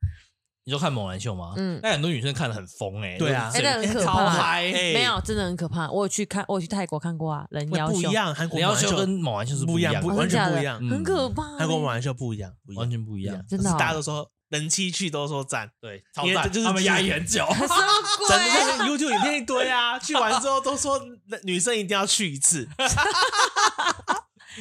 Speaker 3: 你就看猛男秀吗？
Speaker 1: 嗯
Speaker 3: 那很多女生看的很疯哎，
Speaker 2: 对啊
Speaker 3: 就是
Speaker 1: 哎那很可
Speaker 3: 超
Speaker 1: 怕
Speaker 3: 嗨，欸
Speaker 2: 哎
Speaker 1: 没有，真的很可怕。我有去看，我有去泰国看过啊，人
Speaker 2: 会
Speaker 1: 妖
Speaker 2: 不一
Speaker 1: 秀，
Speaker 2: 样，韩国
Speaker 3: 你要
Speaker 2: 猛
Speaker 3: 秀
Speaker 2: 男秀
Speaker 3: 跟猛男秀是
Speaker 2: 不
Speaker 3: 一
Speaker 2: 一
Speaker 3: 样
Speaker 2: 样
Speaker 3: 的，
Speaker 2: 不
Speaker 1: 哦
Speaker 2: 完
Speaker 1: 真
Speaker 2: 全
Speaker 1: 假
Speaker 2: 不
Speaker 1: 的
Speaker 2: 一样
Speaker 1: 很可怕。
Speaker 2: 嗯
Speaker 1: 欸
Speaker 2: 韩国猛男秀不一样，不一样
Speaker 3: 完全不一
Speaker 2: 一
Speaker 3: 样
Speaker 2: 样，，
Speaker 1: 真的
Speaker 2: 就是
Speaker 1: 哦 *laughs*
Speaker 2: 大家都说人气去都说赞，
Speaker 3: 对，超
Speaker 2: 因为
Speaker 3: 赞
Speaker 2: 这就是
Speaker 3: 他们压抑很久，
Speaker 1: 什么
Speaker 2: 真的就
Speaker 1: 鬼？
Speaker 2: 是 YouTube 影片一堆啊，去完之后都说女生一定要去一次。 *laughs*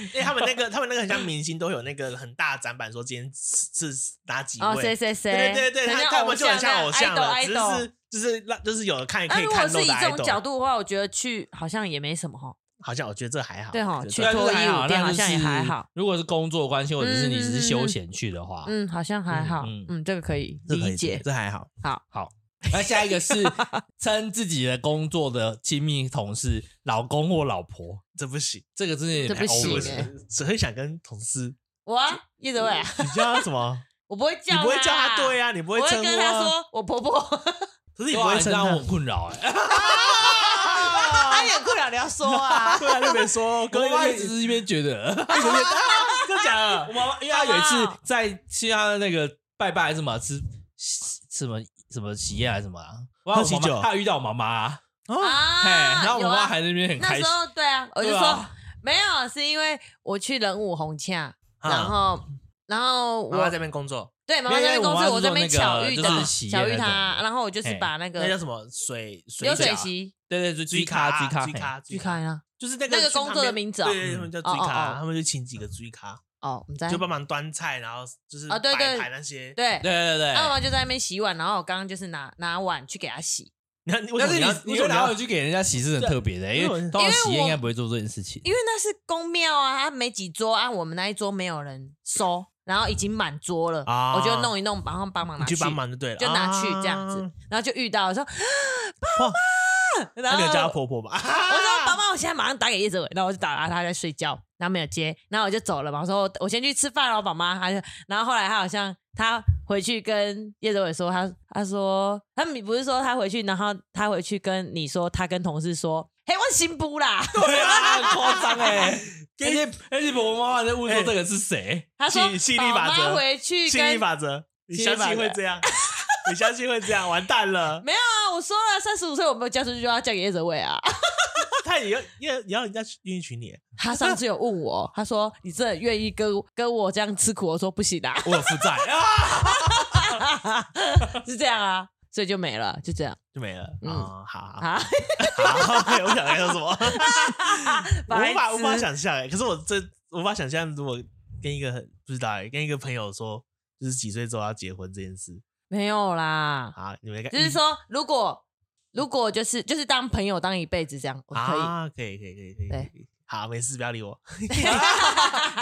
Speaker 2: 因为他们那个，他们那个很像明星，都有那个很大的展板，说今天是是哪几
Speaker 1: 哦，谁
Speaker 2: 位。
Speaker 1: 谁谁？
Speaker 2: 对对对，
Speaker 1: 很
Speaker 2: 他
Speaker 1: 像
Speaker 2: 他
Speaker 1: 偶
Speaker 2: 们就很像偶像了，
Speaker 1: 爱
Speaker 2: 只
Speaker 1: 豆爱豆
Speaker 2: 是就是让就是有看
Speaker 1: 那
Speaker 2: 可以
Speaker 1: 如果
Speaker 2: 看
Speaker 1: 是
Speaker 2: 漏
Speaker 1: 以
Speaker 2: 的
Speaker 1: 这
Speaker 2: 爱
Speaker 1: 种
Speaker 2: 豆。
Speaker 1: 角度的话，我觉得去好像也没什么哈。
Speaker 2: 好像我觉得这还好，
Speaker 1: 对齁
Speaker 2: 我觉
Speaker 1: *laughs* 去
Speaker 2: 得
Speaker 1: 脱衣舞店好像也还好。
Speaker 3: 如果是工作关系，或者是你只是休闲去的话，
Speaker 1: 嗯，好像还好
Speaker 3: 嗯。
Speaker 1: 嗯，这个可以
Speaker 2: 这可以
Speaker 1: 理解。
Speaker 2: 这还好。
Speaker 3: 好。那下一个
Speaker 1: *laughs*
Speaker 3: 是称自己的工作的亲密同事、老公或老婆，
Speaker 2: 这不行，哎
Speaker 3: 这个真的有点
Speaker 1: 这不
Speaker 3: 太
Speaker 1: 行
Speaker 3: over
Speaker 2: 我
Speaker 1: 对
Speaker 3: 了
Speaker 1: 欸
Speaker 2: 只会想跟同
Speaker 1: *laughs*
Speaker 2: 事，
Speaker 1: 我啊，叶子伟啊，
Speaker 2: 你叫他什么？
Speaker 1: *laughs* 我不会
Speaker 2: 嗯你
Speaker 1: 叫，
Speaker 2: 不会叫他对
Speaker 1: 啊，
Speaker 2: 啊，你不
Speaker 1: 我
Speaker 2: 会
Speaker 1: 会
Speaker 2: 称呼
Speaker 1: 跟他
Speaker 2: 啊，
Speaker 1: 说我婆婆。
Speaker 2: *laughs* 可是
Speaker 1: 欸
Speaker 2: 你
Speaker 3: 对
Speaker 2: 不
Speaker 3: 啊
Speaker 2: 会
Speaker 3: 你
Speaker 2: 称
Speaker 3: 让
Speaker 2: 他
Speaker 3: 我很困扰
Speaker 2: *laughs*
Speaker 3: 哎、
Speaker 1: 他也困扰你要说啊，
Speaker 2: 对啊，就没 *laughs* 说，
Speaker 3: 我
Speaker 2: 跟
Speaker 3: 妈
Speaker 2: 外
Speaker 3: 一直是一边觉得，
Speaker 2: 真假的？ *laughs*
Speaker 3: 我妈因为她有一次在去她的那个拜拜还是什么吃吃什么什么喜宴还是什么啊，我
Speaker 2: 喝喜酒
Speaker 3: 她有遇到我妈妈啊，
Speaker 2: 啊，
Speaker 1: 啊，
Speaker 3: 嘿，然后我
Speaker 1: 有
Speaker 3: 妈
Speaker 1: 啊
Speaker 3: 还在那边很
Speaker 1: 那
Speaker 3: 开
Speaker 1: 时
Speaker 3: 心，
Speaker 1: 候对啊，我就
Speaker 3: 对
Speaker 1: 说
Speaker 3: 啊
Speaker 1: 没有，是因为我去人武红洽，
Speaker 2: 啊
Speaker 1: 然后然后
Speaker 2: 我妈
Speaker 1: 我
Speaker 2: 在那边工作，
Speaker 1: 对妈妈在
Speaker 3: 因为
Speaker 1: 公
Speaker 3: 我妈
Speaker 1: 司，
Speaker 3: 是
Speaker 1: 我在那边
Speaker 3: 做那
Speaker 1: 巧
Speaker 3: 个
Speaker 1: 遇
Speaker 3: 就
Speaker 1: 的
Speaker 3: 是洗
Speaker 1: 巧遇
Speaker 3: 那种
Speaker 1: 他，然后我就是
Speaker 3: 嘿
Speaker 1: 把那
Speaker 2: 那叫
Speaker 1: 个
Speaker 2: 什么水水
Speaker 1: 流水
Speaker 2: 饺
Speaker 1: 席
Speaker 3: 对对对，追
Speaker 2: 咖
Speaker 3: 咖追咖嘿
Speaker 2: 追咖
Speaker 1: 去看啊，
Speaker 2: 就是那
Speaker 1: 那
Speaker 2: 个
Speaker 1: 个
Speaker 2: 去
Speaker 1: 工
Speaker 2: 旁
Speaker 1: 作的
Speaker 2: 边
Speaker 1: 名字哦
Speaker 2: 对对，对他们叫追
Speaker 1: 哦哦
Speaker 2: 咖，
Speaker 1: 哦
Speaker 2: 他们就请几个追咖，
Speaker 1: 哦，你在
Speaker 2: 就帮忙端菜，然后就是
Speaker 1: 哦对
Speaker 2: 摆
Speaker 1: 对
Speaker 2: 盘那些。
Speaker 1: 对
Speaker 3: 对，对对
Speaker 1: 那
Speaker 3: 对。
Speaker 1: 我妈就在那边洗碗，然后我刚刚就是拿拿碗去给她洗，
Speaker 2: 你看，为什
Speaker 3: 但
Speaker 2: 么
Speaker 3: 是
Speaker 2: 你要
Speaker 3: 你
Speaker 2: 为
Speaker 3: 你
Speaker 2: 什
Speaker 3: 会
Speaker 2: 么
Speaker 3: 拿回
Speaker 2: 要
Speaker 3: 去给人家洗是很特别的，因为
Speaker 2: 因为
Speaker 3: 通常喜
Speaker 1: 因为
Speaker 3: 宴
Speaker 1: 我
Speaker 3: 应该不会做这件事情。
Speaker 1: 因为那是公庙啊，它没几桌啊，我们那一桌没有人收，然后已经满桌了，
Speaker 2: 啊
Speaker 1: 我就弄一弄，然后帮忙拿
Speaker 2: 你
Speaker 1: 去
Speaker 2: 去帮忙就对了，
Speaker 1: 就拿去这样子，
Speaker 2: 啊。
Speaker 1: 然后就遇到我说啊
Speaker 2: 哇
Speaker 1: 爸
Speaker 3: 啊
Speaker 1: 爸，然
Speaker 2: 那
Speaker 1: 后
Speaker 2: 你有叫她
Speaker 1: 我
Speaker 2: 婆婆吗？ *laughs*
Speaker 1: 说爸爸，我现在马上打给叶子伟，然后我就打了，他在睡觉，然后没有接，然后我就走了嘛，我说我先去吃饭了，爸妈，他就，然后后来他好像他回去跟叶子伟说，他他说他你不是说他回去，然后他回去跟你说，他跟同事说，嘿，我新不啦，
Speaker 2: *laughs*
Speaker 3: 对啊，很夸张哎！
Speaker 2: 欸
Speaker 1: *laughs*
Speaker 3: 而且而且我妈妈在问说这个是谁？
Speaker 1: 他说
Speaker 2: 吸吸力
Speaker 1: 宝
Speaker 2: 法则
Speaker 1: 妈回去
Speaker 2: 吸引力
Speaker 1: 跟
Speaker 2: 法则，你
Speaker 1: 吸引
Speaker 2: 相
Speaker 1: 力法
Speaker 2: 信
Speaker 1: 则
Speaker 2: 会这样？你相信会这样？完蛋了！
Speaker 1: 没有啊，我说了三十五岁我没有嫁出去就要嫁给叶子伟啊，
Speaker 2: 他也要要也要人家愿意娶你，欸
Speaker 1: 他上次有问
Speaker 2: *laughs*
Speaker 1: 我，他说你真的愿意跟跟我这样吃苦？我说不行
Speaker 2: *laughs*
Speaker 1: 啊， *laughs*
Speaker 3: 我有负债啊，
Speaker 1: 是这样啊，所以就没了，就这样
Speaker 2: 就没了。
Speaker 1: 嗯
Speaker 2: 嗯，好
Speaker 1: 啊，
Speaker 2: 好，好，我想该说什么，我
Speaker 1: 白
Speaker 2: *laughs* 无法
Speaker 1: 痴
Speaker 2: 无法想象哎。可是我真无法想象，如果跟一个很不知道哎，跟一个朋友说就是几岁之后要结婚这件事
Speaker 1: 没有啦，
Speaker 2: 啊，你们看
Speaker 1: 就是说如果如果就是就是当朋友当一辈子这样，我哦可以。
Speaker 2: 啊，可以可以可以可以可以，可以好，没事，不要理我。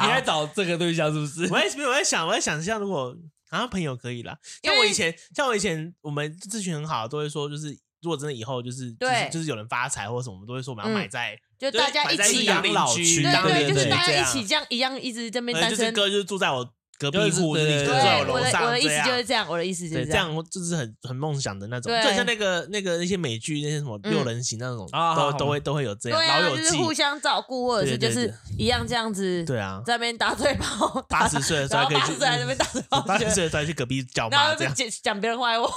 Speaker 3: 你在找这个对象是不是？
Speaker 2: 我在我在想，我在想象如果啊朋友可以啦，像
Speaker 1: 因
Speaker 2: 我
Speaker 1: 为
Speaker 2: 以前，像我以前，我们这群很好，都会说，就是如果真的以后就是就是
Speaker 1: 对
Speaker 2: 就是有人发财或什么，我们都会说我们要
Speaker 1: 嗯
Speaker 2: 买在
Speaker 1: *laughs* 就
Speaker 2: 就是
Speaker 1: 大家
Speaker 2: 买
Speaker 1: 一
Speaker 2: 在
Speaker 1: 起啊
Speaker 2: 养老
Speaker 3: 对
Speaker 2: 区，
Speaker 3: 对
Speaker 2: 当
Speaker 1: 对
Speaker 2: 邻
Speaker 1: 就是
Speaker 2: 居
Speaker 1: 大
Speaker 2: 这
Speaker 1: 家一
Speaker 2: 样
Speaker 1: 起这样一样一直这边
Speaker 2: 呃
Speaker 1: 单
Speaker 2: 就是
Speaker 1: 身。
Speaker 2: 哥就是住在我隔壁
Speaker 3: 就是
Speaker 2: 户，
Speaker 3: 对
Speaker 2: 你
Speaker 3: 对
Speaker 2: 就住
Speaker 3: 对
Speaker 2: 在
Speaker 1: 对，我
Speaker 2: 楼
Speaker 1: 的
Speaker 2: 上，
Speaker 1: 我的意
Speaker 2: 这
Speaker 1: 思
Speaker 2: 样
Speaker 1: 就是这样，我的意思就
Speaker 2: 对，
Speaker 1: 是
Speaker 2: 这。样就是很很梦想的那种，
Speaker 1: 对
Speaker 2: 就很像那个那个那些美剧那些什么六人行那种，
Speaker 3: 啊好
Speaker 2: 都
Speaker 3: 好
Speaker 2: 都会都会有这样
Speaker 1: 对
Speaker 2: 老
Speaker 1: 啊，
Speaker 2: 友
Speaker 1: 就是
Speaker 2: 记，
Speaker 1: 互相照顾，或者是
Speaker 2: 对
Speaker 1: 就
Speaker 2: 对
Speaker 1: 是一样这样子，
Speaker 2: 对啊，
Speaker 1: 在那边打嘴炮，
Speaker 2: 八十岁的时
Speaker 1: 然
Speaker 2: 候
Speaker 1: 后
Speaker 2: 可以
Speaker 1: 八
Speaker 2: 去嗯
Speaker 1: 十岁还在那边打嘴
Speaker 2: *laughs*
Speaker 1: 炮，
Speaker 2: 八十岁的时候去隔壁叫
Speaker 1: 然
Speaker 2: 骂
Speaker 1: 后
Speaker 2: 这
Speaker 1: 在
Speaker 2: 样
Speaker 1: 那，边讲讲别人
Speaker 2: *laughs*
Speaker 1: 坏话，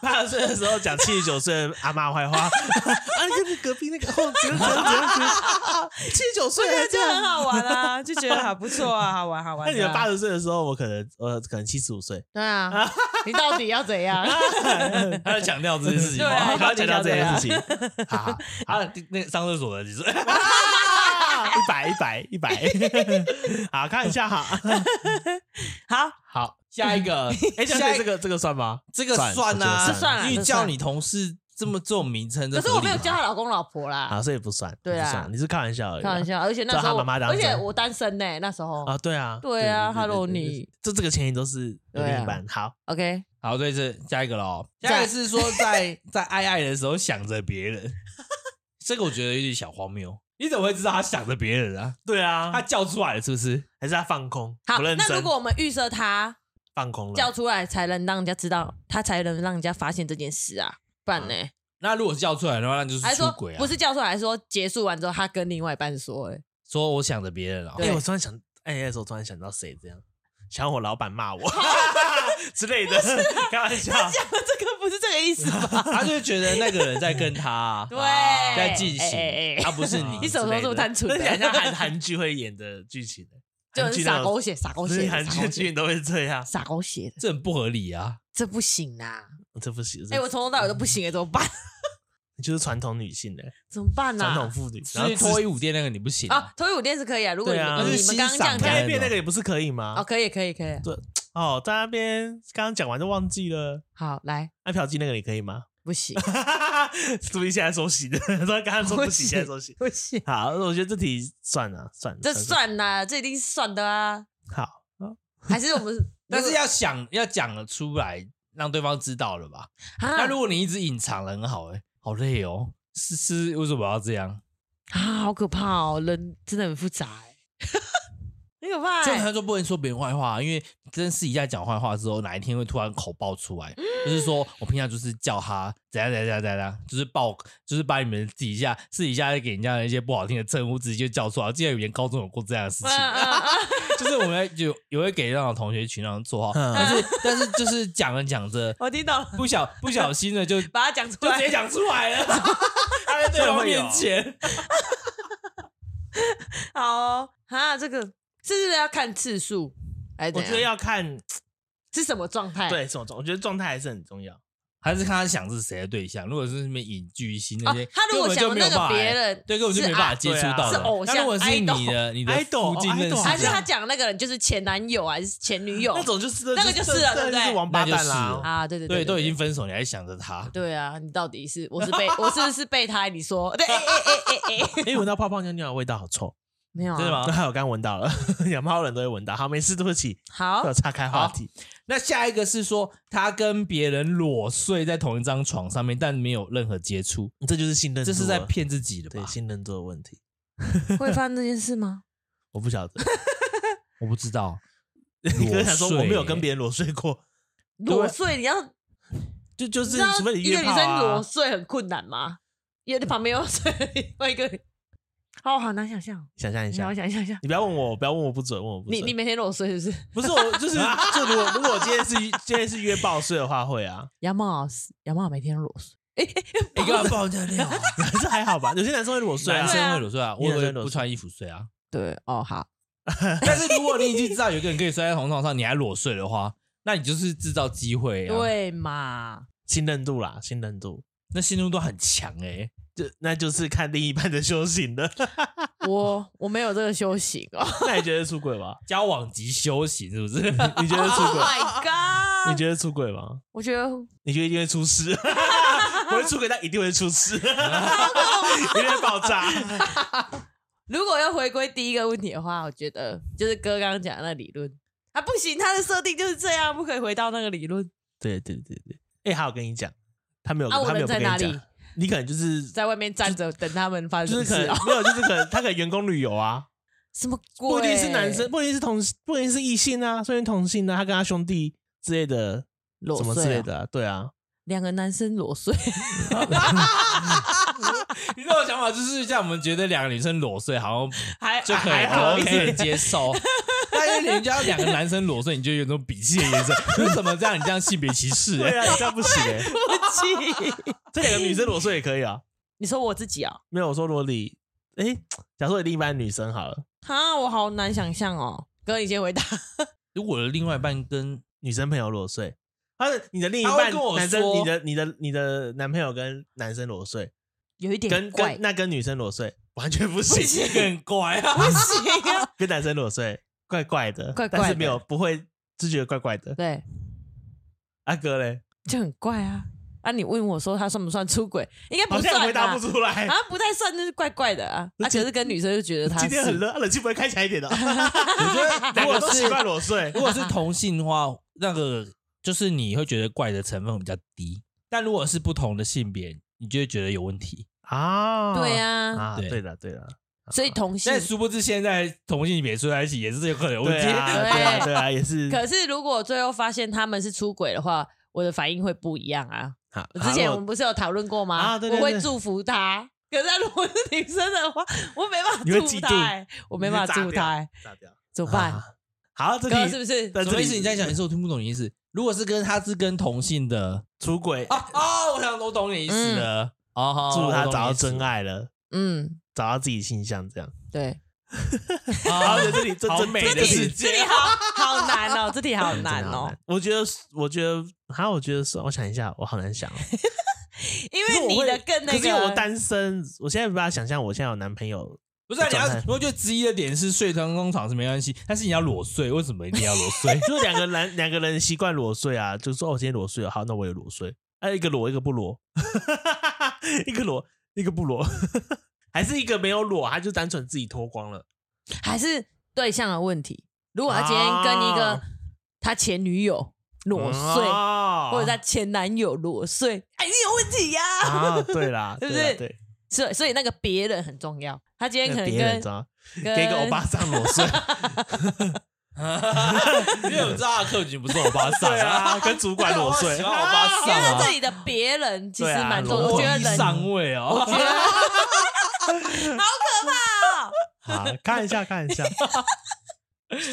Speaker 2: 八十岁的时候讲七十九岁的阿妈坏话，啊，你就是隔壁那个哦，怎样怎样怎样怎样，七十九岁还
Speaker 1: 就
Speaker 2: 这
Speaker 1: 很
Speaker 2: 样。
Speaker 1: 好玩
Speaker 2: *laughs*
Speaker 1: 啊，就觉得还不错啊，好玩好玩
Speaker 2: 那
Speaker 1: 的
Speaker 2: 你
Speaker 1: 啊。
Speaker 2: 们八十岁的时候，我可能我可能七十五岁，
Speaker 1: 对啊，你到底要
Speaker 2: *laughs*
Speaker 1: 怎样？
Speaker 3: 他在强调这件事情
Speaker 1: 对啊
Speaker 3: 吗
Speaker 2: 我？还要强调这件事情。好好，
Speaker 3: 啊，那个上厕所的你是
Speaker 2: 一百一百一百， *laughs* 好看一下哈。
Speaker 1: 好，
Speaker 3: 好，下一个，
Speaker 2: 哎，这
Speaker 3: 下
Speaker 2: 样
Speaker 3: 一
Speaker 2: 这个这个算吗？
Speaker 3: 这个
Speaker 2: 算
Speaker 3: 算啊，
Speaker 2: 我觉得
Speaker 1: 这算啊
Speaker 3: 因为
Speaker 1: 这算
Speaker 3: 叫你同事这么这种名称，
Speaker 1: *laughs* 可
Speaker 3: 这
Speaker 1: 是
Speaker 3: 合
Speaker 1: 我
Speaker 3: 理
Speaker 1: 没有
Speaker 3: 吗
Speaker 1: 叫她老公老婆啦，
Speaker 2: 啊，所以不算，
Speaker 1: 对啊
Speaker 2: 不算你是开玩笑而已
Speaker 1: 开
Speaker 2: 啊。
Speaker 1: 玩笑。而且那时
Speaker 2: 叫她
Speaker 1: 候，
Speaker 2: 妈妈当
Speaker 1: 而且
Speaker 2: 真
Speaker 1: 我单身呢，那时候。
Speaker 2: 啊，对啊，
Speaker 1: 对啊
Speaker 2: 对对对
Speaker 1: hello，
Speaker 2: 对对
Speaker 1: 你啊
Speaker 2: 这这个前提都是有另一半。好，
Speaker 1: OK，
Speaker 3: 好，对，这下一个喽。
Speaker 1: 再
Speaker 3: 下一个是说
Speaker 1: *laughs*
Speaker 3: 在在爱爱的时候想着别人， *laughs* 这个我觉得有点小荒谬。你怎么会知道他想着别人啊？
Speaker 2: 对啊
Speaker 3: 他叫出来了是不是？
Speaker 2: 还是他放空，
Speaker 1: 好，
Speaker 2: 不认
Speaker 1: 那如
Speaker 2: 真，
Speaker 1: 果我们预设她
Speaker 2: 放空了，
Speaker 1: 叫出来，才能让人家知道，她才能让人家发现这件事啊，不然呢？
Speaker 3: 那如果是叫出来的话，那就是
Speaker 1: 还是
Speaker 3: 出
Speaker 1: 哎说
Speaker 3: 轨啊！
Speaker 1: 不是叫出来，还是说结束完之后，她跟另外一半说，哎，
Speaker 3: 说我想着别人啊、
Speaker 1: 对
Speaker 2: 哎、我突然想，哎、那时候突然想到谁这样，想我老板骂
Speaker 1: *laughs*
Speaker 2: 我之类的，开玩笑。
Speaker 1: 啊讲的这个不是这个意思
Speaker 2: *laughs*
Speaker 1: 吧？
Speaker 3: 他就会觉得那个人在跟他 *laughs* 啊
Speaker 1: 对
Speaker 3: 在进
Speaker 1: 哎哎
Speaker 3: 行，
Speaker 1: 哎
Speaker 3: 他不是你之类的。
Speaker 1: *laughs* 你什么时候这么单纯
Speaker 2: 那
Speaker 1: 的
Speaker 2: 想像韩韩剧会演的剧情、
Speaker 1: 就
Speaker 2: 韩
Speaker 1: 很
Speaker 2: 剧
Speaker 1: 傻
Speaker 2: 那
Speaker 1: 狗
Speaker 2: 种
Speaker 1: 血，傻狗
Speaker 2: 不是
Speaker 1: 血，
Speaker 2: 韩剧
Speaker 1: 傻狗
Speaker 2: 的剧
Speaker 1: 血
Speaker 2: 情，都会这样，
Speaker 1: 傻狗血的，
Speaker 3: 这很不合理啊！
Speaker 1: 这不行啊！
Speaker 2: 这不行。
Speaker 1: 哎，我从头到尾都不行哎，怎么办？ *laughs*
Speaker 2: 你就是传统女性的、
Speaker 1: 怎么办啊
Speaker 2: 传
Speaker 1: 呐
Speaker 2: 统？妇女，然
Speaker 3: 所
Speaker 2: 后
Speaker 3: 以
Speaker 2: 自
Speaker 3: 脱衣舞店那个你不行
Speaker 1: 啊
Speaker 3: 啊，，
Speaker 1: 脱衣舞店是可以啊，如果你
Speaker 2: 对啊
Speaker 1: 们
Speaker 2: 就是
Speaker 1: 你们刚刚这
Speaker 3: 欣赏
Speaker 1: 样讲
Speaker 3: 的，
Speaker 2: 那边那个也不是可以吗？
Speaker 1: 哦，可以可以可以，
Speaker 2: 哦，在那边刚刚讲完就忘记了。
Speaker 1: 好来。
Speaker 2: 那嫖妓那个你可以吗？ *laughs*
Speaker 1: 不行，
Speaker 2: 注意现在说行的， *laughs* 说刚刚说不行，现在说行。
Speaker 1: 不行，
Speaker 2: 好，我觉得这题算了，算了，
Speaker 1: 这算啦，这一定是算的啊。
Speaker 2: 好。
Speaker 1: 还是我们，
Speaker 3: 但是要想要讲了出来，让对方知道了吧？那
Speaker 1: 啊
Speaker 3: 如果你一直隐藏了，很好哎、好累哦。是是，为什么要这样？
Speaker 1: 啊，好可怕哦，人真的很复杂哎， *laughs* 很可怕
Speaker 3: 就
Speaker 1: 欸。
Speaker 3: 他说不能说别人坏话，因为跟私底下讲坏话之后，哪一天会突然口爆出来，就是说我平常就是叫他怎样怎样怎样怎样，就是爆，就是把你们底下私底下给人家的一些不好听的称呼直接就叫出来。我记得以前高中有过这样的事情，
Speaker 1: 嗯
Speaker 3: 就是我们有有会给那种同学群那种绰号，
Speaker 2: 嗯
Speaker 3: 但是但是就是讲着讲着，
Speaker 1: 我听到了，
Speaker 3: 不小不小心的就就
Speaker 1: 把它讲出
Speaker 3: 直接
Speaker 1: 来。
Speaker 3: 讲出来了，他在对方面前。
Speaker 1: 好哦，啊，这个是不是要看次数？还是
Speaker 2: 我
Speaker 1: 怎
Speaker 2: 觉得
Speaker 1: 样？
Speaker 2: 要看
Speaker 1: 是什么状态？啊
Speaker 2: 对什么状，我觉得状态还是很重要。
Speaker 1: 哦
Speaker 3: 还是看他想是谁的对象。如果是什么隐居星那
Speaker 1: 哦
Speaker 3: 些，，
Speaker 1: 他如果
Speaker 3: 根
Speaker 1: 想
Speaker 3: 本就没有
Speaker 1: 那
Speaker 3: 办法
Speaker 1: 个别
Speaker 3: 欸，
Speaker 1: 人，
Speaker 3: 对，根本就没
Speaker 1: 是
Speaker 3: 办法
Speaker 1: 啊
Speaker 3: 接触
Speaker 2: 对啊
Speaker 3: 到
Speaker 1: 是
Speaker 3: 的。
Speaker 1: 偶
Speaker 3: 那
Speaker 1: 像
Speaker 3: 如果是你的你的
Speaker 2: idol，哦
Speaker 3: 附近认识的，
Speaker 2: idol
Speaker 1: 还是他
Speaker 2: 这
Speaker 1: 讲那个人就是前男友还是前女友？
Speaker 2: 那种就是
Speaker 1: 那个就是了对不对
Speaker 2: 那就是王八蛋
Speaker 3: 那就是
Speaker 2: 啦。哦
Speaker 1: 啊，对对
Speaker 3: 对
Speaker 1: 对，
Speaker 3: 都已经分手，你还想着他？
Speaker 1: 对啊，你到底是我是备我是不是备胎？你说对，哎哎哎哎哎，
Speaker 2: 因为闻到泡泡尿尿的味道好臭，
Speaker 1: 没有啊
Speaker 3: 真的？吗？
Speaker 2: 那我刚闻到了，养猫人都会闻到。好，没事，对不起，
Speaker 1: 好
Speaker 2: 我，岔开话题。
Speaker 3: 那下一个是说他跟别人裸睡在同一张床上面，但没有任何接触，
Speaker 2: 这就是信任度
Speaker 3: 这
Speaker 2: 了，
Speaker 3: 是在骗自己的
Speaker 2: 对
Speaker 3: 吧？
Speaker 2: 信任度的问题，
Speaker 1: 会发生这件事吗？
Speaker 2: 我不晓得。
Speaker 3: 我不知道，
Speaker 2: *laughs* 你刚才想说
Speaker 3: 裸睡
Speaker 2: 我没有跟别人裸睡过，
Speaker 1: 裸睡你要
Speaker 2: 就就
Speaker 1: 你
Speaker 2: 是
Speaker 1: 知道
Speaker 2: 除非你
Speaker 1: 一个
Speaker 2: 约
Speaker 1: 女
Speaker 2: 炮
Speaker 1: 生裸
Speaker 2: 啊，
Speaker 1: 睡很困难吗？因为你旁边有睡另外一个人，哦，好难想象，
Speaker 2: 想象一
Speaker 1: 你让
Speaker 2: 下
Speaker 1: 我。想象一下，
Speaker 2: 你不要问我，不要问我不准，问我不准。
Speaker 1: 你你每天裸睡是不是？
Speaker 2: 不是我，
Speaker 1: *laughs*
Speaker 2: 就是就如果如果我今天是今天是约爆睡的话，会啊。 *laughs*
Speaker 1: 杨梦老师，杨梦每天裸睡，
Speaker 3: 一个爆尿
Speaker 2: *laughs*
Speaker 3: 尿，
Speaker 2: 这还好吧？有些男生会裸睡啊
Speaker 3: 男，
Speaker 1: 对
Speaker 3: 生
Speaker 1: 啊
Speaker 3: 会裸睡啊，我
Speaker 2: 你也
Speaker 3: 也
Speaker 2: 会裸
Speaker 3: 不
Speaker 2: 睡
Speaker 3: 穿衣服睡啊。 *laughs*
Speaker 1: 对哦，好，
Speaker 3: 但是如果你已经知道有一个人可以睡在同床上，你还裸睡的话，那你就是制造机会啊。，
Speaker 1: 对嘛？
Speaker 2: 信任度啦，信任度，
Speaker 3: 那信任度很强哎、
Speaker 2: 就那就是看另一半的修行了。 *laughs*
Speaker 1: 我我没有这个修行哦。
Speaker 2: 那你觉得出轨吗？
Speaker 3: 交往及修行是不 *laughs* 是？
Speaker 2: 你觉得出
Speaker 1: Oh
Speaker 2: 轨？
Speaker 1: my
Speaker 2: 你
Speaker 1: god！
Speaker 2: 觉得出轨吗？
Speaker 1: 我觉得
Speaker 2: 你觉得一定会出事？ *laughs* 不会出轨，但一定会出事，一
Speaker 1: 哦
Speaker 2: *laughs* 定会爆炸。
Speaker 1: 如果要回归第一个问题的话，我觉得就是哥刚刚讲的那理论啊，不行，他的设定就是这样，不可以回到那个理论
Speaker 2: 对对对对，哎、还有跟你讲，他没有，
Speaker 1: 啊。
Speaker 2: 他
Speaker 1: 我
Speaker 2: 没有
Speaker 1: 人
Speaker 2: 不
Speaker 1: 在
Speaker 2: 跟你
Speaker 1: 哪
Speaker 2: 讲，
Speaker 1: 里？
Speaker 2: 你可能就是
Speaker 1: 在外面站着等他们发
Speaker 2: 就
Speaker 1: 生
Speaker 2: 是可
Speaker 1: 什么事
Speaker 2: 能
Speaker 1: 啊？
Speaker 2: 没有，就是可能他可能员工旅游
Speaker 1: *laughs*
Speaker 2: 啊，
Speaker 1: 什么鬼？
Speaker 2: 不一定是男生，不一定是同，不一定是异性啊，所以同性啊，他跟他兄弟之类的，
Speaker 1: 裸
Speaker 2: 什么
Speaker 1: 睡
Speaker 2: 之类
Speaker 1: 啊
Speaker 2: 的啊、对啊，
Speaker 1: 两个男生裸睡， *laughs*
Speaker 3: 你这种想法就是像我们觉得两个女生裸睡好像
Speaker 1: 还
Speaker 3: 就可以
Speaker 1: 还好
Speaker 3: OK 接 *laughs* 受，但是人家两个男生裸睡，你就有种鄙视的眼神，为什么这样？你这样性别歧 *laughs* 视、
Speaker 2: 对
Speaker 3: 欸？
Speaker 2: 啊，你这样不行哎、
Speaker 1: *laughs* 不起。
Speaker 2: *laughs* 这两个女生裸睡也可以啊。
Speaker 1: 你说我自己啊？
Speaker 2: *laughs* 没有，我说罗里，哎、假如说你另一半女生好了，
Speaker 1: 哈，我好难想象哦。哥，你先回答。
Speaker 3: 如果我的另外一半跟
Speaker 2: 女生朋友裸睡，他的你的另一
Speaker 3: 他会
Speaker 2: 半
Speaker 3: 跟我
Speaker 2: 男生，
Speaker 3: 说
Speaker 2: 你的你的你的男朋友跟男生裸睡，
Speaker 1: 有一点
Speaker 2: 跟
Speaker 1: 怪
Speaker 2: 跟，那跟女生裸睡完全不
Speaker 3: 不
Speaker 2: 行，
Speaker 3: 行很乖 *laughs* 啊，
Speaker 1: 不行啊。
Speaker 2: 跟男生裸睡怪怪的，
Speaker 1: 怪怪
Speaker 2: 但是
Speaker 1: 的
Speaker 2: 没有不会就觉得怪怪的。
Speaker 1: 对，
Speaker 2: 阿哥嘞，
Speaker 1: 就很怪啊。啊，你问我说他算不算出轨？应该
Speaker 2: 好
Speaker 1: 不算、
Speaker 2: 像
Speaker 1: 啊，
Speaker 2: 回答不出来。
Speaker 1: 啊，不太算，那是怪怪的啊。啊，
Speaker 2: 哎今
Speaker 1: 可是跟女生就觉得
Speaker 2: *laughs*
Speaker 1: 他
Speaker 2: 今天很
Speaker 1: 是
Speaker 2: 热，啊冷气不会开起来一点
Speaker 1: *laughs*
Speaker 2: 的。
Speaker 3: 我觉得如
Speaker 2: 如果
Speaker 3: 果
Speaker 2: 都习
Speaker 3: 是
Speaker 2: 惯裸睡
Speaker 3: 如，果是同性的话，那个就是你会觉得怪的成分比较低，但如果是不同的性别，你就会觉得有问题。
Speaker 2: 啊，
Speaker 1: 对啊，
Speaker 2: 啊，
Speaker 3: 对
Speaker 2: 对了对了，
Speaker 1: 所以同性
Speaker 3: 但。殊不知现在同性别睡在一起也是有可能有问
Speaker 2: 对
Speaker 3: 题。
Speaker 2: 啊对啊对啊，也是。
Speaker 1: 可是如果最后发现他们是出轨的话，我的反应会不一样啊。
Speaker 2: 好
Speaker 1: 之前
Speaker 2: 好
Speaker 1: 我们不是有讨论过吗？
Speaker 2: 啊对对
Speaker 1: 我
Speaker 2: 对
Speaker 1: 会祝福他。可是他如果是女生的话，我没办法
Speaker 2: 你会
Speaker 1: 祝福
Speaker 2: 嫉
Speaker 1: 他、
Speaker 2: 妒
Speaker 1: 欸，我没办法祝福他、欸，
Speaker 2: 炸掉，
Speaker 1: 怎么办？
Speaker 2: 啊好，这
Speaker 1: 哥是不
Speaker 2: 里
Speaker 1: 是？
Speaker 2: 但
Speaker 3: 什
Speaker 2: 这
Speaker 3: 么
Speaker 2: 里
Speaker 3: 意思？你再讲一次，我听不懂你的意思。如果是跟他是跟同性的
Speaker 2: 出轨，
Speaker 1: 哦
Speaker 3: 啊啊，我想我懂你意思了。哦，
Speaker 2: 祝他找到真
Speaker 3: 真爱。
Speaker 2: 爱了，
Speaker 1: 嗯，
Speaker 2: 找到自己形象这样。
Speaker 1: 对，
Speaker 2: 然
Speaker 3: 啊 *laughs*
Speaker 2: 后在这里这
Speaker 3: 好
Speaker 2: 这
Speaker 3: 美
Speaker 2: 哎这
Speaker 3: 的
Speaker 2: 里
Speaker 3: 世
Speaker 1: 这题好好难哦，这题好难
Speaker 2: 真的好
Speaker 1: 哦
Speaker 2: 难，我觉得，我觉得，还我觉得是，我想一下，我好难想哦。
Speaker 1: 因
Speaker 2: 可是
Speaker 1: 为
Speaker 2: 我
Speaker 1: 你
Speaker 2: 会
Speaker 1: 的更 *laughs* 那
Speaker 2: 可是因为
Speaker 1: 个，
Speaker 2: 我单身，我现在没办法想象我现在有男朋友。
Speaker 3: 不是啊、你
Speaker 2: 状态？
Speaker 3: 要，我觉得质疑的点是睡同工厂是没关系，但是你要裸睡，为什么一定要裸 *laughs* 睡
Speaker 2: 就是两个人，两个人习惯裸睡啊，就说哦，我今天裸睡了，好，那我也裸睡。哎、一个裸，一个不裸， *laughs* 一个裸，一个不裸，还是一个没有裸，他就单纯自己脱光了。
Speaker 1: 还是对象的问题。如果他今天跟一个
Speaker 2: 啊
Speaker 1: 他前女友裸睡，
Speaker 2: 哦
Speaker 1: 或者他前男友裸睡，哎，你有问题呀、
Speaker 2: 啊，对啦，
Speaker 1: 是不
Speaker 2: 对啦
Speaker 1: 是
Speaker 2: 对，
Speaker 1: *laughs* 所以所以那个别人很重要，他今天可
Speaker 2: 那
Speaker 1: 能
Speaker 2: 别人知
Speaker 1: 跟
Speaker 2: 道，
Speaker 1: 跟
Speaker 2: 给一个欧巴桑裸睡，
Speaker 3: 因为我知道他的客群不是欧巴桑 *laughs*
Speaker 2: 对啊，跟主管裸睡，
Speaker 3: 喜欢欧巴
Speaker 1: 因为
Speaker 3: 桑
Speaker 1: 他这
Speaker 3: 啊，
Speaker 1: 里的别人其实
Speaker 2: 对啊
Speaker 1: 蛮重要，
Speaker 2: 裸
Speaker 1: 我觉得
Speaker 3: 意
Speaker 1: 人
Speaker 3: 上位哦，
Speaker 2: 啊好，看一下，看一下。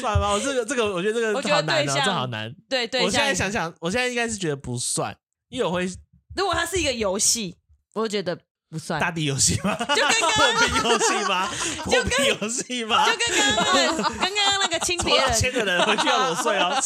Speaker 2: 算吧，我这个这个，我觉得这个
Speaker 1: 我觉
Speaker 2: 这
Speaker 1: 得
Speaker 2: 好难
Speaker 1: 对
Speaker 2: 啊，
Speaker 1: 象
Speaker 2: 这好难。
Speaker 1: 对对象，
Speaker 2: 我现在想想，我现在应该是觉得不算，因为我会
Speaker 1: 如果它是一个游戏，我觉得不算，
Speaker 2: 大地游戏吗？
Speaker 1: 啊就
Speaker 2: *laughs*
Speaker 1: 跟刚
Speaker 2: 破冰游戏
Speaker 1: *laughs*
Speaker 2: 吗？破冰游戏吗？
Speaker 1: 就跟刚刚那个跟刚刚那个
Speaker 2: *laughs*
Speaker 1: 亲别
Speaker 2: 拖到
Speaker 1: 人，
Speaker 2: 千个人回去要裸睡啊，
Speaker 1: *laughs*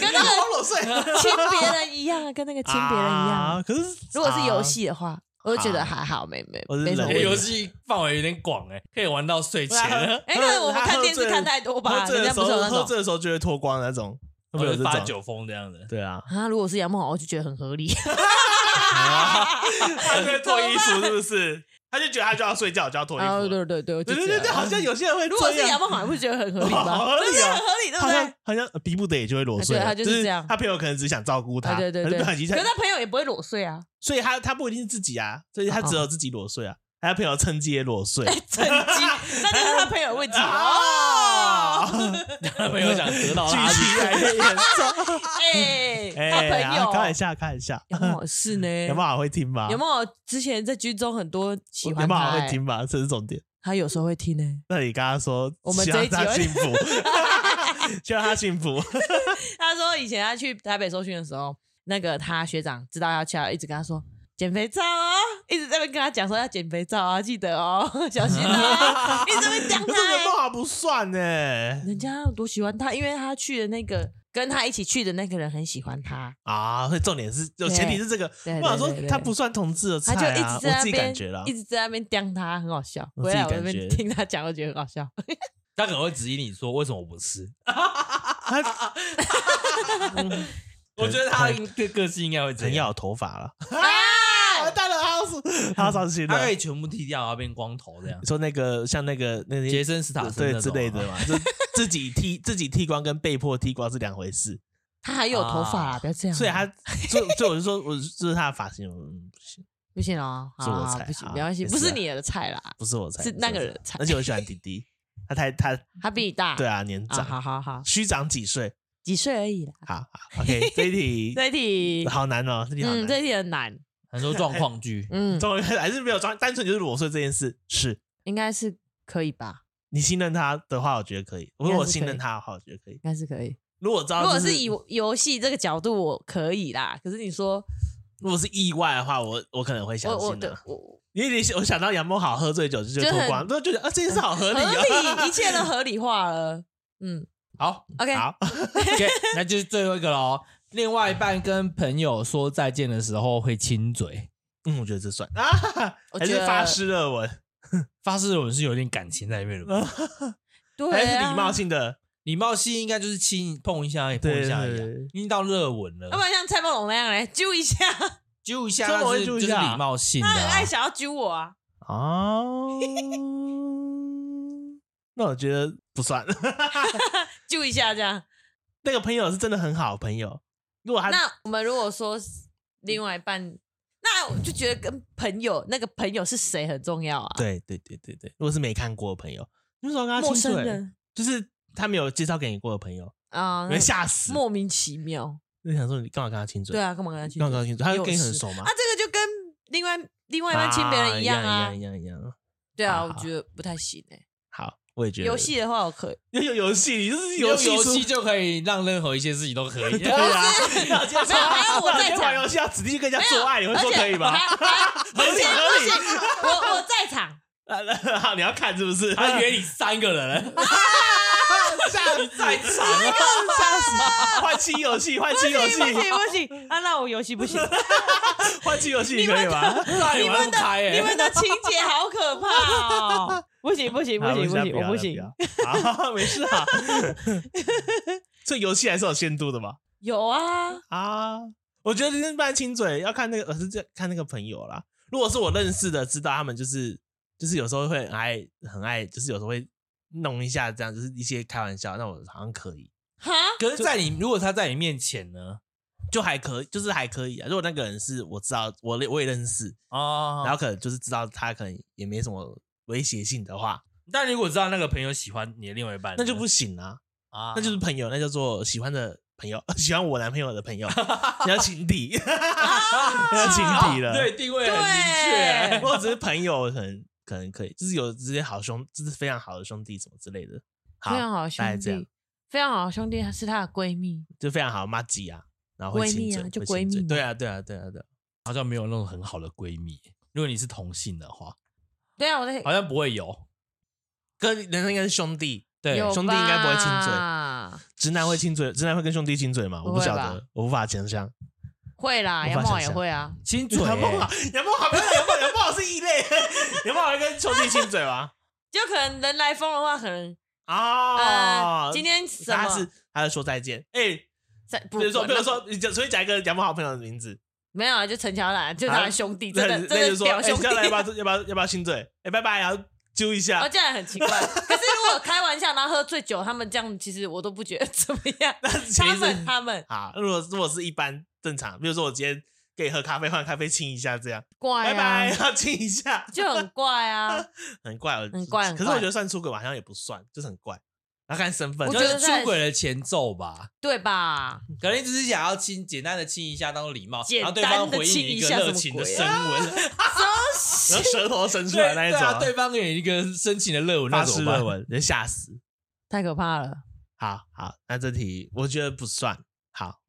Speaker 1: 跟那
Speaker 2: 我
Speaker 1: 个
Speaker 2: 要裸睡，
Speaker 1: 亲别人一样，啊跟那个亲别人一
Speaker 2: *laughs*
Speaker 1: 样。
Speaker 2: 啊。可是
Speaker 1: 如果是游
Speaker 2: 啊
Speaker 1: 戏的话，我就觉得还好，没没
Speaker 2: 我是
Speaker 1: 没什么
Speaker 2: 人
Speaker 1: 问
Speaker 3: 你的
Speaker 1: 题
Speaker 3: *laughs* 游。戏范围有点广哎、可以玩到睡前。
Speaker 1: *laughs* 哎，可能我们看电视看太多吧，
Speaker 2: 啊喝醉
Speaker 1: 人
Speaker 2: 的
Speaker 1: 家
Speaker 2: 时
Speaker 1: 不是有
Speaker 2: 候，
Speaker 1: 那
Speaker 2: 喝
Speaker 1: 种
Speaker 2: 醉的时候就会脱光的那种，会不
Speaker 3: 或者
Speaker 2: 会有
Speaker 3: 是
Speaker 2: 这
Speaker 3: 八
Speaker 2: 种？
Speaker 3: 九风这样的， *laughs*
Speaker 2: 对啊，
Speaker 1: 啊。如果是杨梦好，我就觉得很合理。 *laughs*
Speaker 2: 他就会脱衣服是不是？他就觉得他就要睡觉，就要脱衣
Speaker 1: 啊，
Speaker 2: 服了。
Speaker 1: 对对对，我就
Speaker 2: 对
Speaker 1: 觉
Speaker 2: 对对对，好
Speaker 1: 得。
Speaker 2: 像有些人会这样。
Speaker 1: 如果是杨梦好，你不觉得很合理
Speaker 2: *laughs*
Speaker 1: 吗？
Speaker 2: 好合理啊
Speaker 1: 真的很合理，对不
Speaker 2: 好像
Speaker 1: 对？
Speaker 2: 好像逼不得也就会裸睡了，
Speaker 1: 对他就是这样
Speaker 2: 他朋友可能只想照顾他，
Speaker 1: 啊对对
Speaker 2: 他就
Speaker 1: 对，
Speaker 2: 不小
Speaker 1: 可
Speaker 2: 心
Speaker 1: 是他朋友也不会裸睡 *laughs* 啊，
Speaker 2: 所以他他不一定是自己啊，所以
Speaker 1: 嗯
Speaker 2: 他只有自己裸睡啊，他朋友趁机也裸
Speaker 1: *laughs*
Speaker 2: 睡
Speaker 1: 趁机，那就是他朋友的问题
Speaker 2: 啊，
Speaker 1: 哦。 *laughs*
Speaker 2: 剧
Speaker 3: 没有想得
Speaker 2: *laughs*
Speaker 3: 到他。
Speaker 2: 情越来越严重。
Speaker 1: 哎，他
Speaker 2: 哎
Speaker 1: 朋
Speaker 2: 啊
Speaker 1: 友，
Speaker 2: 开玩笑，开玩笑，
Speaker 1: 杨梦好
Speaker 2: *laughs*
Speaker 1: 是呢，
Speaker 2: 有没有会听吧？
Speaker 1: 有没有之前在剧中很多喜欢
Speaker 2: 有没
Speaker 1: 他、
Speaker 2: 有
Speaker 1: 欸
Speaker 2: 会？听吧？这是重点。
Speaker 1: 他有时候会听呢、
Speaker 2: 那你刚刚说，
Speaker 1: 我们
Speaker 2: 希望
Speaker 1: 这一集
Speaker 2: 他
Speaker 1: 会
Speaker 2: 幸福， *laughs* 希望他幸福。
Speaker 1: 啊他说以前他去台北受训的时候，那个他学长知道要去，一直跟他说：“减肥皂啊，一直在那边跟他讲说要减肥皂啊，记得哦，小心啊，一直在那
Speaker 2: *laughs*
Speaker 1: 边讲
Speaker 2: 这
Speaker 1: 他、
Speaker 2: 个
Speaker 1: 欸。
Speaker 2: 爸不算呢、
Speaker 1: 人家有多喜欢他，因为他去的那个跟他一起去的那个人很喜欢他，
Speaker 2: 啊，所以重点是有前提是这个，
Speaker 1: 对对
Speaker 2: 我想说
Speaker 1: 对对
Speaker 2: 他不算同志的菜
Speaker 1: 他就一
Speaker 2: 啊，
Speaker 1: 直在
Speaker 2: 我
Speaker 1: 那
Speaker 2: 自己
Speaker 1: 边
Speaker 2: 感觉啦
Speaker 1: 一。直在那边刁他，很好笑。
Speaker 2: 我
Speaker 1: 回来
Speaker 2: 自己
Speaker 1: 我在
Speaker 2: 感
Speaker 1: 那边
Speaker 2: 觉
Speaker 1: 听他讲，我觉得很好笑。
Speaker 3: 他可能会质疑你说为什么我不
Speaker 2: *laughs*
Speaker 3: 吃？我觉得他个个性应该会这
Speaker 2: 人要
Speaker 3: 样，
Speaker 2: 有头发了，
Speaker 1: 啊
Speaker 2: *laughs* 完蛋了，他要死，他要伤心
Speaker 3: 他
Speaker 2: 了
Speaker 3: 可。以全部剃掉，然后变光头这样
Speaker 2: 你。说那个像那个那
Speaker 3: 杰
Speaker 2: 些
Speaker 3: 森·斯塔森
Speaker 2: 对
Speaker 3: 那
Speaker 2: 之
Speaker 3: 种啊
Speaker 2: 类的嘛，就自己剃自己剃光跟被迫剃光是两回事，
Speaker 1: 他还有头发
Speaker 3: 啊
Speaker 1: 啦，不要这样。
Speaker 2: 所以他所以所以我就说，我就是他的发型嗯不行，
Speaker 1: 不行哦，
Speaker 2: 是我的
Speaker 1: 好
Speaker 2: 菜
Speaker 1: 不行，
Speaker 2: 啊
Speaker 1: 没关系，
Speaker 2: 也
Speaker 1: 不
Speaker 2: 是
Speaker 1: 是
Speaker 2: 啊
Speaker 1: 你的菜啦，
Speaker 2: 不是我的菜，
Speaker 1: 是
Speaker 2: 不
Speaker 1: 那
Speaker 2: 我
Speaker 1: 个
Speaker 2: 的
Speaker 1: 人的菜
Speaker 2: 而且我喜欢弟弟，他太他
Speaker 1: 他比你大。
Speaker 2: 对啊年
Speaker 1: 啊，
Speaker 2: 长，
Speaker 1: 好好好，
Speaker 2: 虚长几岁，
Speaker 1: 几岁而已啦。
Speaker 2: 好好，OK，这一题
Speaker 1: *laughs* 这一题，
Speaker 2: 好难哦，这题好
Speaker 1: 嗯，
Speaker 2: 难
Speaker 1: 这，一题很难，
Speaker 3: 很多状况剧，
Speaker 1: 嗯，
Speaker 2: 终于还是没有装，单纯就是裸睡这件事是。
Speaker 1: 应该是可以吧？
Speaker 2: 你信任他的话，我觉得可以；如
Speaker 1: 应
Speaker 2: 果
Speaker 1: 该
Speaker 2: 我
Speaker 1: 是
Speaker 2: 信
Speaker 1: 可
Speaker 2: 任
Speaker 1: 以
Speaker 2: 他的话，我觉得可以。
Speaker 1: 应该是可以。
Speaker 2: 如果知道、
Speaker 1: 如果
Speaker 2: 就是
Speaker 1: 以游戏这个角度，我可以啦。可是你说，
Speaker 2: 如果是意外的话，我我可能会相
Speaker 1: 我我
Speaker 2: 信
Speaker 1: 对
Speaker 2: 的。
Speaker 1: 我
Speaker 2: 因为你我想到杨梦好喝醉酒就
Speaker 1: 就
Speaker 2: 脱
Speaker 1: 很
Speaker 2: 光，都觉得啊这件事好合
Speaker 1: 合
Speaker 2: 理啊。
Speaker 1: 理，一切
Speaker 2: *laughs*
Speaker 1: 都合理化了。嗯
Speaker 3: 好
Speaker 1: ，OK，
Speaker 2: 好，
Speaker 3: ，OK，那 *laughs* 就是最后一个喽。另外一半跟朋友说再见的时候会亲嘴，
Speaker 2: 嗯，我觉得这
Speaker 1: *laughs*
Speaker 2: 算啊，
Speaker 1: 我
Speaker 2: 还
Speaker 1: 觉
Speaker 2: 是
Speaker 1: 得
Speaker 2: 发诗热文，
Speaker 3: 发誓我是有点感情在里面的
Speaker 2: 嗯
Speaker 3: 吧。
Speaker 1: 对，啊
Speaker 2: 还是礼貌。性的，
Speaker 3: 礼貌性应该就是亲碰一下，碰一下
Speaker 2: 对
Speaker 3: 一
Speaker 2: 对
Speaker 3: 样
Speaker 2: 对，
Speaker 3: 已经到热吻
Speaker 1: 要啊不
Speaker 3: 了，
Speaker 1: 然像蔡梦龙那样来揪一下，
Speaker 3: 揪一下
Speaker 2: 这么
Speaker 3: 那
Speaker 2: 会
Speaker 3: 是
Speaker 2: 揪
Speaker 3: 就
Speaker 2: 一
Speaker 3: 是礼
Speaker 2: 下
Speaker 3: 貌性的
Speaker 1: 他很
Speaker 3: 啊
Speaker 1: 爱。想要揪我啊。
Speaker 2: 哦。那我觉得不算。 *laughs*
Speaker 1: 揪一下这样。
Speaker 2: 那个朋友是真的很好的朋友，如果他
Speaker 1: 那我们如果说是另外一半，那我就觉得跟朋友那个朋友是谁很重要啊。，
Speaker 2: 对对对对对，如果是没看过的朋友，你为什么跟他欸
Speaker 1: 陌
Speaker 2: 亲
Speaker 1: 生
Speaker 2: 嘴
Speaker 1: 人
Speaker 2: 就是他没有介绍给你过的朋友，
Speaker 1: 啊
Speaker 2: 你，会吓死。
Speaker 1: 莫名其妙。
Speaker 2: 就想说你干嘛跟他亲嘴？
Speaker 1: 对，啊，干嘛跟他去？
Speaker 2: 干嘛跟他亲嘴？他会跟你
Speaker 1: 幼
Speaker 2: 很
Speaker 1: 师
Speaker 2: 熟吗
Speaker 1: 啊，？这个就跟另外另外一半亲别人一样啊
Speaker 2: 一。样一样一样。
Speaker 1: 对
Speaker 2: 好
Speaker 1: 啊，我
Speaker 2: 好
Speaker 1: 觉得不太行哎。
Speaker 2: 好，我也觉得
Speaker 1: 游戏的话，我可以。
Speaker 2: 又有 *laughs* 游戏，你就是
Speaker 3: 有
Speaker 2: 戏
Speaker 3: 游
Speaker 2: 出
Speaker 3: 戏。就可以让任何一些事情都可以。
Speaker 2: 对啊， *laughs* 要接
Speaker 1: 没有还有我在
Speaker 2: 要接
Speaker 1: 场
Speaker 2: 玩游戏要指定跟人家
Speaker 1: 没有
Speaker 2: 做爱，你会说可以
Speaker 1: *laughs*
Speaker 2: 吗？
Speaker 1: 而且
Speaker 2: 合理合
Speaker 1: 我我啊在场，
Speaker 2: 理。好，你要看是不是？
Speaker 3: 他
Speaker 2: *laughs*
Speaker 3: 约你三个人，
Speaker 2: 下你
Speaker 3: 太惨了。
Speaker 2: 吓死！ *laughs* 换新游戏，换新 *laughs* 游
Speaker 1: 啊不行不
Speaker 2: 戏，
Speaker 1: 行不行啊！那我游戏不行，
Speaker 2: *laughs* 换新游戏，你可以
Speaker 1: *laughs*
Speaker 2: 吗？
Speaker 3: 那你玩不开
Speaker 1: 你
Speaker 3: 哎，
Speaker 1: 们的情节好可怕
Speaker 2: *laughs*
Speaker 1: 哦！不行不行不
Speaker 2: 好
Speaker 1: 行不行，我
Speaker 2: 要要
Speaker 1: 不行。
Speaker 2: 要好， *laughs* 没事啊。这游戏还是有限度的吧？
Speaker 1: 有啊，
Speaker 2: 啊，我觉得另一半亲嘴要看那个，呃是这看那个朋友啦。如果是我认识的，知道他们就是就是有时候会很爱很爱，就是有时候会弄一下这样，就是一些开玩笑，那我好像可以，
Speaker 1: 哈，
Speaker 3: 可是，在你如果他在你面前呢？
Speaker 2: 就还可以，就是还可以啊。如果那个人是我知道我我也认识，
Speaker 3: 哦，然
Speaker 2: 然后
Speaker 3: 后
Speaker 2: 可能就是知道他可能也没什么威胁性的话，
Speaker 3: 但如果知道那个朋友喜欢你的另外一半呢，
Speaker 2: 那就不行啊。
Speaker 3: 啊，
Speaker 2: 那就是朋友，那叫做喜欢的朋友， *laughs* 喜欢我男朋友的朋友，你要情敌， *laughs* 你要情敌了。
Speaker 3: 啊对，定位很
Speaker 1: 对
Speaker 3: 明确。
Speaker 2: *laughs* 如果只是朋友，可能可能可以，就是有直接好兄，就是非常好的兄弟什么之类的。好，
Speaker 1: 非常好的
Speaker 2: 大概
Speaker 1: 兄
Speaker 2: 这样
Speaker 1: 弟，非常好的兄弟是她的闺蜜，
Speaker 2: 就非常好，妈吉啊，然后会
Speaker 1: 闺
Speaker 2: 亲
Speaker 1: 蜜啊
Speaker 2: 嘴，
Speaker 1: 就
Speaker 2: 会亲
Speaker 1: 闺
Speaker 2: 嘴
Speaker 1: 蜜
Speaker 2: 对啊，对啊，对啊，对啊。
Speaker 3: 好像没有那种很好的闺蜜，如果你是同性的话，
Speaker 1: 对啊，我在
Speaker 3: 好像不会有。
Speaker 2: 跟人家应该是兄弟，
Speaker 3: 对，
Speaker 1: 有
Speaker 2: 兄弟应该不会亲嘴
Speaker 1: 吧
Speaker 2: 直男会亲嘴，直男会跟兄弟亲嘴吗？我
Speaker 1: 不
Speaker 2: 不
Speaker 1: 会
Speaker 2: 晓
Speaker 1: 吧
Speaker 2: 得，我无法想象。
Speaker 1: 会啦，
Speaker 2: 无法
Speaker 1: 杨
Speaker 2: 想
Speaker 1: 梦也
Speaker 2: 象
Speaker 1: 会啊，
Speaker 3: 亲嘴、
Speaker 2: 杨梦
Speaker 3: 欸
Speaker 2: 啊，，杨梦好，不是杨梦，杨梦好是异类，杨梦好会跟兄弟亲嘴
Speaker 1: *laughs*
Speaker 2: 吗？
Speaker 1: 就可能人来疯的话，可能
Speaker 2: 哦
Speaker 1: 呃，，今天什
Speaker 2: 他
Speaker 1: 么
Speaker 2: 是？他是说再见，哎、
Speaker 1: 在不
Speaker 2: 比如说，
Speaker 1: 不
Speaker 2: 比如说，你讲，所以讲一个杨梦好朋友的名字，
Speaker 1: 没有啊，就陈乔兰，就
Speaker 2: 啊
Speaker 1: 他的兄弟，真
Speaker 2: 那
Speaker 1: 的
Speaker 2: 那就
Speaker 1: 真
Speaker 2: 是
Speaker 1: 的
Speaker 2: 说，
Speaker 1: 表
Speaker 2: 哎，
Speaker 1: 兄弟
Speaker 2: 下，来要不要要不要要不要亲嘴？哎、拜拜，然后揪一下 *laughs*
Speaker 1: 哦，，这样很奇怪。可是如果开玩笑，然后喝醉酒，他们这样，其实我都不觉得怎么
Speaker 2: *laughs*
Speaker 1: 样。
Speaker 2: 其
Speaker 1: 他
Speaker 2: 实
Speaker 1: 们他们
Speaker 2: 好，如果如果是一般正常，比如说我今天给你喝咖啡，换咖啡亲一下，这样，
Speaker 1: 怪
Speaker 2: 拜
Speaker 1: 啊
Speaker 2: 拜，， *laughs* 然后亲一下，
Speaker 1: 就很怪
Speaker 2: *laughs*
Speaker 1: 啊。
Speaker 2: 很怪，我
Speaker 1: 很怪很
Speaker 2: 可是我
Speaker 1: 怪
Speaker 2: 觉得算出轨吧好像也不算，就是很怪，要看身份，
Speaker 1: 我
Speaker 2: 就
Speaker 3: 就是
Speaker 1: 觉得
Speaker 3: 是
Speaker 1: 在
Speaker 3: 出轨的前奏吧，
Speaker 1: 对吧？
Speaker 3: 可能你只是想要亲，简单的亲一下当做礼貌，
Speaker 1: 简
Speaker 3: 然后
Speaker 1: 单地
Speaker 3: 对方回应你一个热情
Speaker 1: 啊
Speaker 3: 的升
Speaker 1: *laughs*
Speaker 3: 温，
Speaker 2: 然后舌头伸出
Speaker 3: 对
Speaker 2: 来那一
Speaker 3: 对
Speaker 2: 种
Speaker 3: 啊，
Speaker 2: 啊，
Speaker 3: 对方给你一个深情的热吻，那
Speaker 2: 发
Speaker 3: 怎
Speaker 2: 出
Speaker 3: 么办
Speaker 2: 热？吻，人吓死。
Speaker 1: 太可怕了。
Speaker 2: 好好，那这题我觉得不算，好，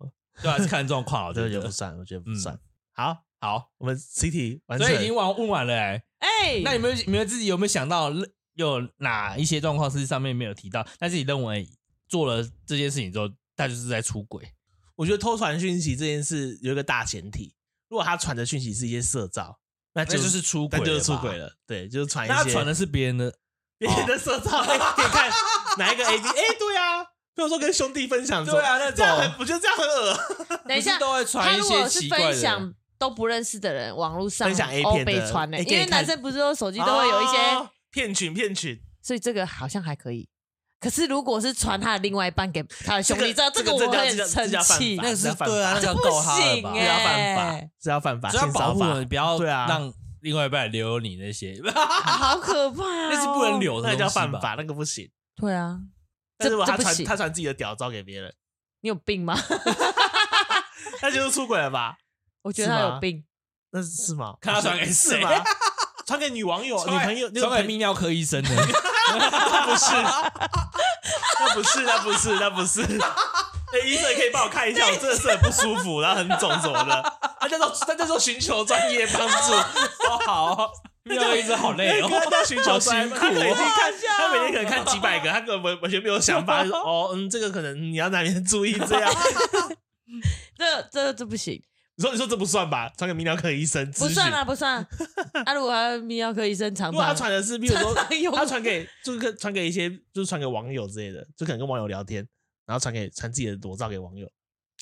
Speaker 3: 对啊，是看状况，我
Speaker 2: 我
Speaker 3: 觉
Speaker 2: 觉得
Speaker 3: 得
Speaker 2: 不算，我觉得不
Speaker 3: 嗯
Speaker 2: 算。好，
Speaker 3: 好，
Speaker 2: 我们 City 完成
Speaker 3: 所以已经完问完了哎、
Speaker 1: 哎，
Speaker 3: 那你们你们自己有没有想到有哪一些状况是上面没有提到，但是你认为做了这件事情之后，他就是在出轨？
Speaker 2: 我觉得偷传讯息这件事有一个大前提，如果他传的讯息是一些色照，那
Speaker 3: 那就是出轨
Speaker 2: 那就是
Speaker 3: 了吧
Speaker 2: 出轨了。对，就是传一些
Speaker 3: 那他传的是哦别人的，
Speaker 2: 别人的色照，哎可以
Speaker 3: *laughs*
Speaker 2: 看哪一个 A D？哎，对啊，比如说跟兄弟分享，
Speaker 3: 对啊那种
Speaker 2: 这样很，我觉得这样很恶
Speaker 1: 等一
Speaker 3: 不
Speaker 1: 下
Speaker 3: 是，都会
Speaker 1: 他
Speaker 3: 传一
Speaker 1: 如
Speaker 3: 些
Speaker 1: 果是
Speaker 3: 奇怪
Speaker 1: 分
Speaker 3: 的。
Speaker 1: 享都不认识的人，网络上
Speaker 2: 分享 A
Speaker 1: 都
Speaker 2: 片的
Speaker 1: 被传的，
Speaker 2: 哎给
Speaker 1: 因
Speaker 2: 你
Speaker 1: 为
Speaker 2: 看
Speaker 1: 男生不是说手机都会有一些，
Speaker 2: 哦骗群骗群。
Speaker 1: 所以这个好像还可以。可是如果是传他的另外一半给他的兄弟，知
Speaker 2: 这
Speaker 1: 道
Speaker 2: 个
Speaker 1: 个我
Speaker 2: 这个
Speaker 1: 会
Speaker 2: 这
Speaker 1: 很
Speaker 2: 个
Speaker 1: 生
Speaker 2: 这叫犯
Speaker 1: 气
Speaker 2: 法，
Speaker 3: 那个是
Speaker 2: 这犯法
Speaker 3: 对啊，那个要告他了吧？
Speaker 2: 这
Speaker 1: *laughs* 不行
Speaker 2: 要
Speaker 1: 哎
Speaker 2: 犯法
Speaker 1: 哎，
Speaker 2: 这要犯法，
Speaker 3: 只要
Speaker 2: 性
Speaker 3: 保
Speaker 2: 骚
Speaker 3: 护
Speaker 2: 法
Speaker 3: 人，不要
Speaker 2: 对啊
Speaker 3: 让另外一半留你那
Speaker 2: *laughs*
Speaker 3: 些，
Speaker 1: 啊好可怕哦！
Speaker 3: 那是不能留的
Speaker 2: 那叫
Speaker 3: 东西
Speaker 2: 犯
Speaker 3: 吧？
Speaker 2: 法，那个不行。
Speaker 1: 对啊，
Speaker 2: 但是如果他
Speaker 1: 这不
Speaker 2: 传
Speaker 1: 行
Speaker 2: 他传自己的屌照给别人，
Speaker 1: 你有病吗？
Speaker 2: 那就是出轨了吧？
Speaker 1: 我觉得
Speaker 2: 是
Speaker 1: 他
Speaker 2: 吗
Speaker 1: 有病。
Speaker 2: 那是是吗？
Speaker 3: 看他传给
Speaker 2: 是
Speaker 3: 谁
Speaker 2: 吗？ *laughs* 传给女网友、女
Speaker 3: 传给 *laughs*
Speaker 2: 朋友、那个
Speaker 3: 传给
Speaker 2: 朋
Speaker 3: 泌
Speaker 2: 友
Speaker 3: 尿科医生
Speaker 2: *laughs*
Speaker 3: 的，
Speaker 2: 那不是，那不是，那不是，那不是。那医生也可以帮我看一下，我真的是很不舒服，然后很肿什么的。他叫做他叫做寻求专业帮助，
Speaker 3: 好 *laughs* 好，泌尿科医生好累哦，
Speaker 2: 他叫寻求
Speaker 3: 好
Speaker 2: 专
Speaker 3: 辛
Speaker 2: 业
Speaker 3: 苦
Speaker 2: 他每天
Speaker 3: 哦。
Speaker 2: 看，他每天可能看几百个，他根本完全没有想法。就说哦，嗯，这个可能你要哪边注意这样。 *laughs*
Speaker 1: 这这这不行，
Speaker 2: 你说你说这不算吧？传给泌尿科医生咨询
Speaker 1: 不算啊，不算
Speaker 2: *laughs*
Speaker 1: 啊。啊，如果他泌尿科医生常
Speaker 2: 如果他
Speaker 1: 常
Speaker 2: 传的是，比如说
Speaker 1: 常常用
Speaker 2: 他传给就是跟传给一些就是传给网友之类的，就可能跟网友聊天，然后传给传自己的裸照给网友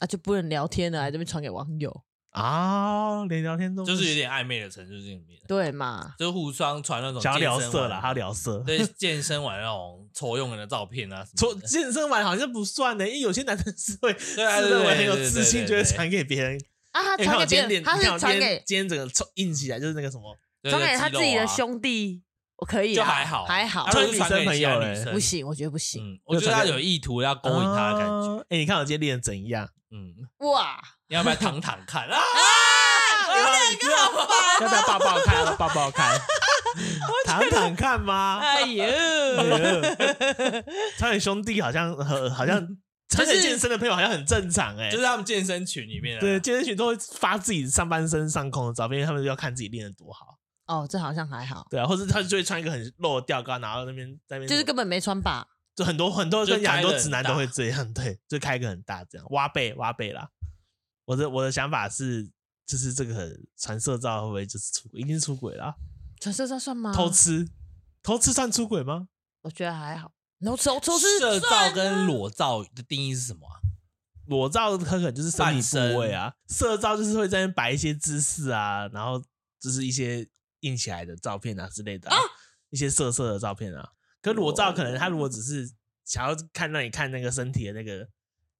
Speaker 1: 啊，就不能聊天了，还这边传给网友，
Speaker 2: 啊，连聊天都不
Speaker 3: 就是有
Speaker 2: 行
Speaker 3: 点暧昧的成分在里面，
Speaker 1: 对嘛？
Speaker 3: 就是互相传那种
Speaker 2: 想要聊
Speaker 3: 健身
Speaker 2: 色
Speaker 3: 完
Speaker 2: 啦，他要聊色。
Speaker 3: 对健身完那种丑用人的照片啊，什
Speaker 2: 做
Speaker 3: 么的
Speaker 2: 健身完好像不算呢，因为有些男生是会自
Speaker 3: 对啊对
Speaker 2: 认为
Speaker 3: 对
Speaker 2: 很有
Speaker 3: 对
Speaker 2: 自
Speaker 3: 对
Speaker 2: 信，
Speaker 3: 对
Speaker 2: 就会
Speaker 3: 对
Speaker 2: 传给别人。
Speaker 1: 啊，他
Speaker 2: 哎你看
Speaker 1: 传
Speaker 2: 我
Speaker 1: 给
Speaker 2: 今
Speaker 1: 别
Speaker 2: 天
Speaker 1: 人，
Speaker 2: 脸，
Speaker 1: 他
Speaker 2: 你看我
Speaker 1: 是
Speaker 2: 今
Speaker 1: 传
Speaker 2: 天
Speaker 1: 给
Speaker 2: 今天整个抽硬起来，就是那个什么，
Speaker 3: 对
Speaker 1: 传
Speaker 3: 对
Speaker 1: 给他
Speaker 3: 肌肉
Speaker 1: 自己的
Speaker 3: 啊
Speaker 1: 兄弟，我可以啊，
Speaker 3: 就还好
Speaker 1: 还好
Speaker 3: 啊，
Speaker 2: 传
Speaker 3: 如
Speaker 2: 给
Speaker 3: 果传
Speaker 2: 女生
Speaker 3: 给
Speaker 2: 朋
Speaker 3: 其他
Speaker 2: 友
Speaker 3: 女
Speaker 2: 嘞
Speaker 3: 生
Speaker 1: 不行，我觉得不行。
Speaker 3: 嗯，我觉得他有意图要勾引他的感觉。
Speaker 2: 啊。哎，你看我今天练得怎样？
Speaker 3: 嗯，
Speaker 1: 哇，
Speaker 3: 你要不要躺躺看
Speaker 1: *laughs*
Speaker 3: 啊？
Speaker 2: 要不要抱抱看？要不要抱抱看？躺躺看吗？
Speaker 1: 哎呦，
Speaker 2: 超级兄弟好像很好像，而且健身的朋友好像很正常哎、
Speaker 3: 就是他们健身群里面的，
Speaker 2: 对，健身群都会发自己上半身上空的照片，因为他们要看自己练得多好，
Speaker 1: 哦，这好像还好，
Speaker 2: 对啊，或者他就会穿一个很露的吊杆，然后那边在那边
Speaker 1: 就是根本没穿吧？
Speaker 2: 就很多很多
Speaker 3: 就
Speaker 2: 跟讲
Speaker 3: 开
Speaker 2: 很
Speaker 3: 得
Speaker 2: 多直男
Speaker 3: 很大
Speaker 2: 都会这样，对，就开一个很大这样挖背挖背啦。我的我的想法是，就是这个传色照会不会就是出轨？一定是出轨啊啦，
Speaker 1: 穿色照算吗？
Speaker 2: 偷吃偷吃算出轨吗？
Speaker 1: 我觉得还好。然后偷偷吃
Speaker 3: 色照
Speaker 1: 算啊
Speaker 3: 跟裸照的定义是什么啊？
Speaker 2: 裸照它可能就是身
Speaker 3: 半
Speaker 2: 体
Speaker 3: 身
Speaker 2: 部位啊，色照就是会在那边摆一些姿势啊，然后就是一些印起来的照片啊之类的啊，一些色色的照片啊。可裸照可能他如果只是想要看让你看那个身体的那个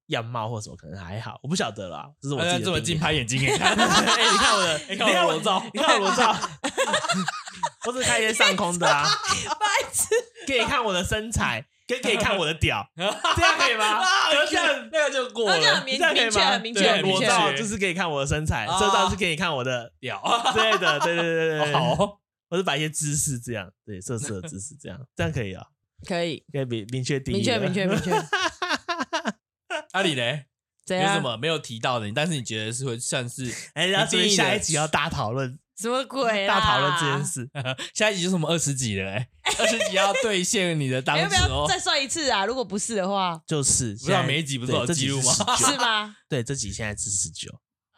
Speaker 2: 样貌或什么，可能还好，我不晓得啦，这是我自己
Speaker 3: 要
Speaker 2: 的
Speaker 3: 呃哎这么近
Speaker 2: 定义。啊
Speaker 3: 拍眼睛 *laughs* 给看，
Speaker 2: *laughs* 哎，你
Speaker 1: *laughs*
Speaker 2: 看我的，
Speaker 3: *laughs* 你看我的裸照
Speaker 2: 你看我裸照，我只看一些上空的啊，
Speaker 1: 白痴，
Speaker 2: 可以看我的身材，跟可以看我的屌，这样可以
Speaker 3: *laughs*
Speaker 2: 吗？
Speaker 3: 啊
Speaker 2: 这样
Speaker 3: 那个就过
Speaker 1: 那这样
Speaker 3: 了
Speaker 1: 很，明
Speaker 2: 这样可以
Speaker 1: 明确
Speaker 2: 吗
Speaker 1: 很明
Speaker 3: 对
Speaker 1: 确，
Speaker 2: 对，
Speaker 1: 很明
Speaker 2: 裸
Speaker 1: 确。
Speaker 2: 照就是可以看我的身材，
Speaker 3: 啊
Speaker 2: 色照是可以看我的
Speaker 3: 屌，啊
Speaker 2: 之类的，对对对对对，，
Speaker 3: 好，哦
Speaker 2: 我是摆一些姿势这样，对，色色的姿势这样，这样可以啊，
Speaker 1: 可以，
Speaker 2: 可以明明确定义，
Speaker 1: 明确明确
Speaker 2: *laughs*
Speaker 1: 明，确，
Speaker 3: 阿里嘞
Speaker 1: 怎
Speaker 3: 有什
Speaker 1: 样？
Speaker 3: 么没有提到的？但是你觉得是会算是
Speaker 2: 哎，然后所
Speaker 3: 你
Speaker 2: 以
Speaker 3: 定义的
Speaker 2: 下一集要大讨论，
Speaker 1: *laughs* 什么鬼啦？
Speaker 2: 大讨论这件事， *laughs*
Speaker 3: 下一集就是我们二十集了，哎，二十集要兑现你的当
Speaker 1: 要不
Speaker 3: 时 *laughs*
Speaker 1: 要
Speaker 3: 哦。
Speaker 1: 再算一次啊？如果不是
Speaker 2: *laughs*
Speaker 1: 的话，
Speaker 2: 就是
Speaker 3: 不知道每一集不是都有记录吗？
Speaker 1: 是吗？
Speaker 2: 对，这集现在是十九，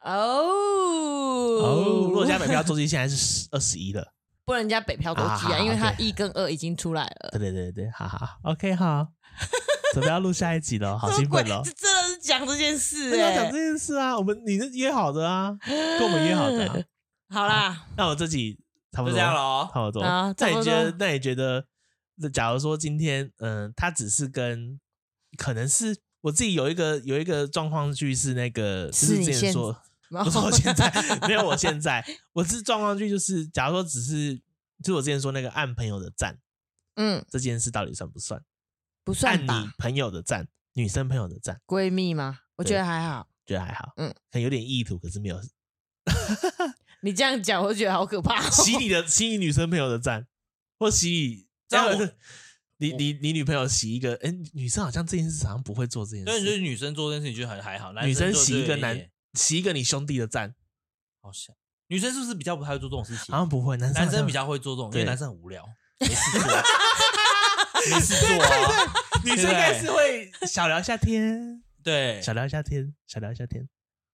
Speaker 1: 哦
Speaker 2: 哦，如果加北漂周期现在是二十一了，
Speaker 1: 不能加北漂多
Speaker 2: 啊
Speaker 1: 季
Speaker 2: 好
Speaker 1: 啊，因为它
Speaker 2: OK
Speaker 1: 一跟二已经出来了。
Speaker 2: 对对对对，好好好，OK 好，准备要录下一集了， *laughs* 好
Speaker 1: 什
Speaker 2: 兴
Speaker 1: 么鬼？
Speaker 2: 奋哦
Speaker 1: 这！真的是讲这件事
Speaker 2: 那要
Speaker 1: 哎
Speaker 2: 讲这。件事啊，我们你是约好的啊，跟我们约好的啊，
Speaker 1: 好啦，
Speaker 2: 那我这集差不
Speaker 3: 就
Speaker 2: 多
Speaker 3: 这样了哦。
Speaker 2: 差不多。
Speaker 1: 啊
Speaker 2: 那你
Speaker 1: 差不
Speaker 2: 觉
Speaker 1: 多
Speaker 2: 得？那你觉得？那假如说今天，嗯、他只是跟，可能是我自己有一个有一个状况剧是那个，就是
Speaker 1: 是你
Speaker 2: 之前
Speaker 1: 现哦
Speaker 2: 说，*laughs*
Speaker 1: 然
Speaker 2: 不是
Speaker 1: 后
Speaker 2: 我现在，没有我现在，我是状况剧就是，假如说只是，就我之前说那个按朋友的赞
Speaker 1: *laughs* 嗯，
Speaker 2: 这件事到底算不算？
Speaker 1: 不算
Speaker 2: 按你
Speaker 1: 吧？
Speaker 2: 朋友的赞，女生朋友的赞，
Speaker 1: 闺蜜吗？我觉
Speaker 2: 对
Speaker 1: 得还好。
Speaker 2: 觉得还好，嗯
Speaker 1: 嗯，
Speaker 2: 可能有点意图，可是没有
Speaker 1: 你这样讲，我就觉得好可怕哦。
Speaker 2: 洗你的 *laughs* 洗你女生朋友的赞，或洗你
Speaker 3: 这样我
Speaker 2: 你你你女朋友洗一个，哎、女生好像这件事好像不会做这件
Speaker 3: 所以你觉得
Speaker 2: 事。
Speaker 3: 女生做这件事情就很还好，男
Speaker 2: 女
Speaker 3: 生
Speaker 2: 生
Speaker 3: 做
Speaker 2: 洗一
Speaker 3: 这
Speaker 2: 个男，洗一个你兄弟的赞，
Speaker 3: 好像女生是不是比较不太会做这种事情
Speaker 2: 好？像不会，男生
Speaker 3: 男生比
Speaker 2: 较
Speaker 3: 较会做这种，因为
Speaker 2: 对
Speaker 3: 男生很无聊，没事
Speaker 2: *laughs*
Speaker 3: 做，没事做啊。
Speaker 2: 女生应该是会小聊一下天，
Speaker 3: 对，
Speaker 2: 小聊一下天，小聊一下天，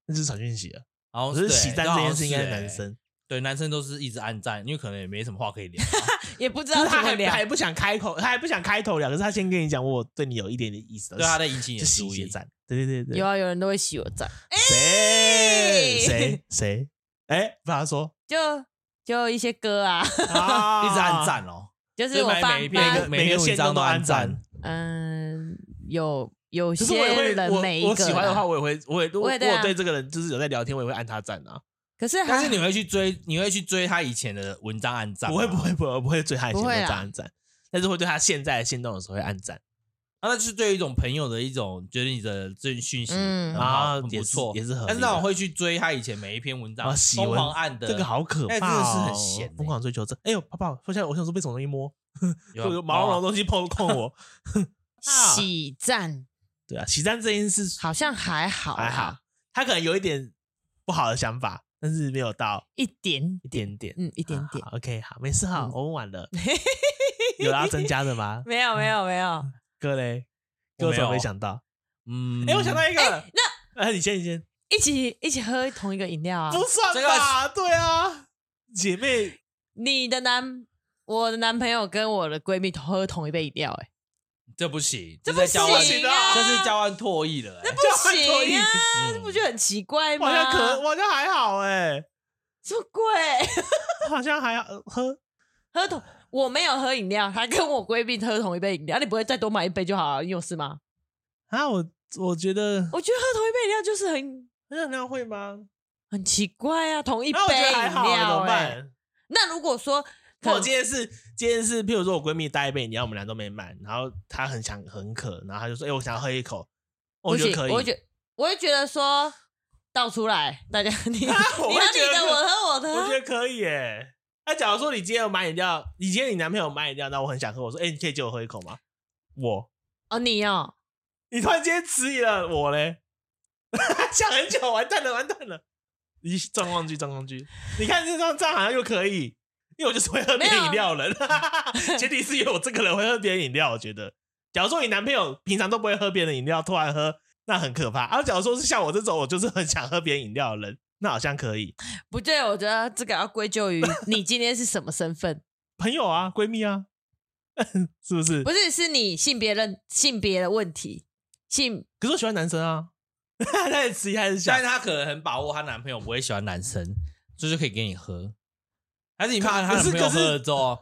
Speaker 2: 那就是传讯息了。
Speaker 3: 然后
Speaker 2: 我是
Speaker 3: 对
Speaker 2: 喜赞
Speaker 3: 好
Speaker 2: 这件
Speaker 3: 像
Speaker 2: 事应该
Speaker 3: 是
Speaker 2: 是
Speaker 3: 欸
Speaker 2: 男，生，
Speaker 3: 哦对，男生都是一直暗赞，因为可能也没什么话可以聊啊。
Speaker 1: *laughs*
Speaker 2: *laughs*
Speaker 1: 也不知
Speaker 2: 就
Speaker 1: 道
Speaker 2: 是
Speaker 1: 怎
Speaker 2: 他
Speaker 1: 么
Speaker 2: 还
Speaker 1: 聊
Speaker 2: 还。不想开口，他还不想开头聊，可是他先跟你讲我对你有一点点意思，
Speaker 3: 对，啊他在引起你
Speaker 2: 就
Speaker 3: 的
Speaker 2: 洗
Speaker 3: 注
Speaker 2: 一些
Speaker 3: 意。
Speaker 2: 赞，对对对
Speaker 1: 有
Speaker 2: 对，
Speaker 1: 啊，有人都会洗我赞，
Speaker 2: 谁
Speaker 1: 哎
Speaker 2: 谁谁，哎，不好说，
Speaker 1: 就就一些歌啊， *laughs*
Speaker 2: *laughs* 啊
Speaker 3: 一直暗，赞 *laughs* 哦，
Speaker 1: 就是我
Speaker 3: 买
Speaker 1: 放
Speaker 3: 每一
Speaker 1: 发
Speaker 3: 篇
Speaker 2: 个
Speaker 3: 每篇文章都暗
Speaker 2: 每个
Speaker 3: 赞，
Speaker 1: 嗯，有有
Speaker 2: 可是我也
Speaker 1: 些
Speaker 2: 会，
Speaker 1: 人
Speaker 2: 我
Speaker 1: 每一个
Speaker 2: 我喜欢的
Speaker 1: 啦
Speaker 2: 话，，我也会，我也如果
Speaker 1: 我也对啊
Speaker 2: 我对这个人就是有在聊天，我也会按他赞啊，
Speaker 1: 可是
Speaker 3: 但
Speaker 1: 还
Speaker 3: 是你会去追，你会去追他以前的文章暗赞吗？
Speaker 2: 不会不会不会，我不会对他以前
Speaker 1: 不
Speaker 2: 的
Speaker 1: 会啊啦
Speaker 2: 赞按赞，但是会对他现在的现动的时候会按赞
Speaker 3: 啊，那就是对于一种朋友的一种，觉得你的这讯息
Speaker 1: 嗯
Speaker 3: 很好
Speaker 2: 啊
Speaker 3: 很
Speaker 2: 也
Speaker 3: 不
Speaker 2: 是
Speaker 3: 错，
Speaker 2: 也是合理的
Speaker 3: 但是那我会去追他以前每一篇文章
Speaker 2: 啊，，喜
Speaker 3: 疯
Speaker 2: 文
Speaker 3: 狂按的
Speaker 2: 这个，好可怕、哦，
Speaker 3: 哎真的是很闲欸
Speaker 2: 疯狂追求者。哎呦，泡泡，说起来，我想说被什么东西摸，
Speaker 3: 有
Speaker 2: 有
Speaker 3: 啊
Speaker 2: 个毛茸茸的东西碰碰我。啊
Speaker 1: 喜赞
Speaker 2: 对啊，喜赞这件事
Speaker 1: 好像还好啦，
Speaker 2: 还好，他可能有一点不好的想法，但是没有到
Speaker 1: 一点
Speaker 2: 一，点点，
Speaker 1: 嗯，一点点，
Speaker 2: 好 OK，好，没事哈，
Speaker 1: 嗯
Speaker 2: 我问
Speaker 1: *laughs*
Speaker 2: 完了。有要增加的吗？
Speaker 1: 没有没有没有，
Speaker 2: 哥嘞，
Speaker 3: 我
Speaker 2: 哥
Speaker 3: 没
Speaker 2: 怎么没
Speaker 3: 有
Speaker 2: 想到？
Speaker 3: 嗯，
Speaker 2: 哎，我想到一个，
Speaker 1: 那
Speaker 2: 哎，你先，你先，
Speaker 1: 一起一起喝同一个饮料啊，
Speaker 2: 不算
Speaker 3: 这个
Speaker 2: 吧？对啊，姐妹
Speaker 1: 你的男。我的男朋友跟我的闺蜜喝同一杯饮
Speaker 2: *laughs*
Speaker 1: 料、欸，哎，
Speaker 3: 这不行，
Speaker 1: 这
Speaker 3: 在
Speaker 1: 不
Speaker 3: 交
Speaker 1: 行
Speaker 3: 换，
Speaker 1: 啊！
Speaker 3: 这是交换唾液了，哎
Speaker 1: 不行啊，
Speaker 3: 嗯
Speaker 1: 这不就很奇怪
Speaker 2: 我
Speaker 1: 吗？
Speaker 2: 好像可，我好像还好哎，
Speaker 1: 什么鬼？
Speaker 2: 我好像还呃好喝
Speaker 1: 喝同我没有喝饮料，他跟我闺蜜喝同一杯饮料，你不会再多买一杯就好了？你有事吗？
Speaker 2: 啊，我我觉得
Speaker 1: 我觉得喝同一杯饮料就是很
Speaker 2: 那那会吗？
Speaker 1: 很奇怪啊，同一杯
Speaker 2: 那我觉
Speaker 1: 饮
Speaker 2: 得还好，怎
Speaker 1: 料、
Speaker 2: 么
Speaker 1: 欸。
Speaker 2: 办？
Speaker 1: 那如果说
Speaker 2: 那
Speaker 1: 可
Speaker 2: 我今天是今天是，譬如说我闺蜜带一杯饮料，我们俩都没买，然后她很想很渴，然后她就说：“哎、我想要喝一口。”
Speaker 1: 不
Speaker 2: 我觉
Speaker 1: 行
Speaker 2: 得可以，*laughs*
Speaker 1: 我会觉我会觉得说倒出来，大家你、
Speaker 2: 啊 *laughs* 我
Speaker 1: 你
Speaker 2: 会
Speaker 1: 喝
Speaker 2: 觉
Speaker 1: 你
Speaker 2: 得
Speaker 1: 的，我喝我的
Speaker 2: 我
Speaker 1: 啊，
Speaker 2: 觉得可以耶。那、假如说你今天有买饮料，你今天你男朋友买饮料，那我很想喝，我说：“哎、你可以借我喝一口吗？”我，
Speaker 1: 哦你哦，
Speaker 2: 你突然间迟疑了，我嘞， *laughs* 想很久，完蛋了，完蛋了。你状况剧，状况剧，你看这张这样好像又可以，因为我就是会喝别人饮料的人， *laughs* 前提是因为我这个人会喝别人饮料。我觉得，假如说你男朋友平常都不会喝别人饮料，突然喝，那很可怕。然、啊后假如说是像我这种，我就是很想喝别人饮料的人，那好像可以。
Speaker 1: 不对，我觉得这个要归
Speaker 2: *laughs*
Speaker 1: 咎于你今天是什么身份，
Speaker 2: 朋友啊，闺蜜啊， *laughs* 是不是？
Speaker 1: 不是是你性别认性别的问题，性
Speaker 2: 可是我喜欢男生啊， *laughs* 他也迟疑，他也想
Speaker 3: 但是，她可能很把握她男朋友不会喜欢男生，就是可以给你喝，还是你怕她
Speaker 2: 可
Speaker 3: 男
Speaker 2: 是
Speaker 3: 朋友
Speaker 2: 可是
Speaker 3: 喝了之后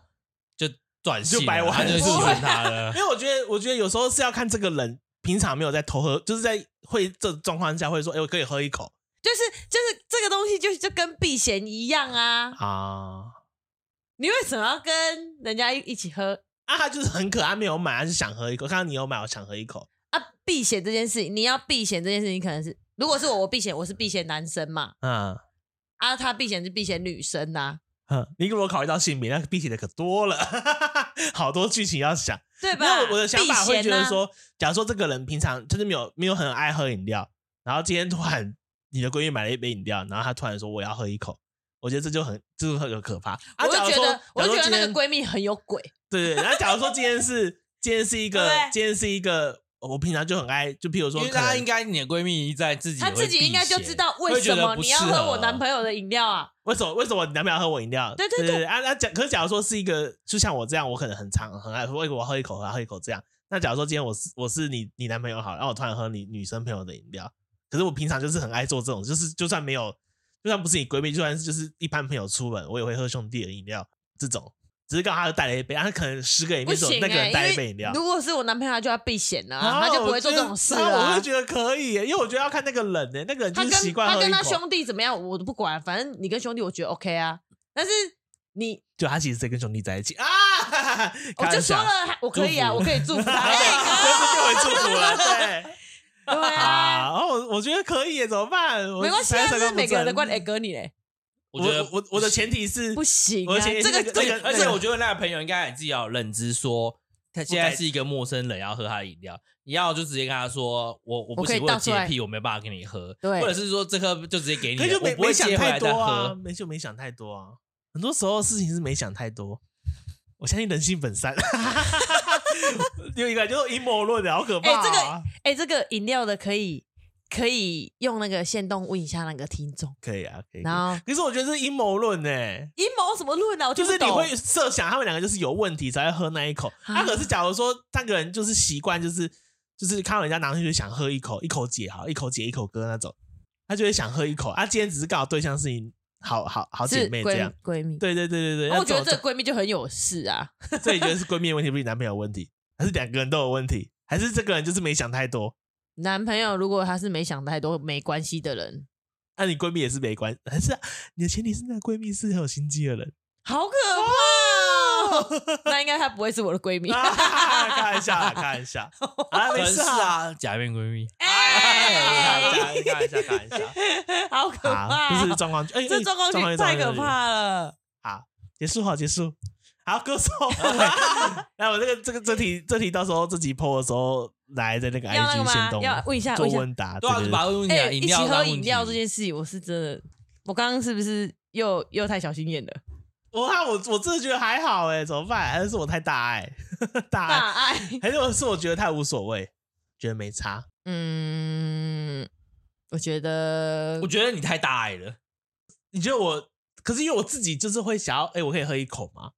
Speaker 3: 就转性了，
Speaker 2: 就掰弯
Speaker 3: 她就喜欢他了
Speaker 2: 因。为我觉得，我觉得有时候是要看这个人平常没有在偷喝，就是在会这种状况下会说，哎、我可以喝一口
Speaker 1: 就是就是这个东西就就跟避嫌一样啊，
Speaker 2: 啊。
Speaker 1: 你为什么要跟人家一一起喝
Speaker 2: 啊，他就是很可爱，没有买，他是想喝一口。看到你有买，我想喝一口。
Speaker 1: 啊？避嫌这件事情，你要避嫌这件事情，可能是如果是我，我避嫌，我是避嫌男生嘛，
Speaker 2: 嗯
Speaker 1: 啊，他避嫌是避嫌女生呐、
Speaker 2: 哼，你给我考虑到性别，那避嫌的可多了， *laughs* 好多剧情要想。
Speaker 1: 啊，对
Speaker 2: 因
Speaker 1: 吧？
Speaker 2: 为我的想法会
Speaker 1: 避
Speaker 2: 觉
Speaker 1: 嫌
Speaker 2: 得
Speaker 1: 啊，
Speaker 2: 说，假如说这个人平常就是没有没有很爱喝饮料，然后今天突然你的闺蜜买了一杯饮料，然后她突然说我要喝一口，我觉得这就很就是很有可怕。啊，
Speaker 1: 我就
Speaker 2: 假如
Speaker 1: 觉
Speaker 2: 说
Speaker 1: 得，我就
Speaker 2: 假如说
Speaker 1: 觉得
Speaker 2: 今
Speaker 1: 那
Speaker 2: 天
Speaker 1: 个闺蜜很有鬼，
Speaker 2: 对对，对然后假如说今天是今天是一个
Speaker 1: 对不对
Speaker 2: 今天是一个，我平常就很爱，就譬如说
Speaker 3: 因
Speaker 2: 可
Speaker 3: 为
Speaker 2: 能，
Speaker 3: 她应该你的闺蜜在自己也
Speaker 1: 她
Speaker 3: 会
Speaker 1: 自己应该就
Speaker 3: 避嫌
Speaker 1: 知道为什么你要喝我男朋
Speaker 3: 友。
Speaker 1: 友的饮料啊？
Speaker 2: 为什么为什么你男朋友喝我饮料？
Speaker 1: 对
Speaker 2: 对
Speaker 1: 对
Speaker 2: 对啊啊！假可是假如说是一个，就像我这样，我可能很常很爱，我我喝一口，我喝一口这样。那假如说今天我是我是你你男朋友好了，然后我突然喝你女生朋友的饮料，可是我平常就是很爱做这种，就是就算没有，就算不是你闺蜜，就算是就是一般朋友出门，我也会喝兄弟的饮料这种。只是刚好他带了一杯，啊他可能十个里
Speaker 1: 不
Speaker 2: 面只有
Speaker 1: 行
Speaker 2: 那个
Speaker 1: 哎、
Speaker 2: 人带一
Speaker 1: 因
Speaker 2: 杯
Speaker 1: 为
Speaker 2: 饮料。
Speaker 1: 如果是我男朋友，他就要避嫌了、
Speaker 2: 啊
Speaker 1: 啊，他就不会做
Speaker 2: 我
Speaker 1: 这
Speaker 2: 觉得
Speaker 1: 种事
Speaker 2: 啊
Speaker 1: 了、
Speaker 2: 我会觉得可以耶，因为我觉得要看那个人呢，那个人就
Speaker 1: 他
Speaker 2: 是
Speaker 1: 跟
Speaker 2: 习惯
Speaker 1: 他
Speaker 2: 喝一
Speaker 1: 跟他
Speaker 2: 口。
Speaker 1: 兄弟怎么样，我都不管，反正你跟兄弟我觉得 OK 啊。但是你，
Speaker 2: 就他其实在跟兄弟在一起啊，
Speaker 1: *laughs* 我就
Speaker 2: *laughs*
Speaker 1: 说
Speaker 2: 开玩笑，
Speaker 1: 了，我可以啊，
Speaker 2: 祝福
Speaker 1: 我可以祝福
Speaker 2: *laughs*
Speaker 1: 他。
Speaker 2: 这是变为祝福了，对。
Speaker 1: *laughs* 哎对
Speaker 2: 啊，
Speaker 1: 啊，
Speaker 2: 然后我我觉得可以耶，怎么办？我
Speaker 1: 没关系啊，
Speaker 2: 实在
Speaker 1: 这是
Speaker 2: 看不
Speaker 1: 每个人的
Speaker 2: 准
Speaker 1: 观点。哎，哥你嘞，
Speaker 3: 我
Speaker 2: 我
Speaker 3: 觉得
Speaker 2: 我我的前提是
Speaker 1: 不行
Speaker 2: 而
Speaker 1: 啊，
Speaker 2: 且
Speaker 1: 这
Speaker 2: 那个
Speaker 1: 个这
Speaker 2: 那
Speaker 1: 个
Speaker 2: 个
Speaker 3: 而
Speaker 2: 那
Speaker 3: 且
Speaker 2: 个
Speaker 3: 我觉得那个朋友应该也自己要有认知说，他现在是一个陌生人要喝他的饮料，你要就直接跟他说我我不
Speaker 1: 可以
Speaker 3: 行，我有
Speaker 1: 倒出来
Speaker 3: 洁癖，我没办法跟你喝，
Speaker 1: 对
Speaker 3: 或者是说这颗就直接给你
Speaker 2: 可是
Speaker 3: 了，
Speaker 2: 就
Speaker 3: 我
Speaker 2: 没
Speaker 3: 不会
Speaker 2: 没想
Speaker 3: 接回
Speaker 2: 太
Speaker 3: 来
Speaker 2: 多
Speaker 3: 再
Speaker 2: 啊，
Speaker 3: 喝。
Speaker 2: 没就没想太多啊。很多时候事情是没想太多。我相信人性本善， *laughs* 有一个就是阴谋论的好可怕、啊
Speaker 1: 哎这个哎、这个饮料的可以可以用那个线动问一下那个听众，
Speaker 2: 可以啊，可以。可以
Speaker 1: 然后
Speaker 2: 可是我觉得是阴谋论哎，
Speaker 1: 阴谋什么论啊？我
Speaker 2: 就
Speaker 1: 听不
Speaker 2: 是你
Speaker 1: 懂
Speaker 2: 会设想他们两个就是有问题才会喝那一口。他、
Speaker 1: 啊
Speaker 2: 可是假如说那个人就是习惯就是就是看到人家拿出去就想喝一口，一口解好，一口解一口哥那种，他就会想喝一口。啊，今天只是刚好对象是你好好好姐
Speaker 1: 是
Speaker 2: 妹这样
Speaker 1: 闺。闺蜜。
Speaker 2: 对对对对对，
Speaker 1: 然后我觉得
Speaker 2: 那
Speaker 1: 这个闺蜜就很有事啊，
Speaker 2: 所以你觉得是闺蜜的问题，不是你男朋友的问题，还是两个人都有问题，还是这个人就是没想太多？
Speaker 1: 男朋友如果他是没想太多没关系的人，
Speaker 2: 那、你闺蜜也是没关，还是、啊你的前提是那个闺蜜是很有心机的人？ *laughs*
Speaker 1: 好可怕、哦！那应该她不会是我的闺蜜。
Speaker 2: 啊开玩笑啦，开玩笑啊，
Speaker 3: 可
Speaker 2: 没
Speaker 3: 能
Speaker 2: 事
Speaker 3: 是
Speaker 2: 啊，
Speaker 3: 啊，假面闺蜜，
Speaker 1: 哎，
Speaker 2: 哎开玩笑，开玩笑，
Speaker 1: 好可怕！
Speaker 2: 啊，不是状况剧，哎，
Speaker 1: 这
Speaker 2: 哎
Speaker 1: 状况
Speaker 2: 状
Speaker 1: 剧太可。
Speaker 2: 状
Speaker 1: 怕了。
Speaker 2: 结束好，结束好，歌
Speaker 1: *laughs*
Speaker 2: 手。来，我这个这个这题这题，到时候这集 PO 的时候，来在那个
Speaker 1: 要那个
Speaker 2: IG 先
Speaker 1: 吗？
Speaker 2: 动啊
Speaker 1: 要问一下，
Speaker 2: 做
Speaker 1: 问一下。
Speaker 2: 问答，
Speaker 3: 对啊，就
Speaker 2: 对
Speaker 3: 把问题
Speaker 1: 哎，
Speaker 3: 讲
Speaker 1: 一
Speaker 3: 饮
Speaker 1: 起
Speaker 3: 料当
Speaker 1: 喝
Speaker 3: 问题
Speaker 1: 饮料这件事情，我是真的，我刚刚是不是又又太小心眼了？
Speaker 2: 我怕我我真的觉得还好哎、怎么办？还是我太大爱，大爱，
Speaker 1: 大爱， *laughs*
Speaker 2: 还是我是我觉得太无所谓，觉得没差。
Speaker 1: 嗯，我觉得
Speaker 3: 我觉得你太大爱了。
Speaker 2: 你觉得我？可是因为我自己就是会想要，哎、我可以喝一口吗？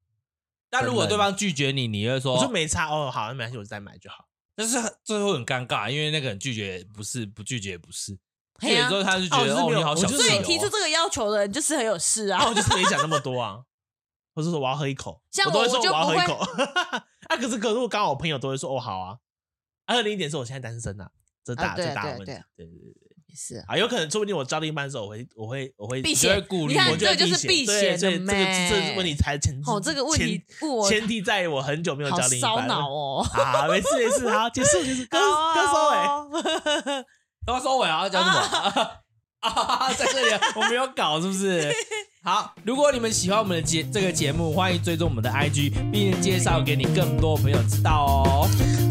Speaker 3: 但如果
Speaker 2: 很
Speaker 3: 对
Speaker 2: 冷
Speaker 3: 方拒绝你，你会说
Speaker 2: 我说没差哦，好，那没关系，我再买就好。
Speaker 3: 但是最后很尴尬，因为那个人拒绝不是，不拒绝不是，拒
Speaker 1: 嘿
Speaker 3: 绝
Speaker 1: 啊
Speaker 3: 之后他就觉得
Speaker 2: 哦我是
Speaker 3: 哦
Speaker 2: 没有哦
Speaker 3: 你好小气哦，
Speaker 2: 我就是
Speaker 1: 所以提出这个要求的人就是很有事
Speaker 2: 然
Speaker 1: 啊
Speaker 2: 后。我就是没想那么多啊，我是说我要喝一口，
Speaker 1: 像
Speaker 2: 都
Speaker 1: 我
Speaker 2: 会说
Speaker 1: 我就
Speaker 2: 要喝
Speaker 1: 不
Speaker 2: 一
Speaker 1: 会
Speaker 2: 口。 *laughs* 啊，可是可是我刚好我朋友都会说哦好啊。还有另一点是我现在单身啊，这大、
Speaker 1: 啊对啊
Speaker 2: 这大
Speaker 1: 对啊
Speaker 2: 的问题
Speaker 1: 对啊。
Speaker 2: 对对对
Speaker 1: 也是啊，
Speaker 2: 啊，有可能说不定我交另一半的时候，我会我会我会
Speaker 1: *laughs* 避
Speaker 3: 就
Speaker 1: 嫌
Speaker 3: 会顾虑
Speaker 1: 你
Speaker 3: 我
Speaker 1: 看，
Speaker 3: 觉
Speaker 1: 这
Speaker 3: 得
Speaker 1: 个就是避嫌
Speaker 2: 对
Speaker 1: 的
Speaker 2: 这个这这问题才前
Speaker 1: 哦，这个问题问我
Speaker 2: 前提在我很久没有
Speaker 1: 好
Speaker 2: 交另一半
Speaker 1: 烧脑哦。啊
Speaker 2: 啊，没事没事，好，结束
Speaker 1: *laughs*
Speaker 2: 结束，歌歌收尾。 *laughs*
Speaker 1: 尾。
Speaker 3: 然后收尾啊，要讲什么？啊，在 *laughs* 这里我没有搞，是不是？好，如果你们喜欢我们的节这个节目，欢迎追踪我们的 IG，并介绍给你更多朋友知道哦。